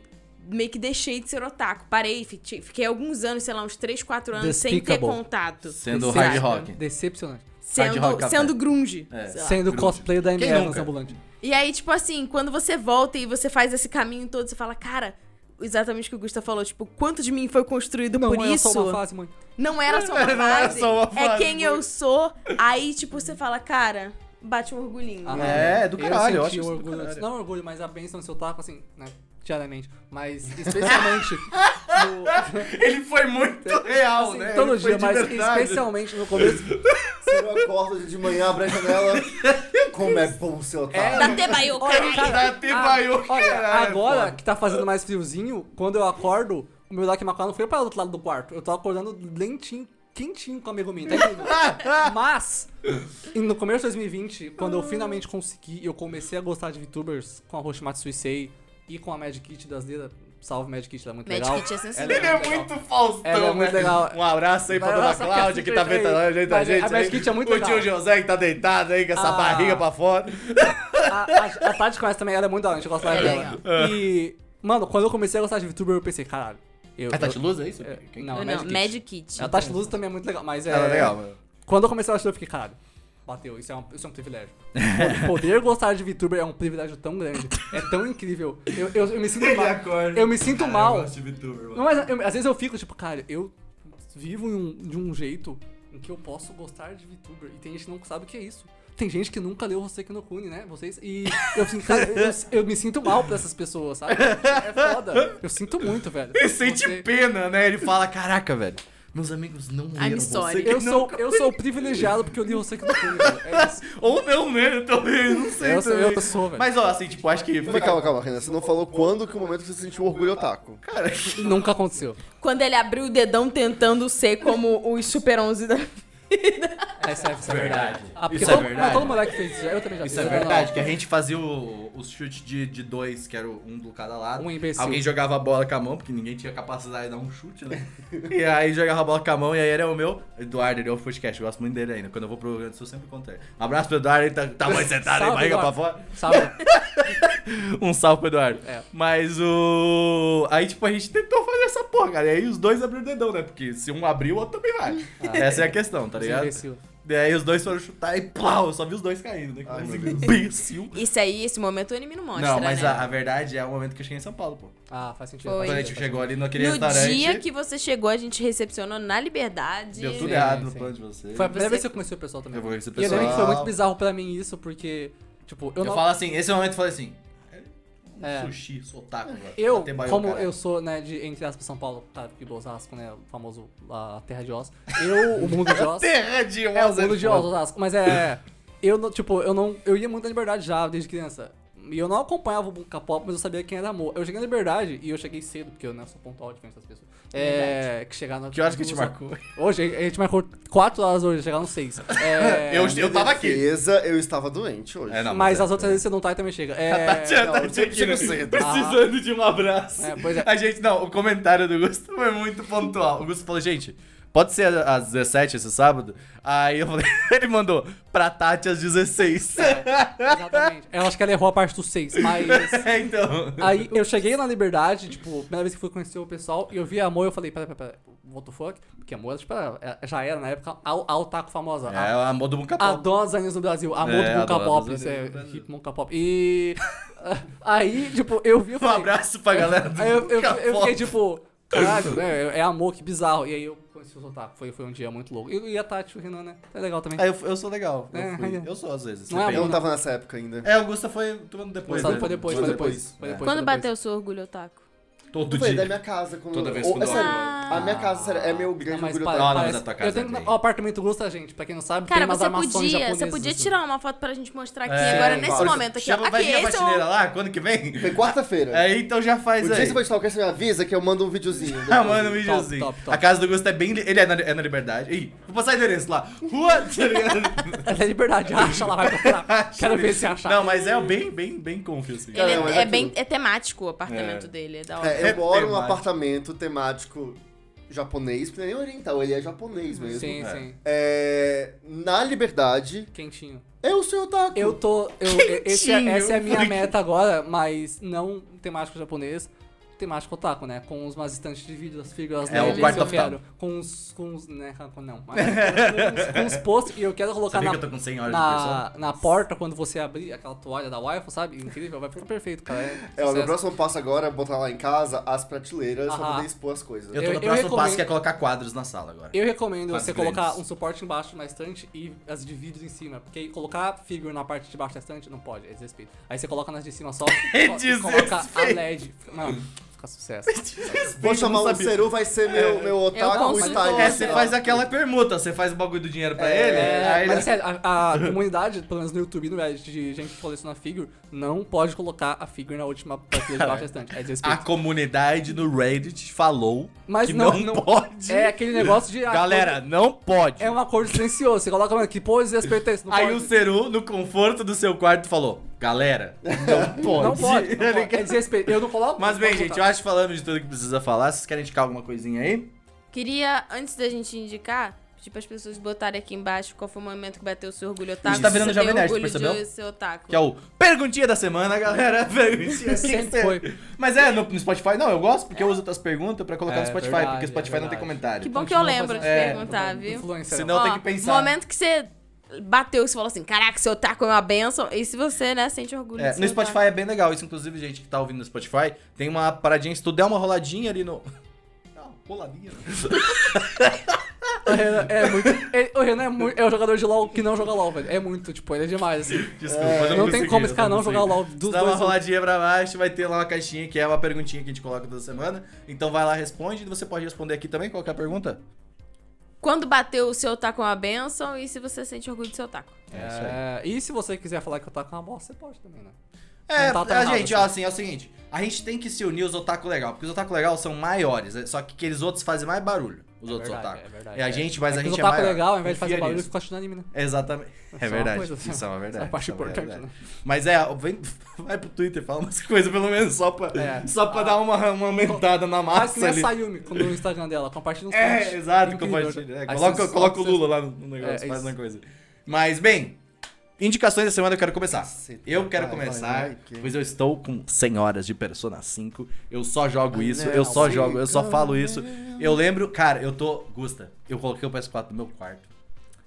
[SPEAKER 3] meio que deixei de ser otaku, parei, fiquei, fiquei alguns anos, sei lá, uns 3, 4 anos sem ter
[SPEAKER 2] Despicable.
[SPEAKER 3] contato.
[SPEAKER 1] Sendo
[SPEAKER 3] saca?
[SPEAKER 1] hard rock.
[SPEAKER 2] decepcionante.
[SPEAKER 1] Hard
[SPEAKER 3] Sendo,
[SPEAKER 1] rock café.
[SPEAKER 3] sendo grunge.
[SPEAKER 1] É.
[SPEAKER 3] sei lá.
[SPEAKER 2] Sendo
[SPEAKER 1] grunge.
[SPEAKER 2] cosplay da
[SPEAKER 1] Quem
[SPEAKER 2] ML
[SPEAKER 1] nunca?
[SPEAKER 2] no ambulante.
[SPEAKER 3] E aí, tipo assim, quando você volta e você faz esse caminho todo, você fala, cara, exatamente o que o Gustavo falou, tipo, quanto de mim foi construído
[SPEAKER 2] Não,
[SPEAKER 3] por
[SPEAKER 2] é
[SPEAKER 3] isso?
[SPEAKER 2] só uma fase, mãe.
[SPEAKER 3] Não era só uma
[SPEAKER 1] <laughs> Não era
[SPEAKER 3] fase.
[SPEAKER 1] só uma
[SPEAKER 3] É
[SPEAKER 1] fase,
[SPEAKER 3] quem eu sou. Aí, tipo, você fala, cara, bate um orgulhinho.
[SPEAKER 2] Ah,
[SPEAKER 1] É, é do caralho, eu
[SPEAKER 2] eu
[SPEAKER 1] acho
[SPEAKER 2] senti
[SPEAKER 1] isso do
[SPEAKER 2] orgulho,
[SPEAKER 1] caralho.
[SPEAKER 2] Não orgulho, mas a benção do seu taco, assim, né? Diariamente. Mas especialmente no.
[SPEAKER 1] Ele foi muito real, né?
[SPEAKER 2] Assim, todo
[SPEAKER 1] Ele foi
[SPEAKER 2] dia,
[SPEAKER 1] de
[SPEAKER 2] mas
[SPEAKER 1] verdade.
[SPEAKER 2] especialmente no começo.
[SPEAKER 1] <laughs>
[SPEAKER 4] Você não acorda de manhã, abre a janela. Como é bom seu
[SPEAKER 2] Ah.
[SPEAKER 4] otário.
[SPEAKER 3] Dá até né? baiô,
[SPEAKER 2] Olha,
[SPEAKER 3] caralho.
[SPEAKER 2] cara,
[SPEAKER 1] até
[SPEAKER 2] a-
[SPEAKER 1] baiou,
[SPEAKER 2] Ah, olha,
[SPEAKER 1] caralho,
[SPEAKER 2] agora
[SPEAKER 1] né? foda.
[SPEAKER 2] que tá fazendo mais friozinho, quando eu acordo, o meu Dark Macaco não foi para o outro lado do quarto. Eu tô acordando lentinho, quentinho com o amigo meu, tá incrível.
[SPEAKER 1] <laughs>
[SPEAKER 2] Mas, em- no começo de 2020, quando eu finalmente consegui, eu comecei a gostar de VTubers com a Hoshimatsu Suisei e com a Magic Kit brasileira. Salve Magic Kit, ela é muito
[SPEAKER 3] Magic
[SPEAKER 2] legal.
[SPEAKER 3] Kit é sensacional.
[SPEAKER 1] Ele é muito Faustão,
[SPEAKER 2] Ela é muito
[SPEAKER 1] né?
[SPEAKER 2] legal.
[SPEAKER 1] Um abraço aí pra
[SPEAKER 2] Vai,
[SPEAKER 1] dona
[SPEAKER 2] abraço aqui,
[SPEAKER 1] Cláudia, que tá
[SPEAKER 2] assistente
[SPEAKER 1] vendo a
[SPEAKER 2] aí.
[SPEAKER 1] gente, a
[SPEAKER 2] Mas a-
[SPEAKER 1] gente
[SPEAKER 2] a
[SPEAKER 1] aí.
[SPEAKER 2] Basquete é muito
[SPEAKER 1] O
[SPEAKER 2] legal.
[SPEAKER 1] tio José que tá deitado aí com essa
[SPEAKER 2] Ah.
[SPEAKER 1] barriga pra fora.
[SPEAKER 2] A, a, a Tati conhece também, ela é muito da hora, a gente gosta
[SPEAKER 3] É
[SPEAKER 2] dela. E, mano, quando eu comecei a gostar de VTuber, eu pensei, caralho. Eu, eu-
[SPEAKER 1] Luz, é isso?
[SPEAKER 2] É,
[SPEAKER 1] Quem-
[SPEAKER 2] não.
[SPEAKER 3] Não,
[SPEAKER 2] Magic
[SPEAKER 3] Magic,
[SPEAKER 2] Kit.
[SPEAKER 3] Kit.
[SPEAKER 2] A Tati Luz também é muito legal, mas é.
[SPEAKER 1] Ela é legal, mano.
[SPEAKER 2] Quando eu comecei a assistir, eu fiquei, caralho, bateu, isso é um, isso é um
[SPEAKER 1] <laughs>
[SPEAKER 2] privilégio. Poder- Poder gostar de VTuber é um privilégio tão grande, é tão incrível. Eu, eu, eu me sinto mal. Ah, Eu me sinto mal. Não, mas eu- às vezes eu fico tipo, cara, eu vivo em um- de um jeito em que eu posso gostar de VTuber. E tem gente que não sabe o que é isso. Tem gente que nunca leu Hoseki no Kune, né? Vocês. E eu, fico, cara, eu, eu me sinto mal pra essas pessoas, sabe? É foda. <laughs> Eu sinto muito, velho.
[SPEAKER 1] Ele sente
[SPEAKER 2] Você-
[SPEAKER 1] pena, né? Ele fala, caraca, velho, meus amigos não leram você
[SPEAKER 3] sorry.
[SPEAKER 1] que
[SPEAKER 2] Eu
[SPEAKER 1] não-
[SPEAKER 2] sou, eu sou privilegiado porque eu li Hoseki no Kune, velho. É isso.
[SPEAKER 1] Ou não, né? Eu também, não sei
[SPEAKER 2] Eu sou- eu
[SPEAKER 1] também.
[SPEAKER 2] sou, velho.
[SPEAKER 1] Mas, ó, assim, tipo, acho que...
[SPEAKER 4] Mas calma, calma, Renan. Você não falou quando que o momento que você sentiu orgulho otaku.
[SPEAKER 1] Cara,
[SPEAKER 2] Nunca aconteceu.
[SPEAKER 3] Quando ele abriu o dedão tentando ser como os Super 11 da...
[SPEAKER 2] Essa, essa é verdade.
[SPEAKER 1] Verdade.
[SPEAKER 2] Ah, porque
[SPEAKER 1] Isso é
[SPEAKER 2] todo,
[SPEAKER 1] verdade.
[SPEAKER 2] mas todo moleque fez isso. já, Eu também já
[SPEAKER 1] Isso
[SPEAKER 2] fiz,
[SPEAKER 1] é
[SPEAKER 2] eu era
[SPEAKER 1] verdade,
[SPEAKER 2] lá.
[SPEAKER 1] que a gente fazia o- os chutes de, de dois, que era o- um do cada lado.
[SPEAKER 2] Um imbecil.
[SPEAKER 1] Alguém jogava a bola com a mão, porque ninguém tinha capacidade de dar um chute, né? e aí jogava a bola com a mão, e aí era o meu. Eduardo, ele é o podcast, eu gosto muito dele ainda. Quando eu vou pro Rio Grande do Sul, eu sempre conto ele. Um abraço pro Eduardo, ele tá, tá mais sentado aí,
[SPEAKER 2] Salve,
[SPEAKER 1] barriga pra
[SPEAKER 2] Eduardo.
[SPEAKER 1] fora. <laughs>
[SPEAKER 2] Sabe?
[SPEAKER 1] Tá Um salve pro Eduardo.
[SPEAKER 2] É.
[SPEAKER 1] Mas o. Aí, tipo, a gente tentou fazer essa porra, cara. E aí os dois abriram o dedão, né? Porque se um abriu, o outro também vai. Essa é a questão, tá
[SPEAKER 2] Os
[SPEAKER 1] ligado?
[SPEAKER 2] imbecil.
[SPEAKER 1] E aí os dois foram chutar e plau, eu só vi os dois caindo, né? Que
[SPEAKER 4] Ai,
[SPEAKER 1] coisa
[SPEAKER 4] meu Deus.
[SPEAKER 1] imbecil.
[SPEAKER 3] Isso aí, esse momento o anime não mostra,
[SPEAKER 1] Não, mas
[SPEAKER 3] né?
[SPEAKER 1] a, a verdade é o momento que eu cheguei em São Paulo, pô.
[SPEAKER 2] Ah, faz sentido.
[SPEAKER 3] Foi.
[SPEAKER 2] faz
[SPEAKER 1] Quando a
[SPEAKER 2] sentido,
[SPEAKER 1] gente
[SPEAKER 2] faz
[SPEAKER 1] chegou ali naquele
[SPEAKER 3] No
[SPEAKER 1] restaurante.
[SPEAKER 3] dia que você chegou, a gente recepcionou na liberdade.
[SPEAKER 1] Deu tudo
[SPEAKER 2] Sim,
[SPEAKER 1] errado no
[SPEAKER 2] sim.
[SPEAKER 1] plano de vocês.
[SPEAKER 2] Foi a primeira
[SPEAKER 3] Você-
[SPEAKER 2] vez que eu conheci o pessoal também.
[SPEAKER 1] Eu vou esse
[SPEAKER 2] E eu
[SPEAKER 1] pessoal.
[SPEAKER 2] lembro que foi muito bizarro pra mim isso, porque, tipo, eu,
[SPEAKER 1] Eu,
[SPEAKER 2] não.
[SPEAKER 1] falo assim, esse momento eu falei assim. Um
[SPEAKER 2] É.
[SPEAKER 1] sushi, sotaco, velho.
[SPEAKER 2] eu,
[SPEAKER 1] Até baiou,
[SPEAKER 2] como
[SPEAKER 1] cara.
[SPEAKER 2] eu sou, né, de, entre aspas, São Paulo, tá, que Osasco, né, o famoso, a terra de Oz, eu,
[SPEAKER 1] <laughs>
[SPEAKER 2] o mundo de Oz,
[SPEAKER 1] Terra de
[SPEAKER 2] É, o
[SPEAKER 1] Oz,
[SPEAKER 2] mundo de
[SPEAKER 1] foda.
[SPEAKER 2] Oz, Osasco. Mas é. <laughs> Eu não, tipo, eu não. Eu ia muito na liberdade já desde criança. E eu não acompanhava o K-pop, mas eu sabia quem era amor. Eu cheguei na liberdade e eu cheguei cedo, porque eu não sou pontual diferente das pessoas. É. Que chegaram na.
[SPEAKER 1] Que horas que te marcou?
[SPEAKER 2] Hoje, a gente marcou 4 horas hoje, chegaram 6. É,
[SPEAKER 1] <laughs> Eu,
[SPEAKER 4] Em
[SPEAKER 1] eu tava aqui.
[SPEAKER 4] defesa, eu estava doente hoje.
[SPEAKER 1] É, não.
[SPEAKER 2] mas
[SPEAKER 1] é-
[SPEAKER 2] as outras vezes você não tá e também chega. É,
[SPEAKER 1] Tatiana,
[SPEAKER 4] não,
[SPEAKER 1] <laughs> tá
[SPEAKER 4] eu sempre
[SPEAKER 1] chegando
[SPEAKER 4] chego cedo.
[SPEAKER 1] Precisando de um abraço.
[SPEAKER 2] É, pois é.
[SPEAKER 1] A gente, não, o comentário do Gusto foi muito pontual. O Gusto falou, gente, pode ser às 17 esse sábado? Aí eu falei, <laughs> ele mandou pra Tati às 16.
[SPEAKER 2] exatamente. Eu acho que ela errou a parte do 6, mas.
[SPEAKER 1] <laughs> então. <laughs>
[SPEAKER 2] Aí eu cheguei na liberdade, tipo, primeira vez que fui conhecer o pessoal, e eu vi a Amor, eu falei, pera, pera, pera, what the fuck? Porque a Amor, tipo, ela- já era na época a, a otaku famosa.
[SPEAKER 1] É,
[SPEAKER 2] A,
[SPEAKER 1] o amor do Bunka
[SPEAKER 2] a
[SPEAKER 1] Pop.
[SPEAKER 2] dona dos animes do Brasil, a Amor
[SPEAKER 1] É,
[SPEAKER 2] do
[SPEAKER 1] a
[SPEAKER 2] Monka
[SPEAKER 1] dona
[SPEAKER 2] Pop,
[SPEAKER 1] dos
[SPEAKER 2] isso é
[SPEAKER 1] animes do Brasil.
[SPEAKER 2] hip Monka Pop. E <laughs> aí, tipo, eu vi e
[SPEAKER 1] Um
[SPEAKER 2] falei...
[SPEAKER 1] abraço pra galera do
[SPEAKER 2] Aí eu, eu,
[SPEAKER 1] Bunka
[SPEAKER 2] eu
[SPEAKER 1] Pop.
[SPEAKER 2] fiquei tipo, caralho, né, é amor, que bizarro. E aí eu conheci o otaku, foi, foi um dia muito louco. E, e a Tati, o Renan, né, é legal também.
[SPEAKER 1] Ah, eu, eu sou legal. Eu,
[SPEAKER 2] É,
[SPEAKER 1] fui.
[SPEAKER 2] é.
[SPEAKER 1] eu sou às vezes.
[SPEAKER 2] Não é
[SPEAKER 4] Eu
[SPEAKER 1] depende.
[SPEAKER 4] não tava nessa época ainda.
[SPEAKER 1] É, o Gusta foi tomando depois.
[SPEAKER 2] Foi
[SPEAKER 1] né?
[SPEAKER 2] depois, foi
[SPEAKER 1] Foi
[SPEAKER 2] depois, foi depois.
[SPEAKER 1] É.
[SPEAKER 2] foi
[SPEAKER 3] Quando
[SPEAKER 2] depois.
[SPEAKER 3] bateu o seu orgulho, Otaku?
[SPEAKER 1] Todo
[SPEAKER 4] Foi da
[SPEAKER 1] dia.
[SPEAKER 4] minha casa. Quando
[SPEAKER 1] Toda vez
[SPEAKER 4] Ou-
[SPEAKER 1] quando
[SPEAKER 4] é
[SPEAKER 1] eu
[SPEAKER 4] sério,
[SPEAKER 1] olho.
[SPEAKER 4] A minha casa, sério, é meu grande
[SPEAKER 2] mas
[SPEAKER 4] orgulho
[SPEAKER 2] pa-
[SPEAKER 1] Não, não,
[SPEAKER 4] também.
[SPEAKER 2] parece-
[SPEAKER 1] mas a tua casa
[SPEAKER 2] eu tenho
[SPEAKER 1] é bem.
[SPEAKER 2] o apartamento Gusta, gente, pra quem não sabe,
[SPEAKER 3] Cara,
[SPEAKER 2] tem umas
[SPEAKER 3] você
[SPEAKER 2] armações
[SPEAKER 3] podia,
[SPEAKER 2] japonesas,
[SPEAKER 3] você
[SPEAKER 2] <laughs>
[SPEAKER 3] podia
[SPEAKER 2] assim.
[SPEAKER 3] tirar uma foto pra gente mostrar aqui
[SPEAKER 1] É,
[SPEAKER 3] agora, nesse
[SPEAKER 1] claro.
[SPEAKER 3] momento. Aqui, ó.
[SPEAKER 1] Chama- vai
[SPEAKER 3] Aqui,
[SPEAKER 1] vir a
[SPEAKER 3] esse é
[SPEAKER 1] faxineira
[SPEAKER 3] o...
[SPEAKER 1] lá, quando que vem?
[SPEAKER 4] <laughs> Foi quarta-feira.
[SPEAKER 1] É, então já
[SPEAKER 4] O
[SPEAKER 1] faz
[SPEAKER 4] dia que você
[SPEAKER 1] aí.
[SPEAKER 4] vai estar você me avisa que eu mando um videozinho.
[SPEAKER 1] Ah, mano, um
[SPEAKER 2] Top,
[SPEAKER 1] videozinho.
[SPEAKER 2] top, top.
[SPEAKER 1] A casa do Gusto é bem. li- Ele é na, é na liberdade. Ih, vou passar endereço lá. Rua. tá ligado?
[SPEAKER 2] Essa é liberdade, acha lá, vai procurar. <laughs> Quero ver se achar.
[SPEAKER 1] Não, mas é bem, bem, bem confi, assim.
[SPEAKER 3] Ele
[SPEAKER 4] Não, mas
[SPEAKER 3] é, é
[SPEAKER 4] aquilo-
[SPEAKER 3] bem é temático o apartamento
[SPEAKER 1] É.
[SPEAKER 3] dele, é da hora.
[SPEAKER 4] É,
[SPEAKER 1] É
[SPEAKER 4] eu moro num
[SPEAKER 1] temático.
[SPEAKER 4] apartamento temático japonês, porque nem oriental, ele é japonês mesmo.
[SPEAKER 2] Uhum, Sim,
[SPEAKER 1] É.
[SPEAKER 2] sim.
[SPEAKER 4] É, na liberdade,
[SPEAKER 2] Quentinho.
[SPEAKER 4] eu sou otaku.
[SPEAKER 2] Eu tô. Eu, esse é-
[SPEAKER 1] Quentinho.
[SPEAKER 2] essa é a minha meta agora, mas não temático japonês, temático otaku, né? Com uns- umas estantes de vídeo, as figuras
[SPEAKER 1] É,
[SPEAKER 2] nerds
[SPEAKER 1] o quarto
[SPEAKER 2] que eu
[SPEAKER 1] oficial.
[SPEAKER 2] quero. Com uns. Com uns. Né, com- não.
[SPEAKER 1] <laughs>
[SPEAKER 2] mas com uns- com uns posts e eu quero colocar
[SPEAKER 1] Sabia
[SPEAKER 2] na,
[SPEAKER 1] que eu tô com 100 horas de
[SPEAKER 2] na,
[SPEAKER 1] pessoa?
[SPEAKER 2] na porta quando você abrir aquela toalha da waifu, sabe? Incrível, vai ficar perfeito, cara.
[SPEAKER 4] É, o meu
[SPEAKER 2] sucesso.
[SPEAKER 4] próximo passo agora é botar lá em casa as prateleiras pra
[SPEAKER 2] Aham.
[SPEAKER 4] poder expor as coisas.
[SPEAKER 1] Eu tô
[SPEAKER 2] Eu-
[SPEAKER 1] no
[SPEAKER 2] eu
[SPEAKER 1] próximo passo
[SPEAKER 2] recomendo-
[SPEAKER 1] que é colocar quadros na sala agora.
[SPEAKER 2] Eu recomendo
[SPEAKER 1] Quadros
[SPEAKER 2] você
[SPEAKER 1] grandes.
[SPEAKER 2] colocar um suporte embaixo na estante e as de vídeos em cima. Porque colocar figure na parte de baixo da estante não pode, é desrespeito. Aí você coloca nas de
[SPEAKER 1] <laughs>
[SPEAKER 2] cima só e
[SPEAKER 1] Desrespeito.
[SPEAKER 2] coloca a LED. Mano, fica sucesso.
[SPEAKER 1] <laughs>
[SPEAKER 4] Vou
[SPEAKER 1] Não
[SPEAKER 4] chamar o
[SPEAKER 1] sabia.
[SPEAKER 4] Seru, vai ser
[SPEAKER 2] É.
[SPEAKER 4] meu, meu otaku, assim, o
[SPEAKER 3] consultor.
[SPEAKER 4] stylist.
[SPEAKER 1] É, você
[SPEAKER 4] lá.
[SPEAKER 1] faz aquela permuta, você faz o bagulho do dinheiro pra
[SPEAKER 4] É,
[SPEAKER 1] ele, né? aí
[SPEAKER 2] É,
[SPEAKER 1] ele
[SPEAKER 2] mas sério, a, a comunidade, pelo menos no YouTube e no Reddit, de gente que coleciona figure, não pode colocar a figure na última prateleira de baixo da estante. É
[SPEAKER 1] A <laughs>
[SPEAKER 2] desrespeito.
[SPEAKER 1] comunidade no Reddit falou
[SPEAKER 2] Mas
[SPEAKER 1] que
[SPEAKER 2] não-
[SPEAKER 1] não,
[SPEAKER 2] não-
[SPEAKER 1] pode.
[SPEAKER 2] É aquele negócio de. ah,
[SPEAKER 1] Galera, não pode.
[SPEAKER 2] É um acordo silencioso. Você coloca, mano, que pô, desrespeito é esse? Não
[SPEAKER 1] Aí
[SPEAKER 2] pode.
[SPEAKER 1] o Seru, no conforto do seu quarto, falou: Galera, não pode.
[SPEAKER 2] <laughs>
[SPEAKER 1] Tá <laughs>
[SPEAKER 2] Não pode. Não pode. É desrespeito. Eu não coloco.
[SPEAKER 1] Mas
[SPEAKER 2] não
[SPEAKER 1] bem,
[SPEAKER 2] posso
[SPEAKER 1] gente,
[SPEAKER 2] botar.
[SPEAKER 1] eu acho que falamos de tudo que precisa falar. Vocês querem indicar alguma coisinha aí?
[SPEAKER 3] Queria, antes da gente indicar, pedir para as pessoas botarem aqui embaixo qual foi o momento que bateu o seu orgulho otaku.
[SPEAKER 1] gente tá virando
[SPEAKER 3] se você tem
[SPEAKER 1] Jovem Nerd,
[SPEAKER 3] orgulho
[SPEAKER 1] percebeu?
[SPEAKER 3] de ser otaku.
[SPEAKER 1] Que é o Perguntinha da Semana, galera. <laughs> Perguntinha
[SPEAKER 2] Sempre foi.
[SPEAKER 1] Mas é, no, no Spotify. Não, eu gosto porque eu uso outras perguntas pra colocar
[SPEAKER 2] É,
[SPEAKER 1] no Spotify,
[SPEAKER 2] verdade,
[SPEAKER 1] porque o Spotify
[SPEAKER 2] é
[SPEAKER 1] não tem
[SPEAKER 2] verdade.
[SPEAKER 1] comentário.
[SPEAKER 3] Que bom que eu
[SPEAKER 2] Continua
[SPEAKER 3] lembro de
[SPEAKER 2] fazendo
[SPEAKER 1] É.
[SPEAKER 3] perguntar, viu?
[SPEAKER 2] Influencer. né?
[SPEAKER 1] Senão- tem que pensar.
[SPEAKER 3] momento que você bateu, você falou assim, caraca, seu otaku é uma benção. E se você, né, sente orgulho
[SPEAKER 1] É,
[SPEAKER 3] de ser
[SPEAKER 1] no
[SPEAKER 3] otaku.
[SPEAKER 1] Spotify é bem legal. Isso, inclusive, gente que tá ouvindo no Spotify, tem uma paradinha. Se tu der uma roladinha ali no. <laughs> Ah, roladinha.
[SPEAKER 2] O Renan é muito. ele- o Renan é, muito, é o jogador de LOL que não joga LOL, velho. É muito, tipo, ele é demais, assim.
[SPEAKER 1] Desculpa,
[SPEAKER 2] não tem
[SPEAKER 1] consegui,
[SPEAKER 2] como esse cara não
[SPEAKER 1] consegui.
[SPEAKER 2] jogar LOL dos
[SPEAKER 1] Se tá dá uma
[SPEAKER 2] dois, né?
[SPEAKER 1] roladinha pra baixo, vai ter lá uma caixinha que é uma perguntinha que a gente coloca toda semana. Então vai lá, responde. Você pode responder aqui também qualquer pergunta.
[SPEAKER 3] Quando bateu o seu otaku é uma benção e se você sente orgulho de ser otaku.
[SPEAKER 1] É, isso aí.
[SPEAKER 2] É, e se você quiser falar que eu taco uma bosta, você pode também, né?
[SPEAKER 1] É,
[SPEAKER 2] Não tá tão
[SPEAKER 1] a
[SPEAKER 2] errado,
[SPEAKER 1] gente, ó, assim, é o seguinte. A gente tem que se unir os otaku legal, porque os otaku legal são maiores, né? só que aqueles outros fazem mais barulho, os
[SPEAKER 2] É
[SPEAKER 1] outros
[SPEAKER 2] verdade,
[SPEAKER 1] otaku.
[SPEAKER 2] é verdade,
[SPEAKER 1] É a
[SPEAKER 2] é.
[SPEAKER 1] gente, mas a
[SPEAKER 2] Porque
[SPEAKER 1] gente
[SPEAKER 2] o
[SPEAKER 1] é
[SPEAKER 2] taco
[SPEAKER 1] maior.
[SPEAKER 2] legal, ao invés de fazer
[SPEAKER 1] Confia
[SPEAKER 2] barulho,
[SPEAKER 1] nisso.
[SPEAKER 2] fica assistindo anime, né? <laughs>
[SPEAKER 1] Exatamente.
[SPEAKER 2] Isso
[SPEAKER 1] É
[SPEAKER 2] é uma
[SPEAKER 1] verdade.
[SPEAKER 2] coisa, assim,
[SPEAKER 1] Isso é uma verdade.
[SPEAKER 2] essa é a parte
[SPEAKER 1] isso uma
[SPEAKER 2] importante,
[SPEAKER 1] verdade.
[SPEAKER 2] né?
[SPEAKER 1] Mas é, vem- <laughs> vai pro Twitter, fala umas coisas pelo menos só pra,
[SPEAKER 2] É.
[SPEAKER 1] só pra
[SPEAKER 2] Ah.
[SPEAKER 1] dar uma, uma aumentada na
[SPEAKER 2] Faz que
[SPEAKER 1] massa
[SPEAKER 2] nem a
[SPEAKER 1] ali.
[SPEAKER 2] Sayumi com- no Instagram dela, compartilha uns
[SPEAKER 1] É,
[SPEAKER 2] posts.
[SPEAKER 1] exato,
[SPEAKER 2] um Incrível. né?
[SPEAKER 1] compartilha. É,
[SPEAKER 2] Aí
[SPEAKER 1] coloca
[SPEAKER 2] vocês-
[SPEAKER 1] coloca o
[SPEAKER 2] vocês-
[SPEAKER 1] Lula lá no, no negócio,
[SPEAKER 2] É,
[SPEAKER 1] faz
[SPEAKER 2] isso.
[SPEAKER 1] uma coisa. Mas, bem, indicações da semana eu quero começar.
[SPEAKER 4] Caceta,
[SPEAKER 1] Eu quero
[SPEAKER 4] vai, vai,
[SPEAKER 1] começar,
[SPEAKER 4] vai, que-
[SPEAKER 1] pois eu estou com 100 horas de Persona 5. Eu só jogo isso,
[SPEAKER 4] Não,
[SPEAKER 1] eu só
[SPEAKER 4] sim,
[SPEAKER 1] jogo, eu só
[SPEAKER 4] cara.
[SPEAKER 1] falo isso. Eu lembro, cara, eu tô. Gusta, eu coloquei o PS4 no meu quarto.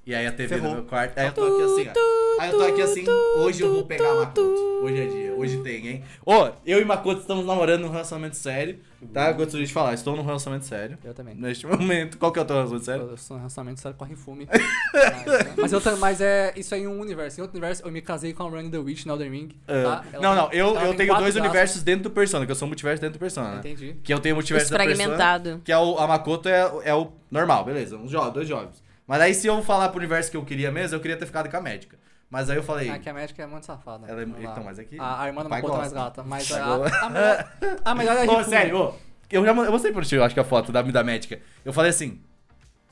[SPEAKER 1] E aí a TV
[SPEAKER 4] Ferrou.
[SPEAKER 1] no meu quarto. Aí eu tô aqui assim, ó. Aí eu tô aqui assim, hoje eu vou pegar a Makoto. Hoje é dia, hoje tem, hein? Ô, eu e Makoto estamos namorando num relacionamento sério, tá? Eu gostaria de falar, estou num relacionamento sério
[SPEAKER 2] Eu também.
[SPEAKER 1] neste <laughs> momento. Qual que é o teu relacionamento sério?
[SPEAKER 2] Eu sou um relacionamento sério com a
[SPEAKER 1] <laughs>
[SPEAKER 2] Rifume. mas, né? mas, eu tam- mas é isso aí em um universo. Em outro universo, eu me casei com a Run the Witch no Elden Ring. Tá?
[SPEAKER 1] Ah,
[SPEAKER 2] Ela
[SPEAKER 1] não,
[SPEAKER 2] tem-
[SPEAKER 1] não, eu,
[SPEAKER 2] ela
[SPEAKER 1] eu
[SPEAKER 2] tem
[SPEAKER 1] tenho
[SPEAKER 2] quatro
[SPEAKER 1] dois
[SPEAKER 2] braços.
[SPEAKER 1] universos dentro do Persona, que eu sou multiverso dentro do Persona. né?
[SPEAKER 2] Entendi.
[SPEAKER 1] Que eu tenho multiverso da Persona.
[SPEAKER 3] Desfragmentado.
[SPEAKER 1] Que é o, a Makoto é, é o normal, beleza, um jo dois jogos. Mas aí se eu falar pro universo que eu queria mesmo, eu queria ter ficado com a médica. Mas aí eu falei,
[SPEAKER 2] Ah, que a médica é muito safada.
[SPEAKER 1] Ela é-
[SPEAKER 2] Vamos lá.
[SPEAKER 1] então, mas é que
[SPEAKER 2] A, a irmã da
[SPEAKER 1] o pai
[SPEAKER 2] Makoto é mais
[SPEAKER 1] gosta.
[SPEAKER 2] gata. Mas
[SPEAKER 1] Pai
[SPEAKER 2] a,
[SPEAKER 1] gosta.
[SPEAKER 2] a melhor, a melhor é a
[SPEAKER 1] Ô,
[SPEAKER 2] Rifumi.
[SPEAKER 1] sério, ô, eu já mandei- eu mostrei pro tio, acho que a foto da, da médica. Eu falei assim,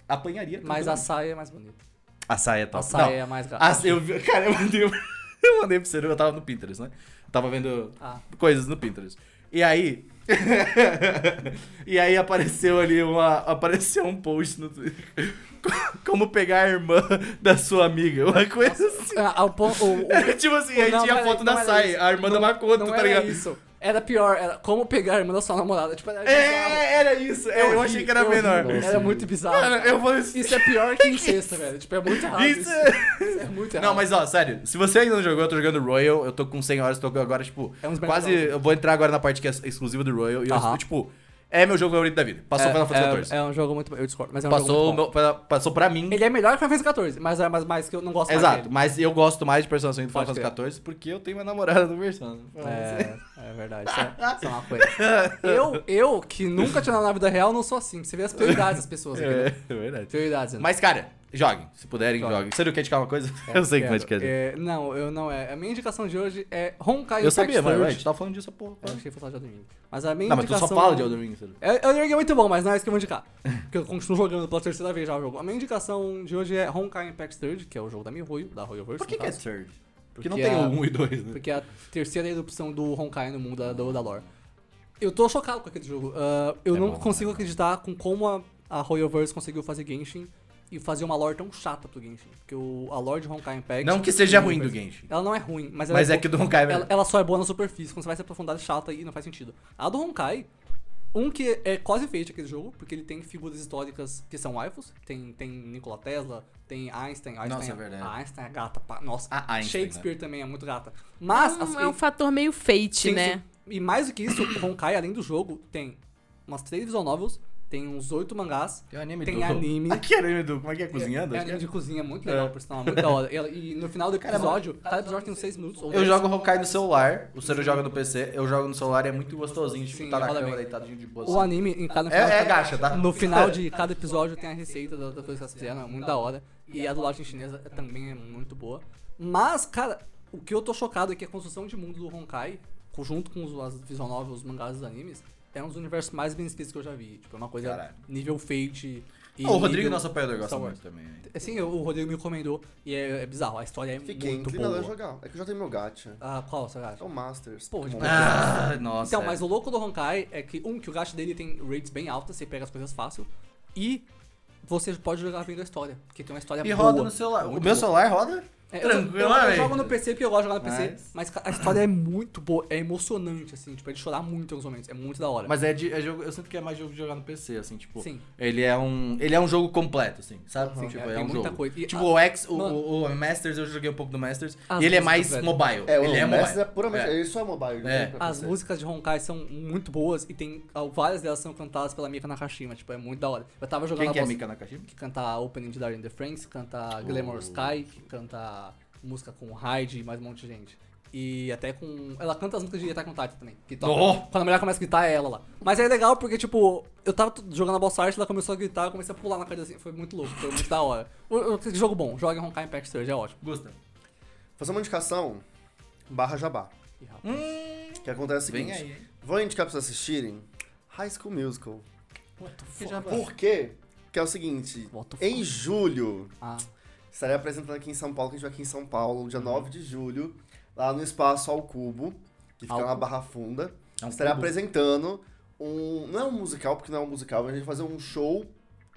[SPEAKER 1] apanharia.
[SPEAKER 2] Mas a
[SPEAKER 1] tranquilo.
[SPEAKER 2] saia é mais bonita.
[SPEAKER 1] a saia é top.
[SPEAKER 2] A saia
[SPEAKER 1] Não, Ah,
[SPEAKER 2] é mais gata.
[SPEAKER 1] a- eu, vi- <laughs> cara, eu mandei, eu mandei pro Seru, eu tava no Pinterest, né? Eu tava vendo
[SPEAKER 2] Ah.
[SPEAKER 1] coisas no Pinterest. E aí... <laughs> e aí apareceu ali uma... Apareceu um post no Twitter. <laughs> Como pegar a irmã da sua amiga. Uma coisa assim. <laughs>
[SPEAKER 2] Ah, o, pon- o, o-
[SPEAKER 1] Era tipo assim, aí
[SPEAKER 2] Não,
[SPEAKER 1] tinha a
[SPEAKER 2] mas
[SPEAKER 1] foto
[SPEAKER 2] não
[SPEAKER 1] da
[SPEAKER 2] era
[SPEAKER 1] Sai,
[SPEAKER 2] isso.
[SPEAKER 1] a irmã da Makoto,
[SPEAKER 2] não
[SPEAKER 1] tá
[SPEAKER 2] era
[SPEAKER 1] ligado?
[SPEAKER 2] isso. Era pior, era como pegar a irmã da sua namorada. Tipo, era bizarro.
[SPEAKER 1] É, era isso. é, eu,
[SPEAKER 2] ri,
[SPEAKER 1] achei que era
[SPEAKER 2] eu ri,
[SPEAKER 1] menor.
[SPEAKER 2] mano. Era muito bizarro.
[SPEAKER 1] Cara, eu falei assim.
[SPEAKER 2] Isso é pior que incesto, velho. Tipo, é muito errado.
[SPEAKER 1] Isso
[SPEAKER 2] Isso,
[SPEAKER 1] é-
[SPEAKER 2] Isso é muito errado.
[SPEAKER 1] Não, mas ó, sério, se você ainda não jogou, eu tô jogando Royal, eu tô com 100 horas, tô agora, tipo,
[SPEAKER 2] É uns
[SPEAKER 1] quase.
[SPEAKER 2] maravilhosos.
[SPEAKER 1] Eu vou entrar agora na parte que é exclusiva do Royal, e eu,
[SPEAKER 2] Aham.
[SPEAKER 1] tipo, é meu jogo favorito da vida. Passou
[SPEAKER 2] é,
[SPEAKER 1] Final Fantasy
[SPEAKER 2] é,
[SPEAKER 1] XIV.
[SPEAKER 2] é um jogo muito bom. Eu discordo, mas é um
[SPEAKER 1] passou,
[SPEAKER 2] jogo
[SPEAKER 1] o
[SPEAKER 2] muito bom.
[SPEAKER 1] meu- pra- passou pra mim.
[SPEAKER 2] Ele é melhor que o Final Fantasy XIV, mas é mais, mais que eu não gosto
[SPEAKER 1] Exato,
[SPEAKER 2] mais
[SPEAKER 1] mas eu gosto mais de Persona 5 do Final
[SPEAKER 2] Pode
[SPEAKER 1] Fantasy XIV porque eu tenho minha namorada do Persona.
[SPEAKER 2] dele. É, é verdade.
[SPEAKER 1] <laughs>
[SPEAKER 2] Isso é, isso é uma coisa. Eu, eu, que nunca tinha nada na vida real, não sou assim. Você vê as prioridades das pessoas.
[SPEAKER 1] É,
[SPEAKER 2] entendeu?
[SPEAKER 1] é verdade.
[SPEAKER 2] Prioridades. né?
[SPEAKER 1] Mas, cara, joguem. Se puderem,
[SPEAKER 2] Joguem.
[SPEAKER 1] joguem. Você não quer indicar uma coisa? <laughs>
[SPEAKER 2] É,
[SPEAKER 1] eu sei que vai
[SPEAKER 2] quero.
[SPEAKER 1] indicar.
[SPEAKER 2] É, não, eu não é. A minha indicação de hoje é Honkai
[SPEAKER 1] eu
[SPEAKER 2] Impact
[SPEAKER 1] sabia, mas
[SPEAKER 2] Third.
[SPEAKER 1] ué, a gente tava falando disso, porra.
[SPEAKER 2] Eu achei que fosse de Elden Ring. Mas a minha
[SPEAKER 1] Não, mas tu
[SPEAKER 2] É, indicação...
[SPEAKER 1] só fala de Elden Ring, você não-
[SPEAKER 2] É, Elden Ring é muito bom, mas não é isso que eu vou indicar. Porque eu continuo jogando pela terceira vez já o jogo. A minha indicação de hoje é Honkai Impact Third, que é o jogo da Mihoyo, da Hoyoverse.
[SPEAKER 1] Por que,
[SPEAKER 2] no
[SPEAKER 1] que é
[SPEAKER 2] caso.
[SPEAKER 1] third? Porque, não
[SPEAKER 2] Porque
[SPEAKER 1] tem
[SPEAKER 2] a-
[SPEAKER 1] o 1 e 2, né?
[SPEAKER 2] Porque é a terceira erupção do Honkai no mundo da, do- da lore. Eu tô chocado com aquele jogo. Ah, eu
[SPEAKER 1] É
[SPEAKER 2] não
[SPEAKER 1] bom,
[SPEAKER 2] consigo acreditar com como a, a Hoyoverse conseguiu fazer Genshin e fazer uma lore tão chata pro Genshin. Porque o, a lore de Honkai Impact...
[SPEAKER 1] Não que seja ruim do Genshin.
[SPEAKER 2] Ela não é ruim, mas ela
[SPEAKER 1] Mas é
[SPEAKER 2] bo-
[SPEAKER 1] que do Honkai,
[SPEAKER 2] ela,
[SPEAKER 1] velho.
[SPEAKER 2] ela só é boa na superfície, quando você vai se aprofundar é chata e não faz sentido. A do Honkai, um que é quase feito aquele jogo, porque ele tem figuras históricas que são waifus, tem, tem Nikola Tesla, tem Einstein, Einstein,
[SPEAKER 1] Nossa, é verdade.
[SPEAKER 2] a Einstein é gata, pá, nossa,
[SPEAKER 1] A Einstein, né?
[SPEAKER 2] Shakespeare também é muito gata. Mas,
[SPEAKER 3] Hum,
[SPEAKER 2] as-
[SPEAKER 3] é um
[SPEAKER 2] e-
[SPEAKER 3] fator meio fate,
[SPEAKER 2] sim,
[SPEAKER 3] né?
[SPEAKER 2] sim. E mais do que isso, o Honkai, além do jogo, tem umas três visual novels, tem uns oito mangás,
[SPEAKER 1] Tem um anime
[SPEAKER 2] Tem anime.
[SPEAKER 1] Aqui é anime do... Como é que é? Cozinhando?
[SPEAKER 2] é
[SPEAKER 1] acho que
[SPEAKER 2] anime de
[SPEAKER 1] é.
[SPEAKER 2] cozinha muito legal, por sinal, é muito da hora. E, e no final do episódio, cada episódio tem uns seis minutos. ou
[SPEAKER 1] Eu
[SPEAKER 2] dez.
[SPEAKER 1] jogo Honkai no celular, o Ciro joga no PC, eu jogo no celular e é muito gostosinho. Tipo,
[SPEAKER 2] Sim,
[SPEAKER 1] tá na
[SPEAKER 2] rola
[SPEAKER 1] cama
[SPEAKER 2] bem.
[SPEAKER 1] deitadinho de boa.
[SPEAKER 2] O
[SPEAKER 1] assim.
[SPEAKER 2] anime, em cada
[SPEAKER 1] É,
[SPEAKER 2] final-
[SPEAKER 1] é gacha, tá?
[SPEAKER 2] No final de cada episódio tem a receita da, da coisa que elas fizeram, é muito da hora. E a dublagem chinesa também é muito boa. Mas, cara, o que eu tô chocado é que a construção de mundo do Honkai, co- junto com os, as visual novels, os mangás e os animes, é um dos universos mais bem escritos que eu já vi. Tipo, é uma coisa
[SPEAKER 1] Caralho.
[SPEAKER 2] nível Fate e
[SPEAKER 1] Ah, o Rodrigo,
[SPEAKER 2] nível
[SPEAKER 1] nosso apoiador,
[SPEAKER 2] Star
[SPEAKER 1] gosta
[SPEAKER 2] Wars. Então,
[SPEAKER 1] muito também. né?
[SPEAKER 2] Sim, eu- o Rodrigo me recomendou e é, é bizarro, a história é
[SPEAKER 4] Fiquei
[SPEAKER 2] muito
[SPEAKER 4] inclinado a
[SPEAKER 2] boa.
[SPEAKER 4] jogar. É que eu já tenho meu gacha.
[SPEAKER 2] Ah, qual, Sagaz?
[SPEAKER 4] É o Masters.
[SPEAKER 2] Pô, de
[SPEAKER 4] Pokémon.
[SPEAKER 2] Ah,
[SPEAKER 1] Ah, nossa.
[SPEAKER 2] Então,
[SPEAKER 1] é.
[SPEAKER 2] mas o louco do Honkai é que, um, que o gacha dele tem rates bem altas, você pega as coisas fácil, e você pode jogar vendo a história, porque tem uma história
[SPEAKER 1] E
[SPEAKER 2] boa.
[SPEAKER 1] roda no né, celular. Ah, O
[SPEAKER 2] muito
[SPEAKER 1] meu
[SPEAKER 2] boa.
[SPEAKER 1] celular roda?
[SPEAKER 2] É, eu-
[SPEAKER 1] Tranquilamente.
[SPEAKER 2] Eu, eu jogo no PC porque eu gosto de jogar no PC,
[SPEAKER 1] Mas-
[SPEAKER 2] mas, ca- a história é muito boa, é emocionante, assim, tipo, é de chorar muito em alguns momentos, é muito da hora.
[SPEAKER 1] Mas é, de, é jogo, eu sinto que é mais jogo de jogar no PC, assim, tipo.
[SPEAKER 2] Sim.
[SPEAKER 1] Ele é um, ele é um jogo completo, assim, sabe?
[SPEAKER 2] Sim,
[SPEAKER 1] tipo, é,
[SPEAKER 2] é- tem
[SPEAKER 1] um
[SPEAKER 2] muita
[SPEAKER 1] jogo.
[SPEAKER 2] coisa. E
[SPEAKER 1] tipo,
[SPEAKER 2] a-
[SPEAKER 1] o, X, o,
[SPEAKER 2] Mano. Ah,
[SPEAKER 1] o, o Masters, eu joguei um pouco do Masters.
[SPEAKER 2] As
[SPEAKER 1] e ele é
[SPEAKER 2] músicas,
[SPEAKER 1] mais
[SPEAKER 2] velho.
[SPEAKER 1] mobile.
[SPEAKER 4] É,
[SPEAKER 1] ele
[SPEAKER 4] o
[SPEAKER 1] é
[SPEAKER 4] Masters
[SPEAKER 1] mobile.
[SPEAKER 4] é puramente.
[SPEAKER 1] É.
[SPEAKER 4] Ele só é mobile.
[SPEAKER 1] É.
[SPEAKER 4] né, pra
[SPEAKER 2] As
[SPEAKER 4] você.
[SPEAKER 2] músicas de Honkai são muito boas e tem ah, várias delas são cantadas pela Mika Nakashima, tipo, é muito da hora. Eu tava jogando
[SPEAKER 1] Quem
[SPEAKER 2] a
[SPEAKER 1] que é
[SPEAKER 2] boss-
[SPEAKER 1] Mika Nakashima?
[SPEAKER 2] que canta a Opening de Dark in the Franks, canta
[SPEAKER 1] Oh.
[SPEAKER 2] Glamour Sky, que canta música com Hyde e mais um monte de gente. E até com. Ela canta as músicas de Attack on Titan também. Que toca.
[SPEAKER 1] Oh!
[SPEAKER 2] Quando a mulher começa a gritar, é ela lá. Mas é legal porque, tipo, eu tava t- jogando a Boss Art, ela começou a gritar, eu comecei a pular na cadeira assim. Foi muito louco, foi muito da hora. O- o- Que jogo bom, joga em Honkai Impact Surge, é ótimo.
[SPEAKER 1] Gusta.
[SPEAKER 4] Fazer uma indicação barra jabá.
[SPEAKER 2] Ih, rapaz.
[SPEAKER 1] Hum,
[SPEAKER 4] Que acontece o
[SPEAKER 1] vem
[SPEAKER 4] seguinte.
[SPEAKER 1] aí, hein?
[SPEAKER 4] Vou indicar pra vocês assistirem High School Musical.
[SPEAKER 1] Que já vai.
[SPEAKER 4] Por quê? Que é o seguinte.
[SPEAKER 2] What the
[SPEAKER 4] Em julho,
[SPEAKER 2] Ah,
[SPEAKER 4] estarei apresentando aqui em São Paulo, que a gente vai aqui em São Paulo, dia 9 de julho, lá no Espaço Ao Cubo, que fica
[SPEAKER 2] Ao
[SPEAKER 4] na
[SPEAKER 2] Cubo.
[SPEAKER 4] Barra Funda.
[SPEAKER 1] É um
[SPEAKER 4] estarei
[SPEAKER 2] Uhum.
[SPEAKER 1] cubo.
[SPEAKER 4] apresentando um... Não é um musical, porque não é um musical, mas a gente vai fazer um show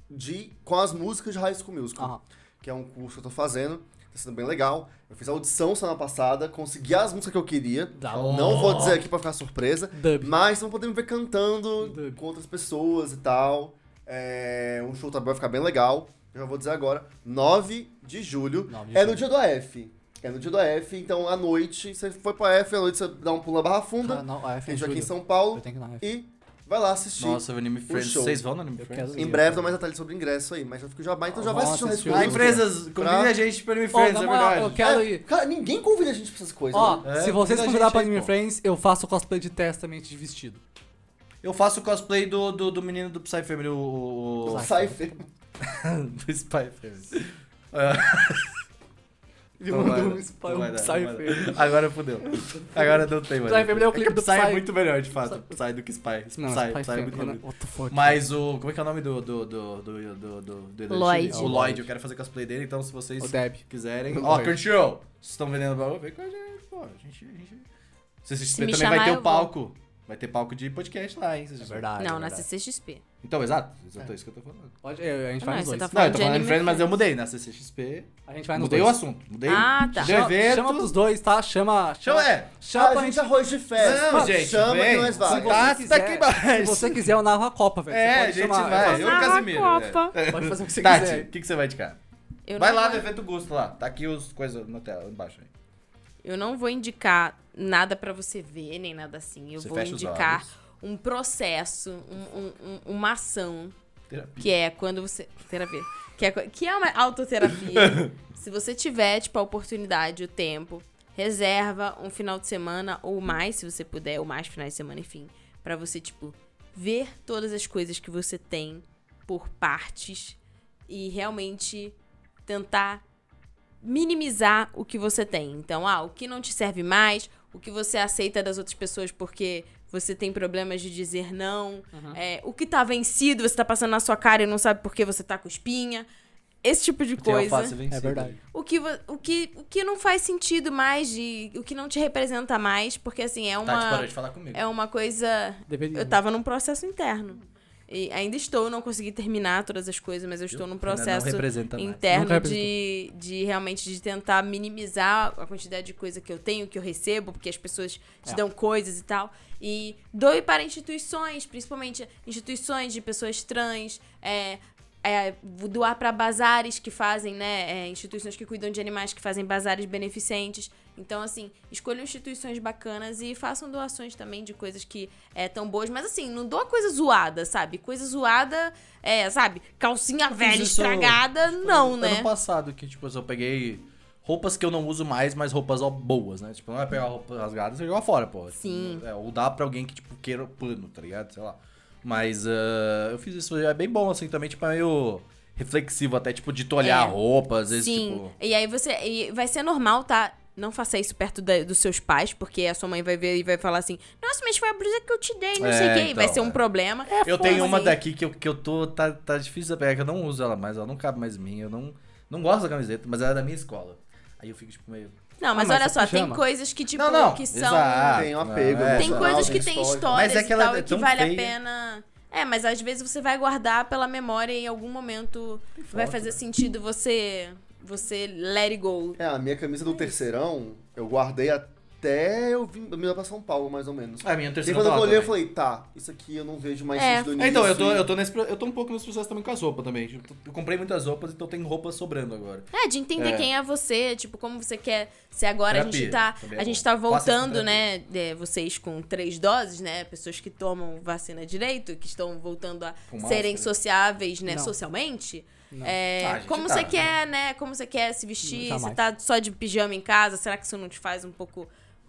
[SPEAKER 4] de, com as músicas de High School Musical.
[SPEAKER 2] aham.
[SPEAKER 4] que é um curso que eu tô fazendo. Tá sendo bem legal. Eu fiz a audição semana passada, consegui as músicas que eu queria.
[SPEAKER 2] Da
[SPEAKER 1] Oh.
[SPEAKER 4] Não vou dizer aqui pra ficar surpresa.
[SPEAKER 2] Dub.
[SPEAKER 4] Mas vão poder me ver cantando
[SPEAKER 2] Dub.
[SPEAKER 4] com outras pessoas e tal. É, um show também vai ficar bem legal. Eu já vou dizer agora, 9 de julho.
[SPEAKER 2] 9 de
[SPEAKER 4] é
[SPEAKER 2] julho.
[SPEAKER 4] no dia do AF. É no dia do AF, então à noite, você foi pra AF, à noite você dá um pulo na Barra Funda.
[SPEAKER 2] Ah, não, ah, é
[SPEAKER 4] a gente vai aqui em
[SPEAKER 2] julho.
[SPEAKER 4] São Paulo
[SPEAKER 2] Eu tenho que é ir na F.
[SPEAKER 4] e vai lá assistir.
[SPEAKER 1] Nossa, o Anime Friends.
[SPEAKER 4] show.
[SPEAKER 1] Vocês vão no Anime
[SPEAKER 2] Eu
[SPEAKER 1] Friends?
[SPEAKER 2] quero
[SPEAKER 4] Em breve dá mais detalhes sobre o ingresso aí, mas já fico já mais, então já vai
[SPEAKER 2] Vamos
[SPEAKER 4] assistir o
[SPEAKER 2] assistir
[SPEAKER 4] resto
[SPEAKER 2] o
[SPEAKER 1] Ah,
[SPEAKER 2] Friends.
[SPEAKER 1] empresas, convidem
[SPEAKER 4] Pra-
[SPEAKER 1] a gente pro Anime
[SPEAKER 2] Ô,
[SPEAKER 1] Friends,
[SPEAKER 2] na
[SPEAKER 1] é
[SPEAKER 2] moral, eu
[SPEAKER 1] verdade.
[SPEAKER 2] quero
[SPEAKER 4] É,
[SPEAKER 2] ir.
[SPEAKER 4] Cara, ninguém convida a gente pra essas coisas.
[SPEAKER 2] Ó,
[SPEAKER 4] né?
[SPEAKER 1] É,
[SPEAKER 2] se vocês
[SPEAKER 1] convida a
[SPEAKER 2] convidar
[SPEAKER 1] gente
[SPEAKER 2] pra
[SPEAKER 1] aí,
[SPEAKER 2] Anime
[SPEAKER 1] pô.
[SPEAKER 2] Friends, eu faço cosplay de testamente de vestido.
[SPEAKER 1] Eu faço o cosplay do, do, do menino do Psy Family, o- o. o-
[SPEAKER 4] O Cypher.
[SPEAKER 1] do Spy Family.
[SPEAKER 2] Ele
[SPEAKER 1] Não vai,
[SPEAKER 2] mandou
[SPEAKER 1] não
[SPEAKER 2] um spam
[SPEAKER 1] vai
[SPEAKER 2] um
[SPEAKER 1] dar,
[SPEAKER 2] Psy
[SPEAKER 1] não vai
[SPEAKER 2] Family.
[SPEAKER 1] dar. Agora fudeu. Agora não tem mais.
[SPEAKER 2] Psy Family é o
[SPEAKER 1] que
[SPEAKER 2] clipe do
[SPEAKER 1] Psy.
[SPEAKER 2] Psy.
[SPEAKER 1] é muito melhor, de fato. Psy do que Spy. Psy,
[SPEAKER 2] Não,
[SPEAKER 1] Psy,
[SPEAKER 2] Spy
[SPEAKER 1] é
[SPEAKER 2] Family,
[SPEAKER 1] muito
[SPEAKER 2] né?
[SPEAKER 1] bonito.
[SPEAKER 2] What the fuck?
[SPEAKER 1] Mas o. Como é que é o nome do. do. do. do. do. do, do- do
[SPEAKER 3] Lloyd.
[SPEAKER 1] O Lloyd, eu quero fazer cosplay dele, então se vocês
[SPEAKER 2] O Deb. é
[SPEAKER 1] quiserem.
[SPEAKER 2] O
[SPEAKER 1] Ó,
[SPEAKER 2] Lloyd.
[SPEAKER 1] Crunchyroll! Vocês estão vendendo bagulho? Vem com a gente, pô. A gente. A gente... CCXP
[SPEAKER 3] me
[SPEAKER 1] também vai
[SPEAKER 3] chamar,
[SPEAKER 1] ter
[SPEAKER 3] eu
[SPEAKER 1] o
[SPEAKER 3] vou.
[SPEAKER 1] palco. Vai ter palco de podcast lá, hein? CCXP.
[SPEAKER 3] Não, na CCXP.
[SPEAKER 1] Então, exato. Exato, é isso que eu tô falando.
[SPEAKER 2] é Pode, é, a gente
[SPEAKER 3] Ah,
[SPEAKER 2] vai
[SPEAKER 3] não,
[SPEAKER 2] nos
[SPEAKER 3] você
[SPEAKER 2] dois.
[SPEAKER 3] tá
[SPEAKER 1] Não, eu tô
[SPEAKER 3] de
[SPEAKER 1] falando
[SPEAKER 3] anime
[SPEAKER 1] de Friends, mas eu
[SPEAKER 3] friends.
[SPEAKER 1] mudei né? na CCXP.
[SPEAKER 2] A gente vai nos
[SPEAKER 1] Mudei
[SPEAKER 2] dois.
[SPEAKER 1] o assunto. Mudei.
[SPEAKER 3] Ah, tá.
[SPEAKER 1] De
[SPEAKER 3] Chama-
[SPEAKER 1] evento.
[SPEAKER 2] Chama pros dois, tá? Chama.
[SPEAKER 1] Chama, é.
[SPEAKER 2] Chama
[SPEAKER 4] ah,
[SPEAKER 2] pra
[SPEAKER 4] a gente
[SPEAKER 2] gente.
[SPEAKER 4] é arroz de festa.
[SPEAKER 1] Não, gente,
[SPEAKER 4] Chama
[SPEAKER 1] vem.
[SPEAKER 4] que nós
[SPEAKER 1] Se
[SPEAKER 2] Se
[SPEAKER 4] vai.
[SPEAKER 1] você tá
[SPEAKER 2] você,
[SPEAKER 1] aqui
[SPEAKER 2] quiser, se
[SPEAKER 1] embaixo.
[SPEAKER 2] você quiser, eu narro a Copa, velho. Você
[SPEAKER 1] É, a
[SPEAKER 2] pode
[SPEAKER 1] gente
[SPEAKER 2] chamar-
[SPEAKER 1] vai. Eu e o
[SPEAKER 3] Ah,
[SPEAKER 1] Casimiro.
[SPEAKER 3] Copa.
[SPEAKER 1] né?
[SPEAKER 2] Pode fazer o que você
[SPEAKER 1] Tati,
[SPEAKER 2] quiser.
[SPEAKER 1] o que, que você vai indicar?
[SPEAKER 3] Eu
[SPEAKER 1] vai
[SPEAKER 3] não
[SPEAKER 1] lá
[SPEAKER 3] vou-
[SPEAKER 1] no evento Gusto lá. Tá aqui os coisas na tela, embaixo. Aí.
[SPEAKER 3] Eu não vou indicar nada pra você ver, nem nada assim. Eu
[SPEAKER 1] Você
[SPEAKER 3] vou
[SPEAKER 1] fecha os
[SPEAKER 3] indicar
[SPEAKER 1] olhos.
[SPEAKER 3] um processo, um- um- um- uma ação
[SPEAKER 1] Terapia.
[SPEAKER 3] que é quando você. Terapia. Que é, co- que é uma
[SPEAKER 1] <laughs>
[SPEAKER 3] autoterapia. Se você tiver, tipo, a oportunidade, o tempo, reserva um final de semana ou mais, se você puder, ou mais finais de semana, enfim. pra você, tipo, ver todas as coisas que você tem por partes e realmente tentar minimizar o que você tem. Então, ah, o que não te serve mais, o que você aceita das outras pessoas porque você tem problemas de dizer não,
[SPEAKER 1] Uhum.
[SPEAKER 3] é, o que tá vencido, você tá passando na sua cara e não sabe por que você tá com espinha. Esse tipo de
[SPEAKER 1] Tem
[SPEAKER 3] coisa.
[SPEAKER 1] alface vencida.
[SPEAKER 2] É verdade.
[SPEAKER 3] O que, vo- o, que, o que não faz sentido mais, de, o que não te representa mais, porque assim, é
[SPEAKER 1] Tati
[SPEAKER 3] uma,
[SPEAKER 1] parou Tá de falar comigo.
[SPEAKER 3] é uma coisa.
[SPEAKER 2] Deveria.
[SPEAKER 3] Eu tava num processo interno. E ainda estou, não consegui terminar todas as coisas, mas eu estou num um processo
[SPEAKER 1] Não representa mais.
[SPEAKER 2] Nunca
[SPEAKER 3] interno de,
[SPEAKER 2] representou.
[SPEAKER 3] de realmente de tentar minimizar a quantidade de coisa que eu tenho, que eu recebo, porque as pessoas te dão coisas e tal. E doe para instituições, principalmente instituições de pessoas trans, é, é, doar para bazares que fazem, né? é, instituições que cuidam de animais que fazem bazares beneficentes. Então, assim, escolham instituições bacanas e façam doações também de coisas que é tão boas. Mas, assim, não doa coisa zoada, sabe? Coisa zoada, é, sabe? Calcinha velha
[SPEAKER 1] isso-
[SPEAKER 3] estragada, não,
[SPEAKER 1] ano
[SPEAKER 3] né?
[SPEAKER 1] passado, que tipo, assim, eu peguei roupas que eu não uso mais, mas roupas ó, boas, né? Tipo, não é pegar roupa rasgada e jogar fora, pô.
[SPEAKER 3] Sim.
[SPEAKER 1] É, ou dá pra alguém que, tipo, queira o pano, tá ligado? Sei lá. Mas ah, eu fiz isso, é bem bom, assim, também, tipo, é meio reflexivo até, tipo, de tu olhar
[SPEAKER 3] É.
[SPEAKER 1] a roupa, às vezes,
[SPEAKER 3] Sim.
[SPEAKER 1] tipo...
[SPEAKER 3] E aí você. E vai ser normal, tá? Não faça isso perto da- dos seus pais, porque a sua mãe vai ver e vai falar assim: Nossa, mas foi a blusa que eu te dei, não
[SPEAKER 1] É,
[SPEAKER 3] sei o quê. e vai
[SPEAKER 1] então,
[SPEAKER 3] ser um
[SPEAKER 1] é.
[SPEAKER 3] problema.
[SPEAKER 1] Eu tenho uma
[SPEAKER 3] Assim,
[SPEAKER 1] daqui que eu, que eu tô. Tá, tá difícil de pegar, que eu não uso ela mais, ela não cabe mais em mim. Eu não, não gosto da camiseta, mas ela é da minha escola. Aí eu fico, tipo, meio.
[SPEAKER 3] Não,
[SPEAKER 2] Ah,
[SPEAKER 3] mas,
[SPEAKER 2] mas
[SPEAKER 3] olha
[SPEAKER 2] você
[SPEAKER 3] só, tem
[SPEAKER 2] chama.
[SPEAKER 3] coisas que, tipo,
[SPEAKER 1] não, não.
[SPEAKER 3] que são.
[SPEAKER 1] Exato,
[SPEAKER 4] Tem um apego,
[SPEAKER 1] não, é,
[SPEAKER 3] Tem
[SPEAKER 1] exato.
[SPEAKER 3] coisas
[SPEAKER 4] tem
[SPEAKER 3] que tem
[SPEAKER 4] história.
[SPEAKER 3] histórias
[SPEAKER 1] Mas é
[SPEAKER 3] e
[SPEAKER 1] que ela
[SPEAKER 3] tal,
[SPEAKER 1] é
[SPEAKER 3] e que
[SPEAKER 1] tão
[SPEAKER 3] vale
[SPEAKER 1] feia.
[SPEAKER 3] a pena. É, mas às vezes você vai guardar pela memória e em algum momento vai
[SPEAKER 1] foto,
[SPEAKER 3] fazer
[SPEAKER 1] né?
[SPEAKER 3] sentido você você let it go.
[SPEAKER 4] É, a minha camisa do terceirão, eu guardei até eu vim eu me mudar pra São Paulo, mais ou menos.
[SPEAKER 1] A minha
[SPEAKER 4] E
[SPEAKER 1] terceira
[SPEAKER 4] quando eu
[SPEAKER 1] nota, né?
[SPEAKER 4] olhei, eu
[SPEAKER 1] velho.
[SPEAKER 4] falei, tá, isso aqui eu não vejo mais
[SPEAKER 3] É.
[SPEAKER 4] sentido
[SPEAKER 1] É,
[SPEAKER 4] nisso.
[SPEAKER 1] então, eu tô,
[SPEAKER 4] e-
[SPEAKER 1] eu, tô nesse, pro- eu tô um pouco nesse processo também com as roupas também. Eu, tô- eu comprei muitas roupas, então tem roupa sobrando agora.
[SPEAKER 3] É, de entender
[SPEAKER 1] É.
[SPEAKER 3] quem é você, tipo, como você quer ser agora. a gente
[SPEAKER 1] Terapia,
[SPEAKER 3] tá,
[SPEAKER 1] também é
[SPEAKER 3] a
[SPEAKER 1] bom.
[SPEAKER 3] gente tá
[SPEAKER 1] Faça essa
[SPEAKER 3] voltando,
[SPEAKER 1] terapia.
[SPEAKER 3] né? é, vocês com três doses, né? Pessoas que tomam vacina direito, que estão voltando a
[SPEAKER 1] Com máscara.
[SPEAKER 3] serem sociáveis, né?
[SPEAKER 2] Não.
[SPEAKER 3] Socialmente.
[SPEAKER 2] Não.
[SPEAKER 3] É,
[SPEAKER 1] Ah, a gente
[SPEAKER 3] como
[SPEAKER 1] tá,
[SPEAKER 3] você
[SPEAKER 1] né?
[SPEAKER 3] quer, né? Como você quer se vestir?
[SPEAKER 2] Jamais.
[SPEAKER 3] Você tá só de pijama em casa? Será que isso não te faz um pouco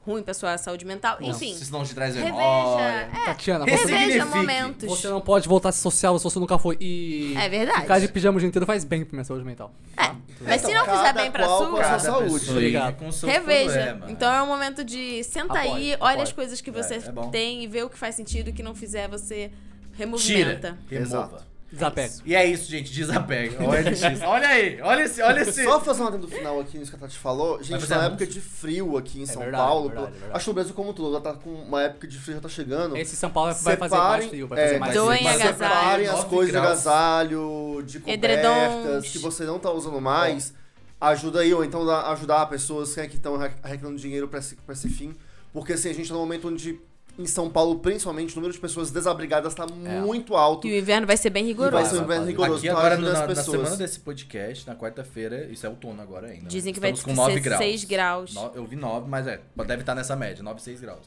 [SPEAKER 3] ruim pra sua saúde mental?
[SPEAKER 1] Não,
[SPEAKER 3] Enfim,
[SPEAKER 1] Se não é te traz
[SPEAKER 3] reveja. É,
[SPEAKER 1] memória.
[SPEAKER 2] Tatiana,
[SPEAKER 1] Esse-
[SPEAKER 2] você,
[SPEAKER 3] reveja
[SPEAKER 1] Ressignifique.
[SPEAKER 3] momentos.
[SPEAKER 2] você não pode voltar a se social se você nunca foi. E
[SPEAKER 3] É verdade.
[SPEAKER 2] ficar de pijama o dia inteiro faz bem pra minha saúde mental.
[SPEAKER 3] É,
[SPEAKER 1] tá
[SPEAKER 3] Mas se não
[SPEAKER 4] Então,
[SPEAKER 3] fizer
[SPEAKER 4] cada
[SPEAKER 3] bem pra
[SPEAKER 4] qual com a
[SPEAKER 3] sua,
[SPEAKER 4] sua saúde,
[SPEAKER 1] pessoa
[SPEAKER 2] obrigado.
[SPEAKER 1] com o seu
[SPEAKER 3] Reveja.
[SPEAKER 1] problema. né?
[SPEAKER 3] Então é um momento de senta
[SPEAKER 2] Apoio,
[SPEAKER 3] aí, olha
[SPEAKER 2] apoio.
[SPEAKER 3] as coisas que você
[SPEAKER 1] É, é bom.
[SPEAKER 3] tem e vê o que faz sentido, o que não fizer, você removimenta.
[SPEAKER 1] Tira. Remova.
[SPEAKER 4] Exato.
[SPEAKER 2] Desapega.
[SPEAKER 1] E é isso, gente. Desapega. <laughs> OLX. olha aí. Olha esse. Olha esse.
[SPEAKER 4] Só fazer uma adendo final aqui nisso que a Tati falou. Gente,
[SPEAKER 1] fazer
[SPEAKER 4] tá na
[SPEAKER 1] anúncio?
[SPEAKER 4] época de frio aqui
[SPEAKER 1] É
[SPEAKER 4] em São
[SPEAKER 2] verdade,
[SPEAKER 4] Paulo.
[SPEAKER 2] verdade,
[SPEAKER 4] pô,
[SPEAKER 2] verdade.
[SPEAKER 4] Acho que o Brasil como um todo, ela tá com uma época de frio, já tá chegando.
[SPEAKER 2] Esse São Paulo vai fazer mais
[SPEAKER 4] Separem-
[SPEAKER 2] frio, vai fazer
[SPEAKER 4] é,
[SPEAKER 2] mais
[SPEAKER 1] vai
[SPEAKER 3] Doem
[SPEAKER 1] ser- vai ser-
[SPEAKER 3] agasalho.
[SPEAKER 4] Separem as
[SPEAKER 1] Nove
[SPEAKER 4] coisas de
[SPEAKER 1] graus.
[SPEAKER 4] agasalho, de cobertas,
[SPEAKER 3] Edredons.
[SPEAKER 4] que você não tá usando mais. Ajuda aí, ou então dá- ajudar pessoas que estão arrecadando dinheiro pra esse, pra esse fim. Porque assim, a gente tá num momento onde, em São Paulo, principalmente, o número de pessoas desabrigadas tá muito alto.
[SPEAKER 3] E o inverno vai ser bem
[SPEAKER 4] E vai ser
[SPEAKER 3] rigoroso.
[SPEAKER 4] um inverno rigoroso.
[SPEAKER 1] É. Aqui
[SPEAKER 4] então
[SPEAKER 1] agora,
[SPEAKER 4] ajuda
[SPEAKER 1] no- na,
[SPEAKER 4] as
[SPEAKER 1] na
[SPEAKER 4] pessoas.
[SPEAKER 1] semana desse podcast, na quarta-feira, isso é outono agora ainda. né?
[SPEAKER 3] Dizem que vai
[SPEAKER 1] Estamos com
[SPEAKER 3] ser
[SPEAKER 1] 9 graus.
[SPEAKER 3] 6 graus.
[SPEAKER 1] No- eu vi 9, mas é, deve estar nessa média, 9, 6 graus.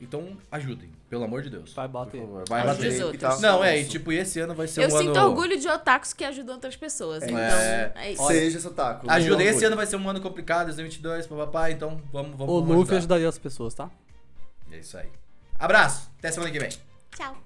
[SPEAKER 1] Então, ajudem, pelo amor de Deus.
[SPEAKER 2] Vai bater.
[SPEAKER 1] Por favor, Vai
[SPEAKER 3] Ajude
[SPEAKER 1] bater.
[SPEAKER 3] os
[SPEAKER 4] que tá-
[SPEAKER 3] outros.
[SPEAKER 1] Não, é, e tipo, e esse ano vai ser
[SPEAKER 3] Eu
[SPEAKER 1] um
[SPEAKER 3] sinto
[SPEAKER 1] ano...
[SPEAKER 3] orgulho de otakus que ajudam outras pessoas. Então,
[SPEAKER 1] É.
[SPEAKER 3] é isso.
[SPEAKER 4] Seja esse otaku.
[SPEAKER 1] Ajuda,
[SPEAKER 4] Muito
[SPEAKER 1] esse
[SPEAKER 4] orgulho.
[SPEAKER 1] ano vai ser um ano complicado, 2022, papapá, então vamos, vamos,
[SPEAKER 2] O
[SPEAKER 1] vamos
[SPEAKER 2] Luffy
[SPEAKER 1] ajudar.
[SPEAKER 2] ajudaria as pessoas, tá?
[SPEAKER 1] É isso aí. Abraço, até semana que vem.
[SPEAKER 3] Tchau.